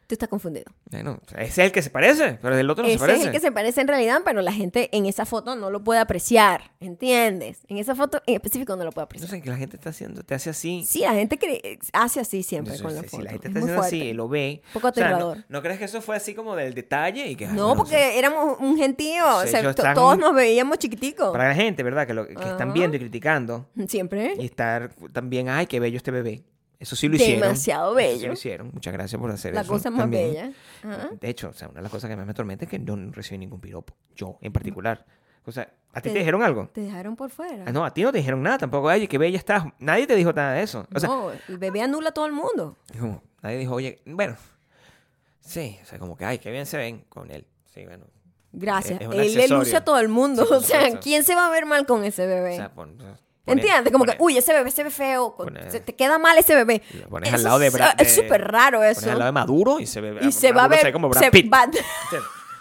Speaker 1: Tú estás confundido.
Speaker 2: Bueno, ese es el que se parece, pero el otro no
Speaker 1: Ese
Speaker 2: se parece.
Speaker 1: es el que se parece en realidad, pero la gente en esa foto no lo puede apreciar, ¿entiendes? En esa foto en específico no lo puede apreciar.
Speaker 2: Entonces, que la gente está haciendo, te hace así.
Speaker 1: Sí, la gente cree- hace así siempre con
Speaker 2: Entonces,
Speaker 1: la
Speaker 2: si-
Speaker 1: foto.
Speaker 2: si la gente
Speaker 1: es
Speaker 2: está
Speaker 1: muy
Speaker 2: haciendo así
Speaker 1: fuerte.
Speaker 2: y lo ve.
Speaker 1: Poco
Speaker 2: o sea, no-
Speaker 1: aterrador.
Speaker 2: no, crees que eso fue así como del detalle? Y que, ay,
Speaker 1: No,
Speaker 2: bueno,
Speaker 1: porque
Speaker 2: o sea,
Speaker 1: éramos un gentío, o
Speaker 2: Sí,
Speaker 1: sea,
Speaker 2: ellos
Speaker 1: to-
Speaker 2: están-
Speaker 1: todos nos veíamos chiquiticos.
Speaker 2: Para la gente, ¿verdad? Que, lo, que están
Speaker 1: Ajá.
Speaker 2: viendo y criticando.
Speaker 1: Siempre.
Speaker 2: Y estar también, ay, qué bello este bebé. Eso sí lo hicieron.
Speaker 1: Demasiado
Speaker 2: Eso sí
Speaker 1: bello.
Speaker 2: lo hicieron. Muchas gracias por hacer
Speaker 1: La
Speaker 2: eso.
Speaker 1: cosa más
Speaker 2: también.
Speaker 1: bella. ¿ah? Ajá.
Speaker 2: De hecho, o sea, una de las cosas que más me atormenta es que yo no recibí ningún piropo. Yo, en particular. O sea, ¿a ti te,
Speaker 1: Te-
Speaker 2: dijeron algo?
Speaker 1: Te dejaron por fuera.
Speaker 2: Ah, no, a ti no te dijeron nada tampoco. Ay, qué bella estás. Nadie te dijo nada de eso. O sea,
Speaker 1: no, el bebé anula a todo el mundo.
Speaker 2: es como, nadie dijo, oye, bueno. Sí, o sea, como que, ay, qué bien se ven con él. Sí, bueno.
Speaker 1: Gracias.
Speaker 2: e-, Es un
Speaker 1: Él le luce
Speaker 2: accesorio.
Speaker 1: a todo el mundo.
Speaker 2: Sí, por
Speaker 1: o sea,
Speaker 2: supuesto.
Speaker 1: ¿quién se va a ver mal con ese
Speaker 2: O
Speaker 1: bebé?
Speaker 2: sea, pon- pon-
Speaker 1: ¿Entiendes? Como
Speaker 2: pon-
Speaker 1: que, uy, ese bebé se ve feo. con-
Speaker 2: pone-
Speaker 1: se te queda mal ese bebé.
Speaker 2: lo pones
Speaker 1: Eso
Speaker 2: al lado de
Speaker 1: es- ah,
Speaker 2: Brad-
Speaker 1: Es
Speaker 2: de-
Speaker 1: súper raro
Speaker 2: pones al
Speaker 1: eso.
Speaker 2: lado de Maduro y se ve.
Speaker 1: Y se va a
Speaker 2: Maduro
Speaker 1: ver.
Speaker 2: ve como Brad
Speaker 1: se
Speaker 2: Pitt.
Speaker 1: va-
Speaker 2: ¿Entiendes?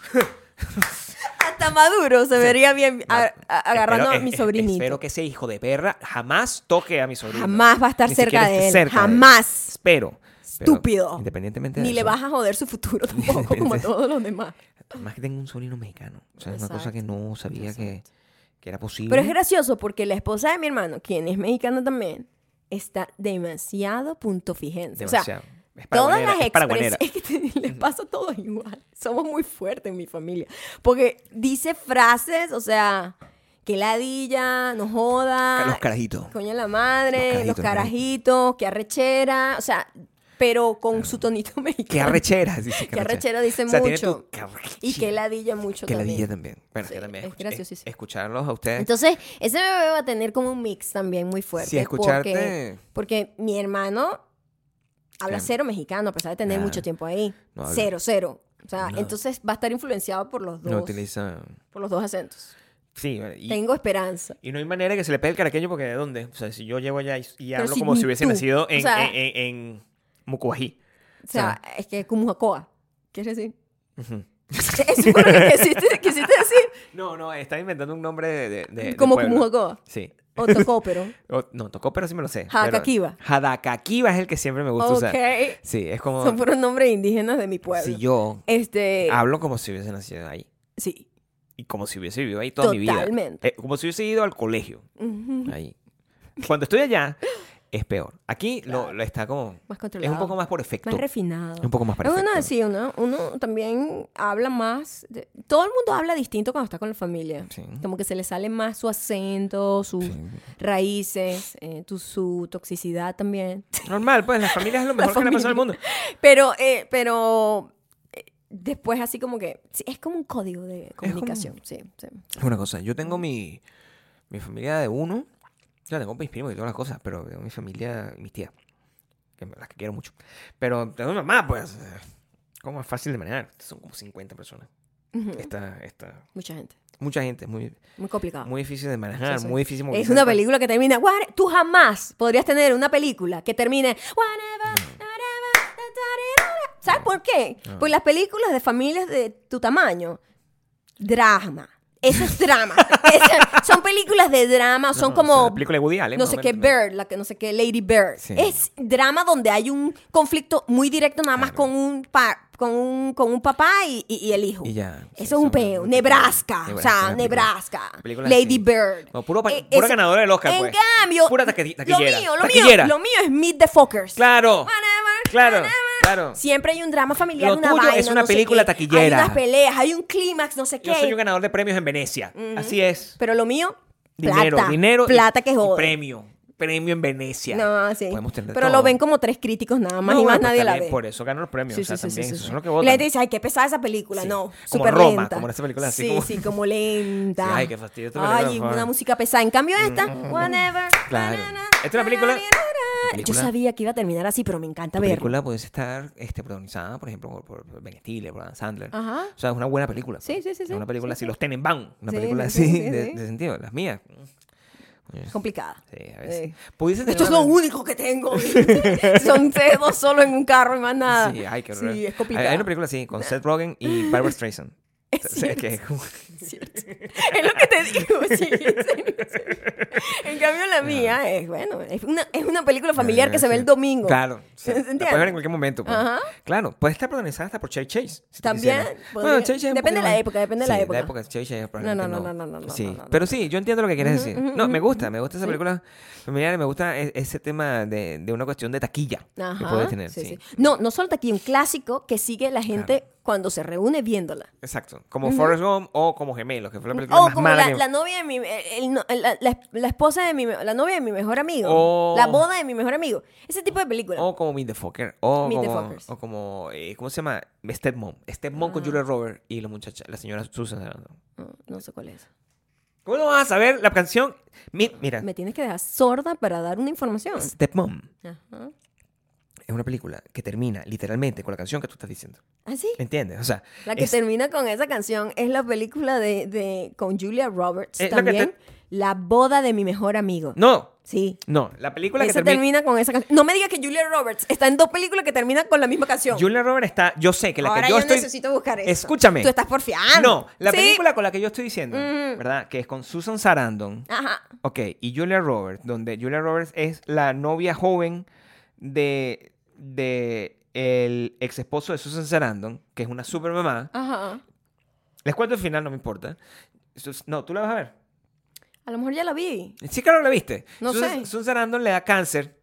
Speaker 1: hasta maduro se vería bien a- a- agarrando
Speaker 2: Espero-
Speaker 1: a mi
Speaker 2: es- es-
Speaker 1: sobrinito.
Speaker 2: Espero que ese hijo de perra jamás toque a mi sobrino.
Speaker 1: Jamás va a estar
Speaker 2: Ni
Speaker 1: cerca
Speaker 2: siquiera
Speaker 1: de
Speaker 2: esté
Speaker 1: él.
Speaker 2: cerca de
Speaker 1: Jamás.
Speaker 2: Espero. Pero
Speaker 1: Estúpido.
Speaker 2: Independientemente de
Speaker 1: Ni le
Speaker 2: eso,
Speaker 1: vas a joder su futuro tampoco, como a todos los demás.
Speaker 2: Además que tengo un sobrino mexicano. O sea, es una cosa
Speaker 1: Exacto.
Speaker 2: que no sabía que, que era posible.
Speaker 1: Pero es gracioso porque la esposa de mi hermano, quien es mexicana también, está demasiado punto fijense. O sea,
Speaker 2: Demasiado.
Speaker 1: todas
Speaker 2: es paraguanera,
Speaker 1: las
Speaker 2: es paraguanera.
Speaker 1: expresiones que te- les pasa a todos igual. Somos muy fuertes en mi familia. Porque dice frases, o sea, que ladilla, no joda.
Speaker 2: Carlos Carajito.
Speaker 1: Coño la madre, los
Speaker 2: Los carajitos,
Speaker 1: carajitos, que arrechera, o sea, pero con su tonito mexicano.
Speaker 2: Qué arrechera, dice.
Speaker 1: Qué arrechera dice
Speaker 2: O sea, tiene
Speaker 1: mucho.
Speaker 2: tu- qué arrechera.
Speaker 1: Y que ladilla mucho
Speaker 2: Que la
Speaker 1: también.
Speaker 2: dije también. Bueno,
Speaker 1: Sí,
Speaker 2: que también
Speaker 1: es
Speaker 2: escuch-
Speaker 1: graciosísimo.
Speaker 2: es- escucharlos a ustedes.
Speaker 1: Entonces, ese bebé va a tener como un mix también muy fuerte.
Speaker 2: Sí, escucharte-
Speaker 1: Porque, porque mi hermano habla
Speaker 2: Claro.
Speaker 1: cero mexicano, a pesar de tener
Speaker 2: Claro.
Speaker 1: mucho tiempo ahí.
Speaker 2: No habla.
Speaker 1: cero, cero. O sea,
Speaker 2: No.
Speaker 1: entonces va a estar influenciado por los dos,
Speaker 2: no utiliza.
Speaker 1: por los dos acentos.
Speaker 2: Sí, bueno, y,
Speaker 1: Tengo esperanza.
Speaker 2: y no hay manera que se le pegue el caraqueño porque ¿de dónde? O sea, si yo llevo allá y, y
Speaker 1: Pero
Speaker 2: hablo
Speaker 1: si
Speaker 2: como
Speaker 1: ni
Speaker 2: si hubiese
Speaker 1: tú.
Speaker 2: nacido
Speaker 1: O
Speaker 2: en,
Speaker 1: sea-
Speaker 2: en, en, en Mucuají.
Speaker 1: O sea, es que Cumuacoa, ¿quieres decir?
Speaker 2: Ujú.
Speaker 1: Eso fue lo que quisiste, quisiste decir.
Speaker 2: No, no, está inventando un nombre de. de- de- de
Speaker 1: Como
Speaker 2: pueblo.
Speaker 1: Cumuacoa.
Speaker 2: Sí.
Speaker 1: O Tocópero.
Speaker 2: O- no, tocó, pero sí me lo sé. pero-
Speaker 1: Jadakiba.
Speaker 2: Jadacaquiba es el que siempre me gusta
Speaker 1: Ok.
Speaker 2: usar. Sí, es como.
Speaker 1: Son puros nombres indígenas de mi pueblo.
Speaker 2: Si yo
Speaker 1: Este.
Speaker 2: hablo como si hubiese nacido ahí.
Speaker 1: Sí.
Speaker 2: Y como si hubiese vivido ahí toda mi vida.
Speaker 1: Totalmente.
Speaker 2: Eh, como si hubiese ido al colegio.
Speaker 1: Ujú.
Speaker 2: Ahí. Cuando estoy allá, es peor. Aquí lo, lo está como.
Speaker 1: Más
Speaker 2: Es
Speaker 1: controlado.
Speaker 2: un poco más por efecto.
Speaker 1: Más refinado.
Speaker 2: un poco más para
Speaker 1: No, no,
Speaker 2: efecto.
Speaker 1: sí, uno, uno también habla más. de- todo el mundo habla distinto cuando está con la familia.
Speaker 2: Sí.
Speaker 1: Como que se le sale más su acento, sus
Speaker 2: Sí.
Speaker 1: raíces, eh, tu- su toxicidad también.
Speaker 2: Normal, pues las familias es lo mejor que le ha pasado al mundo.
Speaker 1: Pero, eh, pero eh, después así como que sí, es como un código de comunicación. Sí, sí.
Speaker 2: Es una cosa. Yo tengo mi, mi familia de uno. Yo tengo mis primos y todas las cosas, pero tengo mi familia y mis tías. Que me- las que quiero mucho. Pero tengo mi mamá, pues. eh, Como es fácil de manejar. Son como 50 personas.
Speaker 1: Ujú.
Speaker 2: Esta, esta.
Speaker 1: Mucha gente.
Speaker 2: Mucha gente, es muy,
Speaker 1: Muy complicado.
Speaker 2: muy difícil de manejar,
Speaker 1: Ah. Sí, sí.
Speaker 2: muy difícil
Speaker 1: Es
Speaker 2: movilizar
Speaker 1: una
Speaker 2: tanto.
Speaker 1: película que termina. "What-" Tú jamás podrías tener una película que termine. "Whatever, whatever, da-da-di-da-da". ¿Sabes por qué? Porque las películas de familias de tu tamaño, drama. Eso es drama. Esa- son películas de drama, son
Speaker 2: No, o sea,
Speaker 1: como.
Speaker 2: la película de Woody Allen,
Speaker 1: no
Speaker 2: más o
Speaker 1: sé qué
Speaker 2: menos.
Speaker 1: Bird, la que no sé qué Lady Bird.
Speaker 2: Sí.
Speaker 1: Es drama donde hay un conflicto muy directo nada más
Speaker 2: Claro.
Speaker 1: con un pa- con un con un papá y, y- y el hijo.
Speaker 2: Y ya.
Speaker 1: Eso
Speaker 2: Sí,
Speaker 1: es un
Speaker 2: son-
Speaker 1: peo. Nebraska, o sea,
Speaker 2: una película-
Speaker 1: Nebraska.
Speaker 2: películas
Speaker 1: Lady
Speaker 2: así.
Speaker 1: Bird.
Speaker 2: No, puro pa-
Speaker 1: Eh,
Speaker 2: pura
Speaker 1: ese-
Speaker 2: ganadora del Oscar,
Speaker 1: En
Speaker 2: pues.
Speaker 1: cambio,
Speaker 2: Pura taqui- taquillera.
Speaker 1: Lo mío, lo mío,
Speaker 2: Taquillera.
Speaker 1: lo mío es Meet the Fuckers.
Speaker 2: Claro. Claro, claro.
Speaker 1: Siempre hay un drama familiar,
Speaker 2: Lo
Speaker 1: una
Speaker 2: tuyo
Speaker 1: vaina,
Speaker 2: es una
Speaker 1: no sé
Speaker 2: película
Speaker 1: qué.
Speaker 2: taquillera.
Speaker 1: Hay unas peleas, hay un clímax, no sé qué.
Speaker 2: Yo soy un ganador de premios en Venecia. Así es.
Speaker 1: Pero lo mío,
Speaker 2: Dinero,
Speaker 1: plata,
Speaker 2: dinero. y-
Speaker 1: plata que
Speaker 2: y
Speaker 1: joda.
Speaker 2: premio. Premio en Venecia.
Speaker 1: No, sí.
Speaker 2: Podemos tener
Speaker 1: Pero
Speaker 2: todo.
Speaker 1: lo ven como tres críticos nada más
Speaker 2: No,
Speaker 1: y más
Speaker 2: bueno,
Speaker 1: nadie la
Speaker 2: también
Speaker 1: ve.
Speaker 2: Por eso ganan los premios.
Speaker 1: Sí,
Speaker 2: o sea,
Speaker 1: sí, sí,
Speaker 2: también.
Speaker 1: sí,
Speaker 2: esos
Speaker 1: sí.
Speaker 2: son los que
Speaker 1: Y
Speaker 2: votan.
Speaker 1: La gente dice, ay, qué pesada esa película.
Speaker 2: Sí.
Speaker 1: No,
Speaker 2: Como
Speaker 1: súper
Speaker 2: Roma,
Speaker 1: lenta.
Speaker 2: como esa película así
Speaker 1: Sí,
Speaker 2: como-
Speaker 1: sí, como lenta.
Speaker 2: Sí, ay, qué fastidio esta película,
Speaker 1: Ay,
Speaker 2: por
Speaker 1: una
Speaker 2: favor. Mm,
Speaker 1: música pesada. En cambio esta, whatever.
Speaker 2: Claro. Esta es una película- película-
Speaker 1: Yo sabía que iba a terminar así, pero me encanta
Speaker 2: La
Speaker 1: verla.
Speaker 2: película puede estar este, protagonizada, por ejemplo, por, por Ben Stiller, por Adam Sandler.
Speaker 1: Ajá.
Speaker 2: O sea, es una buena película.
Speaker 1: Sí,
Speaker 2: pues.
Speaker 1: sí, sí,
Speaker 2: Es
Speaker 1: sí,
Speaker 2: una película
Speaker 1: sí,
Speaker 2: así, los Tenenbaum. Una
Speaker 1: Sí,
Speaker 2: película
Speaker 1: sí,
Speaker 2: así,
Speaker 1: sí, sí,
Speaker 2: de,
Speaker 1: sí.
Speaker 2: de sentido. Las mías.
Speaker 1: Complicada.
Speaker 2: Sí, a veces.
Speaker 1: Sí.
Speaker 2: Pudiese tener
Speaker 1: Esto es
Speaker 2: una-
Speaker 1: lo único que tengo. Son dedos solo en un carro y más nada.
Speaker 2: Sí, ay, qué horror.
Speaker 1: Ah, Sí, es
Speaker 2: Hay,
Speaker 1: complicado.
Speaker 2: hay una película así, con Seth Rogen y Barbara Streisand.
Speaker 1: Es
Speaker 2: O sea,
Speaker 1: cierto.
Speaker 2: que es como-
Speaker 1: Cierto. Es lo que te digo, sí, sí, sí. En cambio,
Speaker 2: Ah.
Speaker 1: la mía es, bueno, es una, es una película familiar que se ve el domingo.
Speaker 2: Eh, Claro. sí. La
Speaker 1: ¿Entiendes?
Speaker 2: puedes ver en cualquier momento. pues.
Speaker 1: Ajá.
Speaker 2: Claro, puede estar protagonizada hasta por Chevy Chase. si tú
Speaker 1: También,
Speaker 2: quisieras.
Speaker 1: podría-
Speaker 2: Bueno, Chevy Chase es un
Speaker 1: depende
Speaker 2: poquito
Speaker 1: de la
Speaker 2: más-
Speaker 1: época, depende de
Speaker 2: Sí,
Speaker 1: la época.
Speaker 2: La época de Chevy Chase probablemente
Speaker 1: no, no, no, no, no,
Speaker 2: Sí.
Speaker 1: no, no,
Speaker 2: Pero sí, yo entiendo lo que quieres decir. No, me gusta, me gusta esa película familiar, me gusta e- ese tema de, de una cuestión de taquilla que
Speaker 1: Ajá,
Speaker 2: puede tener.
Speaker 1: sí,
Speaker 2: sí.
Speaker 1: sí. No, no solo aquí, un clásico que sigue la gente cuando se reúne viéndola.
Speaker 2: Exacto. Como Forrest Gump o como Gemelos, que fue la película
Speaker 1: O
Speaker 2: más
Speaker 1: Oh, como
Speaker 2: mala
Speaker 1: la,
Speaker 2: que...
Speaker 1: la novia de mi... eh, el- el- la, la- la esposa de mi... La novia de mi mejor amigo.
Speaker 2: O-
Speaker 1: La boda de mi mejor amigo. Ese tipo de películas.
Speaker 2: O como Meet the Fucker. O
Speaker 1: Meet the
Speaker 2: como,
Speaker 1: Fuckers. Ah.
Speaker 2: o como eh, ¿cómo se llama? Stepmom. Stepmom con Julia Roberts y la muchacha, la señora Susan Sarandon.
Speaker 1: No, no sé cuál es.
Speaker 2: ¿Cómo no vas a saber la canción? Mi- mira,
Speaker 1: Me tienes que dejar sorda para dar una información.
Speaker 2: Stepmom
Speaker 1: Ajá.
Speaker 2: es una película que termina literalmente con la canción que tú estás diciendo.
Speaker 1: ¿Ah, sí?
Speaker 2: ¿Entiendes? O sea,
Speaker 1: La que
Speaker 2: es-
Speaker 1: termina con esa canción es la película de, de- con Julia Roberts
Speaker 2: Es Eh, la que
Speaker 1: también.
Speaker 2: te-
Speaker 1: La boda de mi mejor amigo.
Speaker 2: no,
Speaker 1: Sí.
Speaker 2: no, la película que
Speaker 1: Esa
Speaker 2: termina
Speaker 1: termina con esa canción. No me digas que Julia Roberts está en dos películas que terminan con la misma canción.
Speaker 2: Julia Roberts está, yo sé que la
Speaker 1: Ahora
Speaker 2: que yo,
Speaker 1: yo
Speaker 2: estoy
Speaker 1: necesito buscar eso.
Speaker 2: Escúchame.
Speaker 1: Tú estás porfiando.
Speaker 2: No, la
Speaker 1: Sí.
Speaker 2: película con la que yo estoy diciendo,
Speaker 1: Mm.
Speaker 2: ¿verdad? Que es con Susan Sarandon.
Speaker 1: Ajá.
Speaker 2: Ok, y Julia Roberts, donde Julia Roberts es la novia joven de, de el ex esposo de Susan Sarandon, que es una super mamá.
Speaker 1: Ajá.
Speaker 2: Les cuento el final, no me importa. Sus- No, tú la vas a ver.
Speaker 1: A lo mejor ya la vi.
Speaker 2: Sí, claro, la viste.
Speaker 1: No
Speaker 2: Susan,
Speaker 1: sé.
Speaker 2: Susan Sarandon le da cáncer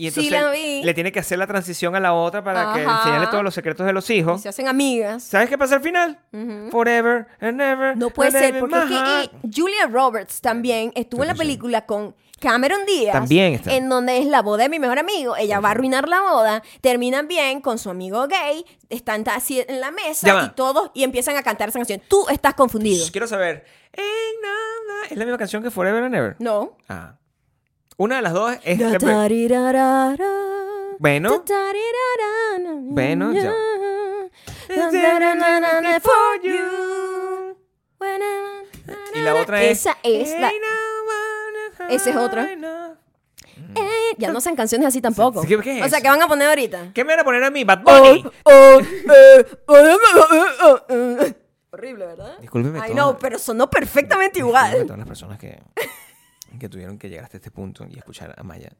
Speaker 2: Y
Speaker 1: Sí,
Speaker 2: entonces
Speaker 1: la vi.
Speaker 2: le tiene que hacer la transición a la otra para que
Speaker 1: Ajá.
Speaker 2: enseñarle todos los secretos de los hijos.
Speaker 1: Y se hacen amigas.
Speaker 2: ¿Sabes qué pasa al final? Forever and ever.
Speaker 1: Mm. No puede
Speaker 2: and
Speaker 1: ser,
Speaker 2: ever,
Speaker 1: porque es que
Speaker 2: maja.
Speaker 1: y Julia Roberts también estuvo en la película con Cameron Díaz.
Speaker 2: También está.
Speaker 1: En donde es la boda de mi mejor amigo. Ella va a arruinar la boda. Terminan bien con su amigo gay. Están así en la mesa
Speaker 2: Ya va.
Speaker 1: y todos y empiezan a cantar esa canción. Tú estás confundido.
Speaker 2: Sh, Quiero saber. Ain't nada- Es la misma canción que Forever and ever.
Speaker 1: No.
Speaker 2: Ah. Una de las dos es.
Speaker 1: Da,
Speaker 2: repre-
Speaker 1: tarirarara.
Speaker 2: Bueno.
Speaker 1: Da, tarirarana.
Speaker 2: Bueno, ya.
Speaker 1: Da, taranana for you. Buena-
Speaker 2: Y la otra es.
Speaker 1: Esa es la...
Speaker 2: Ain't no one
Speaker 1: Esa es otra.
Speaker 2: enough.
Speaker 1: Eh, ya no sean canciones así tampoco.
Speaker 2: ¿Qué- qué es
Speaker 1: O sea,
Speaker 2: eso?
Speaker 1: ¿qué van a poner ahorita?
Speaker 2: ¿Qué me van a poner a mí? Bad
Speaker 1: Oh,
Speaker 2: Bunny.
Speaker 1: oh, eh, oh, eh, oh, eh, eh. Horrible, ¿verdad?
Speaker 2: Discúlpeme
Speaker 1: Ay,
Speaker 2: todo.
Speaker 1: no, pero sonó perfectamente
Speaker 2: Disculpen a
Speaker 1: igual.
Speaker 2: todas las personas que, que tuvieron que llegar hasta este punto y escuchar a Maya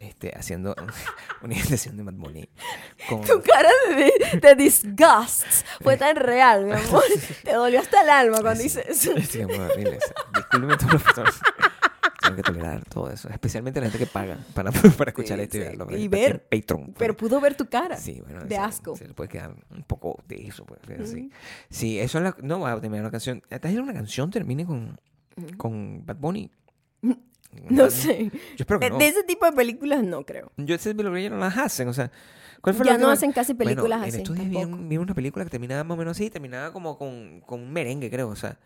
Speaker 2: este, haciendo una imitación de Bad Bunny. Con,
Speaker 1: Tu cara de, de disgust fue tan real, mi amor. Te dolió hasta el alma cuando dices eso.
Speaker 2: Sí, muy horrible. o sea, Discúlpenme a todas las personas. Tengo que tolerar todo eso. Especialmente la gente que paga para, para escuchar
Speaker 1: Sí,
Speaker 2: esto y
Speaker 1: sí.
Speaker 2: verlo.
Speaker 1: Y
Speaker 2: Aquí en
Speaker 1: ver.
Speaker 2: Patreon.
Speaker 1: Pero pudo ver tu cara.
Speaker 2: Sí, bueno,
Speaker 1: de
Speaker 2: se-
Speaker 1: asco.
Speaker 2: Se le puede quedar un poco de eso. Pues, pero sí. sí, eso es la. No va a terminar una canción. ¿Te una canción termine con, con Bad Bunny?
Speaker 1: No sé.
Speaker 2: Yo espero que
Speaker 1: De,
Speaker 2: no.
Speaker 1: de ese tipo de películas no creo.
Speaker 2: Yo esas películas ya no las hacen, o sea. ¿cuál fue la
Speaker 1: Ya no
Speaker 2: última?
Speaker 1: hacen casi
Speaker 2: Bueno,
Speaker 1: películas así.
Speaker 2: En estos días vi,
Speaker 1: tampoco.
Speaker 2: un- vi una película que terminaba más o menos así, terminaba como con, con un merengue, creo, o sea.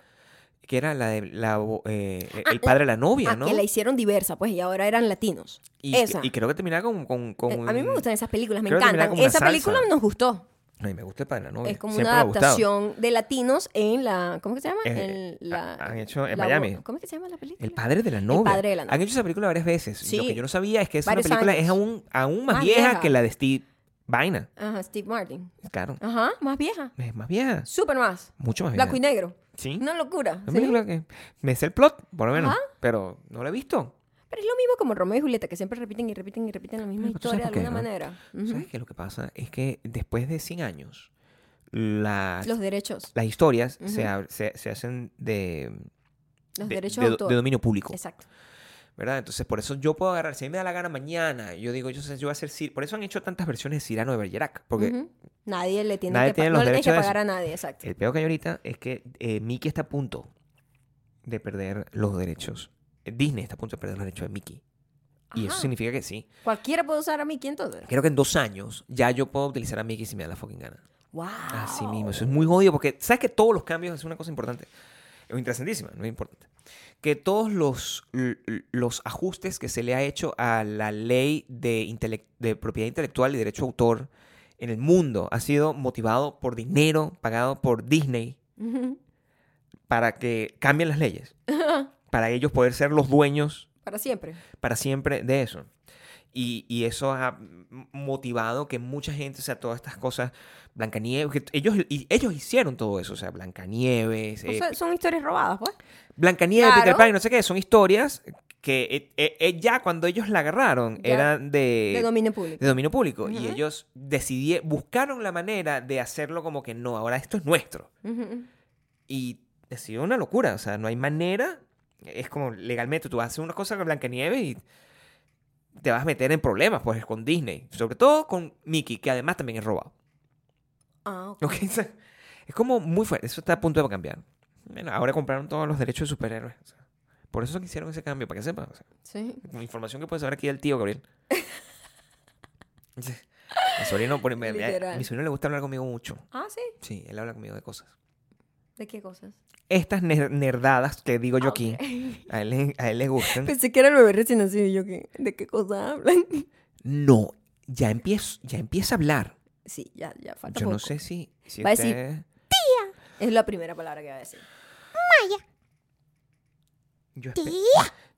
Speaker 2: Que era la de la, bo- eh, el padre de la novia,
Speaker 1: Ah,
Speaker 2: ¿no?
Speaker 1: que la hicieron diversa, pues, y ahora eran latinos.
Speaker 2: Y,
Speaker 1: Esa.
Speaker 2: y creo que terminaba con. con, con
Speaker 1: Eh, a mí me
Speaker 2: un-
Speaker 1: gustan esas películas, me
Speaker 2: creo que terminaba
Speaker 1: encantan.
Speaker 2: como una
Speaker 1: Esa película
Speaker 2: salsa.
Speaker 1: nos gustó.
Speaker 2: Ay, me gusta el padre de la novia.
Speaker 1: Es como
Speaker 2: siempre
Speaker 1: una
Speaker 2: me ha gustado.
Speaker 1: adaptación de latinos en la. ¿Cómo que se llama?
Speaker 2: Eh,
Speaker 1: en la,
Speaker 2: ha- han hecho en
Speaker 1: la-
Speaker 2: Miami.
Speaker 1: ¿Cómo es que se llama la película?
Speaker 2: El padre de la novia.
Speaker 1: padre de la novia.
Speaker 2: Han hecho esa película varias veces. Lo
Speaker 1: Sí.
Speaker 2: que yo no sabía es que esa
Speaker 1: Varios
Speaker 2: película
Speaker 1: años.
Speaker 2: es aún, aún más,
Speaker 1: Más
Speaker 2: vieja,
Speaker 1: vieja.
Speaker 2: que la de Steve Vaina.
Speaker 1: Ajá, Steve Martin.
Speaker 2: Claro.
Speaker 1: Ajá, más vieja.
Speaker 2: Es más vieja.
Speaker 1: Súper más.
Speaker 2: Mucho más vieja.
Speaker 1: Blanco y negro.
Speaker 2: Ah, Sí.
Speaker 1: Una locura.
Speaker 2: Es
Speaker 1: ¿sí?
Speaker 2: película que me sé el plot, por lo menos,
Speaker 1: Ajá.
Speaker 2: pero no la he visto.
Speaker 1: Pero es lo mismo como Romeo y Julieta, que siempre repiten y repiten y repiten la misma
Speaker 2: Pero tú
Speaker 1: historia
Speaker 2: sabes
Speaker 1: de
Speaker 2: por qué,
Speaker 1: alguna
Speaker 2: ¿no?
Speaker 1: manera. Ujú.
Speaker 2: ¿Sabes qué? Lo que pasa es que después de 100 años, las,
Speaker 1: Los derechos.
Speaker 2: las historias
Speaker 1: Ujú.
Speaker 2: se, ab- se, se hacen de,
Speaker 1: Los
Speaker 2: de-
Speaker 1: derechos
Speaker 2: de-
Speaker 1: de,
Speaker 2: de
Speaker 1: autor.
Speaker 2: dominio público,
Speaker 1: Exacto.
Speaker 2: ¿verdad? Entonces, por eso yo puedo agarrar, si a mí me da la gana mañana, yo digo, yo, sé, yo voy a hacer Cir- Por eso han hecho tantas versiones de Cirano de Bergerac, porque
Speaker 1: Ujú. Nadie le tiene
Speaker 2: Nadie
Speaker 1: que, pa-
Speaker 2: tiene
Speaker 1: no
Speaker 2: los
Speaker 1: le tienes que
Speaker 2: derechos de
Speaker 1: pagar
Speaker 2: eso. Eh,
Speaker 1: a nadie, exacto.
Speaker 2: el peor que hay ahorita es que eh, Mickey está a punto de perder los derechos. Eh, Disney está a punto de perder los derechos de Mickey. Y eso
Speaker 1: Ajá.
Speaker 2: significa que sí.
Speaker 1: Cualquiera puede usar a Mickey entonces.
Speaker 2: Creo que en dos años ya yo puedo utilizar a Mickey si me da la fucking gana.
Speaker 1: ¡Wow! Ah.
Speaker 2: Así mismo, eso es muy jodido porque sabes que todos los cambios es una cosa importante, o interesantísima, no es importante, que todos los, l- l- los ajustes que se le ha hecho a la ley de, intelec- de propiedad intelectual y derecho de autor en el mundo ha sido motivado por dinero pagado por Disney
Speaker 1: Ujú.
Speaker 2: para que cambien las leyes, para ellos poder ser los dueños
Speaker 1: Para siempre.
Speaker 2: para siempre de eso. Y, y eso ha m- motivado que mucha gente, o sea, todas estas cosas, Blancanieves, que ellos, y ellos hicieron todo eso, o sea, Blancanieves,
Speaker 1: O
Speaker 2: eh,
Speaker 1: sea, son historias robadas, pues.
Speaker 2: Blancanieves, Peter
Speaker 1: claro.
Speaker 2: Pan, no sé qué, son historias que eh, eh, eh, ya cuando ellos la agarraron
Speaker 1: Ya.
Speaker 2: eran de,
Speaker 1: de dominio público.
Speaker 2: de dominio público y
Speaker 1: Ujú.
Speaker 2: ellos decidieron, buscaron la manera de hacerlo como que no, ahora esto es nuestro.
Speaker 1: Ujú.
Speaker 2: Y ha sido una locura. O sea, no hay manera. Es como legalmente tú haces una cosa con Blancanieves y te vas a meter en problemas, pues, con Disney. Sobre todo con Mickey, que además también es robado.
Speaker 1: Ah, ok.
Speaker 2: ¿Ok? O sea, es como muy fuerte. Eso está a punto de cambiar. Bueno, ahora compraron todos los derechos de superhéroes. O sea, por eso que hicieron ese cambio, para que sepan. O sea,
Speaker 1: Sí.
Speaker 2: con información que puedes saber aquí del tío Gabriel. Sí. Mi sobrino, por- me- me-
Speaker 1: Literal.
Speaker 2: a mi sobrino le gusta hablar conmigo mucho.
Speaker 1: Ah, sí.
Speaker 2: Sí, él habla conmigo de cosas.
Speaker 1: ¿De qué cosas?
Speaker 2: Estas ner- nerdadas que digo yo
Speaker 1: Ah,
Speaker 2: aquí.
Speaker 1: ok.
Speaker 2: A él, le- a él le gustan.
Speaker 1: Pensé que era el bebé recién nacido y yo que, ¿de qué cosa hablan?
Speaker 2: No, ya empieza, ya empieza a hablar.
Speaker 1: Sí, ya, ya falta
Speaker 2: Yo
Speaker 1: poco.
Speaker 2: no sé si, si
Speaker 1: Va a decir,
Speaker 2: ustedes-
Speaker 1: Es la primera palabra que va a decir.
Speaker 2: Yo, espe-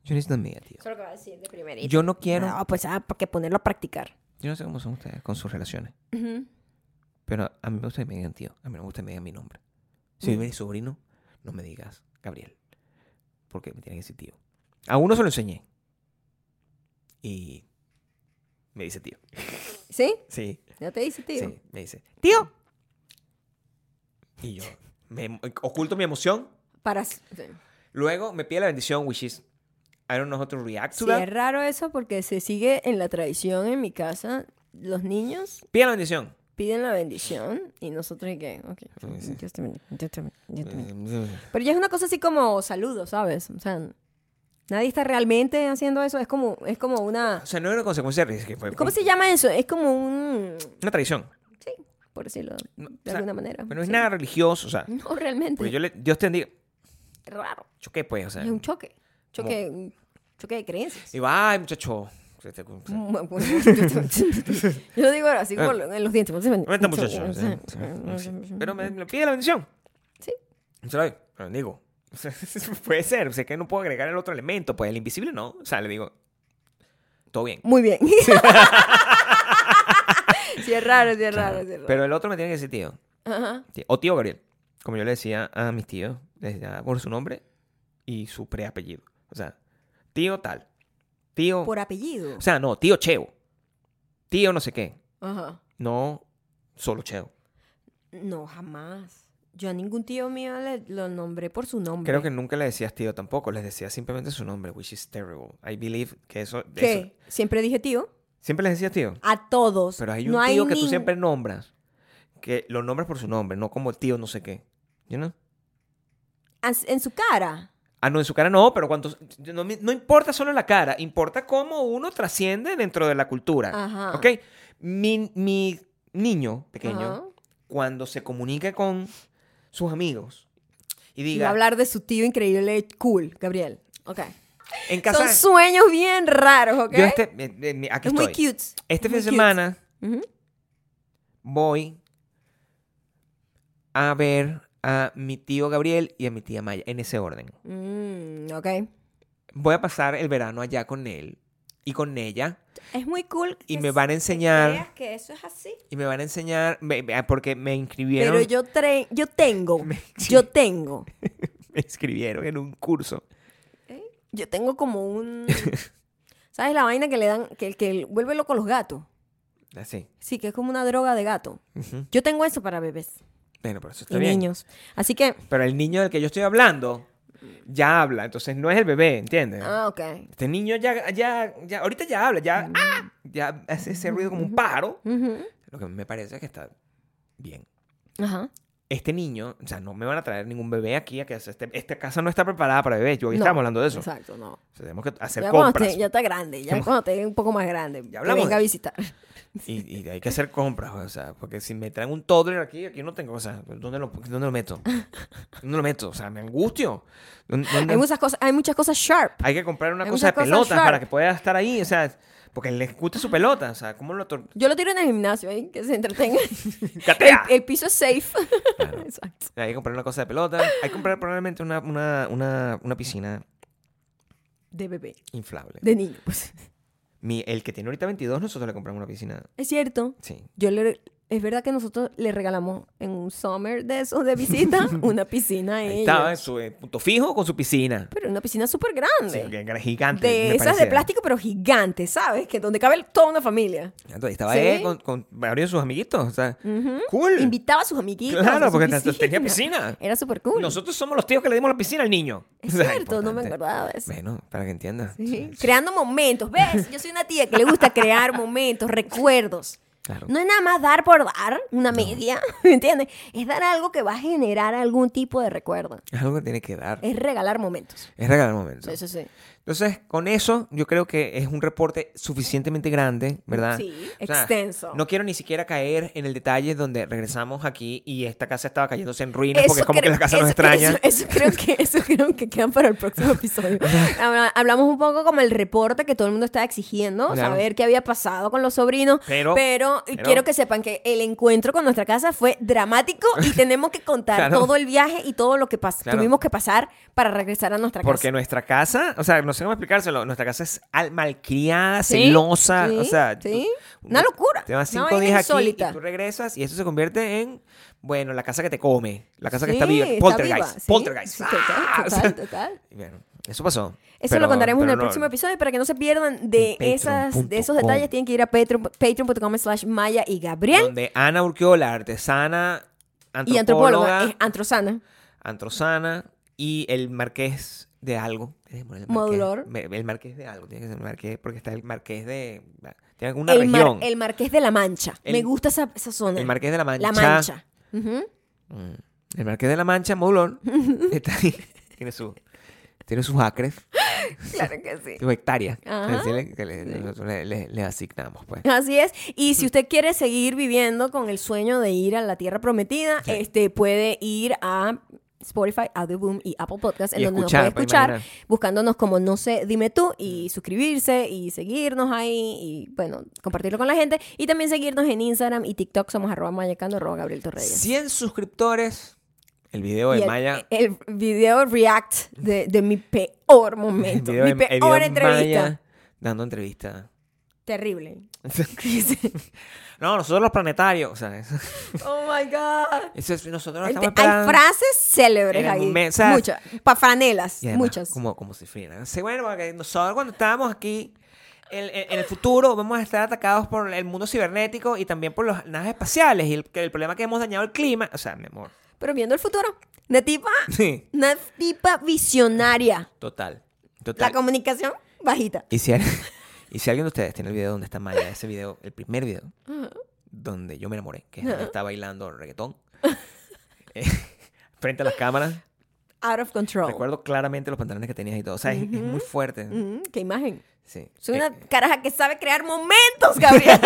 Speaker 2: yo necesito amiga, tío.
Speaker 1: Eso es lo que va a decir de primerita.
Speaker 2: Yo no quiero...
Speaker 1: No, pues ah, porque ponerlo a practicar.
Speaker 2: Yo no sé cómo son ustedes con sus relaciones.
Speaker 1: Ujú.
Speaker 2: Pero a mí me gusta que me digan tío. A mí no me gusta que me digan mi nombre. Si me
Speaker 1: Mm.
Speaker 2: mi sobrino, no me digas Gabriel. Porque me tiene que decir tío. A uno se lo enseñé. Y me dice tío.
Speaker 1: ¿Sí?
Speaker 2: Sí.
Speaker 1: Ya te dice, tío.
Speaker 2: Sí, me dice, tío. Y yo me oculto mi emoción.
Speaker 1: Para... sí.
Speaker 2: Luego me pide la bendición, which is I don't know how to react to
Speaker 1: Sí,
Speaker 2: that.
Speaker 1: es raro eso porque se sigue en la tradición en mi casa. Los niños
Speaker 2: Pida la bendición.
Speaker 1: piden la bendición y nosotros y que, ok,
Speaker 2: sí.
Speaker 1: Dios te bendiga, Dios te bendiga, Dios te bendiga. Pero ya es una cosa así como saludos, ¿sabes? O sea, nadie está realmente haciendo eso. Es como, es como una...
Speaker 2: O sea, no era una consecuencia. es que fue
Speaker 1: ¿Cómo se llama eso? Es como un...
Speaker 2: Una tradición.
Speaker 1: Sí, por decirlo
Speaker 2: No, o
Speaker 1: de
Speaker 2: sea,
Speaker 1: alguna manera.
Speaker 2: Pero no es
Speaker 1: sí. Mm,
Speaker 2: nada religioso, o sea.
Speaker 1: No, realmente.
Speaker 2: Porque yo le, Dios te bendiga.
Speaker 1: Raro.
Speaker 2: ¿Yo qué, pues? O sea.
Speaker 1: Es un choque. Choque, choque de creencias.
Speaker 2: Y va, ay, muchacho. Se te- o sea,
Speaker 1: Bueno, pues, Yo lo digo así como en los dientes.
Speaker 2: Vente, muchacho. o sea, sí. eh, Pero me, me pide la bendición.
Speaker 1: Sí.
Speaker 2: Se la doy, la bendigo. O sea, Puede ser, o sea, que no puedo agregar el otro elemento, pues el invisible no. O sea, le digo, todo bien.
Speaker 1: Muy bien. sí, es raro, sí, es raro, sí, es raro.
Speaker 2: Pero el otro me tiene que decir tío.
Speaker 1: Ajá.
Speaker 2: Tío- O tío Gabriel. Como yo le decía a mis tíos, les decía por su nombre y su preapellido. O sea, tío tal. Tío.
Speaker 1: Por apellido.
Speaker 2: O sea, no, tío Cheo. Tío no sé qué.
Speaker 1: Ajá.
Speaker 2: No solo Cheo.
Speaker 1: No, jamás. Yo a ningún tío mío le, lo nombré por su nombre.
Speaker 2: Creo que nunca le decías tío tampoco, les decías simplemente su nombre, which is terrible. I believe que eso. de eso-
Speaker 1: ¿Qué? Siempre dije tío.
Speaker 2: Siempre les decías tío.
Speaker 1: A todos.
Speaker 2: Pero hay un
Speaker 1: No
Speaker 2: tío que tú
Speaker 1: nin-
Speaker 2: siempre nombras, que lo nombras por su nombre, no como tío no sé qué. You know?
Speaker 1: As- En su cara.
Speaker 2: Ah, no, en su cara no, pero cuando. No, me- no importa solo la cara, importa cómo uno trasciende dentro de la cultura.
Speaker 1: Ajá.
Speaker 2: ¿Ok? Mi, mi niño pequeño,
Speaker 1: Ajá.
Speaker 2: cuando se comunica con sus amigos y
Speaker 1: Y va
Speaker 2: diga.
Speaker 1: a hablar de su tío increíble, cool, Gabriel. Ok.
Speaker 2: en casa.
Speaker 1: Son sueños bien raros, ¿ok?
Speaker 2: Yo este. eh, eh, mi- aquí
Speaker 1: es
Speaker 2: estoy.
Speaker 1: muy cute.
Speaker 2: Este
Speaker 1: es
Speaker 2: fin de
Speaker 1: muy cute.
Speaker 2: semana
Speaker 1: Ujú.
Speaker 2: voy a ver a mi tío Gabriel y a mi tía Maya, en ese orden.
Speaker 1: Mm, ok.
Speaker 2: Voy a pasar el verano allá con él y con ella
Speaker 1: Es muy cool.
Speaker 2: y
Speaker 1: que
Speaker 2: me
Speaker 1: s-
Speaker 2: van a enseñar
Speaker 1: creas que eso es así.
Speaker 2: y me van a enseñar me- me- porque me inscribieron
Speaker 1: Pero yo, tre- yo tengo,
Speaker 2: Me- sí.
Speaker 1: yo tengo,
Speaker 2: me inscribieron en un curso.
Speaker 1: yo tengo como un... ¿Sabes la vaina que le dan, que, que vuelve loco a los gatos?
Speaker 2: Así.
Speaker 1: Sí, que es como una droga de gato.
Speaker 2: Ujú.
Speaker 1: Yo tengo eso para bebés
Speaker 2: Bueno, pero eso
Speaker 1: y
Speaker 2: está bien.
Speaker 1: niños. Así que...
Speaker 2: Pero el niño del que yo estoy hablando ya habla, entonces no es el bebé, ¿entiendes?
Speaker 1: Ah, ok.
Speaker 2: Este niño ya, ya, ya, ahorita ya habla, ya, ¡ah! ya hace ese ruido como un pájaro.
Speaker 1: Ujú.
Speaker 2: Lo que me parece es que está bien.
Speaker 1: Ajá.
Speaker 2: Este niño, o sea, no me van a traer ningún bebé aquí, a que se esté- esta casa no está preparada para bebés. Yo hoy
Speaker 1: No,
Speaker 2: estábamos hablando de eso.
Speaker 1: Exacto, no.
Speaker 2: O sea, tenemos que hacer
Speaker 1: Ya, cuando
Speaker 2: compras.
Speaker 1: esté- ya está grande, ya cuando esté un poco más grande. que
Speaker 2: hablamos
Speaker 1: venga
Speaker 2: de
Speaker 1: a
Speaker 2: eso.
Speaker 1: visitar.
Speaker 2: Y, y hay que hacer compras, o sea, porque si me traen un toddler aquí, aquí no tengo, o sea, pues, ¿dónde lo, dónde lo meto? ¿Dónde lo meto? O sea, me angustio. ¿Dónde- dónde-
Speaker 1: Hay muchas cosas, hay muchas cosas sharp.
Speaker 2: hay que comprar una
Speaker 1: hay
Speaker 2: cosa de
Speaker 1: muchas cosas
Speaker 2: pelotas
Speaker 1: sharp.
Speaker 2: para que pueda estar ahí, o sea, porque le gusta su pelota, o sea, ¿cómo lo ator-
Speaker 1: Yo lo tiro en el gimnasio ahí, que se entretenga. el,
Speaker 2: ¡Catea!
Speaker 1: el piso es safe. Exacto.
Speaker 2: Hay que comprar una cosa de pelota, hay que comprar probablemente una, una, una, una piscina
Speaker 1: De bebé,
Speaker 2: inflable.
Speaker 1: de niño, pues.
Speaker 2: Mi- el que tiene ahorita 22, nosotros le compramos una piscina.
Speaker 1: Es cierto.
Speaker 2: Sí.
Speaker 1: Yo le, es verdad que nosotros le regalamos en un summer de esos de visita una piscina a
Speaker 2: Ahí
Speaker 1: ella.
Speaker 2: estaba en su eh, punto fijo con su piscina.
Speaker 1: Pero una piscina súper
Speaker 2: Sí,
Speaker 1: grande.
Speaker 2: que era gigante.
Speaker 1: de
Speaker 2: me
Speaker 1: esas de
Speaker 2: parecía.
Speaker 1: plástico, pero gigante, ¿sabes? Que donde cabe toda una familia.
Speaker 2: Entonces, estaba
Speaker 1: Sí.
Speaker 2: él con, con varios de sus amiguitos. O sea, cool.
Speaker 1: Invitaba a sus amiguitos. a
Speaker 2: Mm. claro,
Speaker 1: su
Speaker 2: porque t- tenía piscina.
Speaker 1: Era súper cool.
Speaker 2: Nosotros somos los tíos que le dimos la piscina al niño.
Speaker 1: es
Speaker 2: O sea,
Speaker 1: cierto, no me
Speaker 2: importante.
Speaker 1: acordaba de eso.
Speaker 2: Bueno, para que entiendas.
Speaker 1: Sí, Creando momentos, ¿ves? Yo soy una tía que le gusta crear momentos, recuerdos.
Speaker 2: Claro.
Speaker 1: No es nada más dar por dar una media, ¿me entiendes? Es dar algo que va a generar algún tipo de recuerdo.
Speaker 2: Es algo que tiene que dar.
Speaker 1: Es regalar momentos.
Speaker 2: Es regalar el momento.
Speaker 1: Eso Eh, sí.
Speaker 2: Entonces, con eso, yo creo que es un reporte suficientemente grande, ¿verdad?
Speaker 1: Sí, extenso.
Speaker 2: No quiero ni siquiera caer en el detalle donde regresamos aquí y esta casa estaba cayéndose en ruinas porque es como que
Speaker 1: creo-
Speaker 2: la casa
Speaker 1: eso-
Speaker 2: nos extraña.
Speaker 1: Eso, eso creo que, eso creo que quedan para el próximo episodio. Habla- Hablamos un poco como el reporte que todo el mundo estaba exigiendo,
Speaker 2: Claro.
Speaker 1: saber qué había pasado con los sobrinos.
Speaker 2: Pero- pero-
Speaker 1: quiero que sepan que el encuentro con nuestra casa fue dramático y tenemos que contar
Speaker 2: Claro.
Speaker 1: todo el viaje y todo lo que pas-
Speaker 2: Claro.
Speaker 1: tuvimos que pasar para regresar a nuestra
Speaker 2: Porque
Speaker 1: casa.
Speaker 2: nuestra casa, o sea, no sé cómo explicárselo, nuestra casa es al- malcriada,
Speaker 1: Sí,
Speaker 2: celosa,
Speaker 1: sí,
Speaker 2: o sea, tú-
Speaker 1: sí. Una locura,
Speaker 2: Te vas
Speaker 1: una
Speaker 2: cinco
Speaker 1: vaina
Speaker 2: días aquí
Speaker 1: insólita.
Speaker 2: y tú regresas y eso se convierte en, bueno, la casa que te come, la casa que
Speaker 1: Sí,
Speaker 2: está viva,
Speaker 1: está
Speaker 2: poltergeist,
Speaker 1: viva, sí.
Speaker 2: poltergeist.
Speaker 1: Sí,
Speaker 2: ¡Ah!
Speaker 1: Total,
Speaker 2: O
Speaker 1: total,
Speaker 2: sea,
Speaker 1: total.
Speaker 2: y bueno, eso pasó.
Speaker 1: Eso
Speaker 2: Pero-
Speaker 1: lo contaremos en
Speaker 2: pero
Speaker 1: el
Speaker 2: no-
Speaker 1: próximo episodio para que no se pierdan de,
Speaker 2: En
Speaker 1: esas, de esos
Speaker 2: patreon punto com.
Speaker 1: detalles. Tienen que ir a patreon- patreon.com slash Maya y Gabriel.
Speaker 2: Donde Ana Urquiola, artesana,
Speaker 1: Y
Speaker 2: antropóloga,
Speaker 1: antropóloga es antrosana.
Speaker 2: antrosana y el marqués de algo. El marqués-
Speaker 1: Modulor.
Speaker 2: me- El marqués de algo. Tiene que ser el marqués porque está el marqués de. Tiene alguna
Speaker 1: El, mar-
Speaker 2: región.
Speaker 1: el Marqués de la Mancha.
Speaker 2: El-
Speaker 1: Me gusta esa, esa zona.
Speaker 2: el marqués de la
Speaker 1: La
Speaker 2: Mancha.
Speaker 1: Mancha. Ujú.
Speaker 2: Mm. El marqués de la Mancha, Modulor. está ahí. Tiene, su, tiene sus acres,
Speaker 1: Claro que sí.
Speaker 2: sus hectáreas.
Speaker 1: Ajá.
Speaker 2: Así le, que le- nosotros le- le- le asignamos, pues.
Speaker 1: Así es. Y si usted quiere seguir viviendo con el sueño de ir a la tierra prometida,
Speaker 2: Sí.
Speaker 1: este puede ir a Spotify, Audioboom y Apple Podcast, en
Speaker 2: Y
Speaker 1: donde nos
Speaker 2: escuchar, pues, para
Speaker 1: puede escuchar,
Speaker 2: imaginar.
Speaker 1: buscándonos como no sé, dime tú, y suscribirse y seguirnos ahí y bueno, compartirlo con la gente. Y también seguirnos en Instagram y TikTok, somos arroba mayacando, arroba Gabriel Torreyes.
Speaker 2: 100 suscriptores. El video
Speaker 1: pues,
Speaker 2: de
Speaker 1: Y el, eh,
Speaker 2: Maya.
Speaker 1: el video react de, de mi peor
Speaker 2: El
Speaker 1: momento,
Speaker 2: video,
Speaker 1: mi
Speaker 2: de- el video
Speaker 1: peor
Speaker 2: de
Speaker 1: entrevista.
Speaker 2: Maya dando entrevista.
Speaker 1: Terrible.
Speaker 2: no, nosotros los planetarios. O sea, eso,
Speaker 1: Oh my God.
Speaker 2: eso es- nosotros
Speaker 1: Ente- Hay
Speaker 2: estamos esperando.
Speaker 1: frases célebres
Speaker 2: en el
Speaker 1: ahí.
Speaker 2: momen- o sea,
Speaker 1: muchas. Pa franelas.
Speaker 2: Y además,
Speaker 1: muchas.
Speaker 2: Como, como si fueran. Sí, bueno, porque nosotros cuando estábamos aquí, en, en- en el futuro vamos a estar atacados por el mundo cibernético y también por las naves espaciales. Y el, que el problema es que hemos dañado el clima. O sea, mi amor.
Speaker 1: Pero viendo el futuro. Una tipa,
Speaker 2: Sí.
Speaker 1: una tipa visionaria.
Speaker 2: Total.
Speaker 1: La
Speaker 2: Total.
Speaker 1: comunicación bajita.
Speaker 2: Y si, al- y si alguien de ustedes tiene el video donde está Maya, ese video, el primer video, donde yo me enamoré, que es donde está bailando reggaetón, eh, frente a las cámaras,
Speaker 1: Out of control.
Speaker 2: recuerdo claramente los pantalones que tenías y todo. O sea, es, es muy fuerte.
Speaker 1: Mm, qué imagen.
Speaker 2: Sí.
Speaker 1: Soy
Speaker 2: Eh,
Speaker 1: una caraja que sabe crear momentos, Gabriel.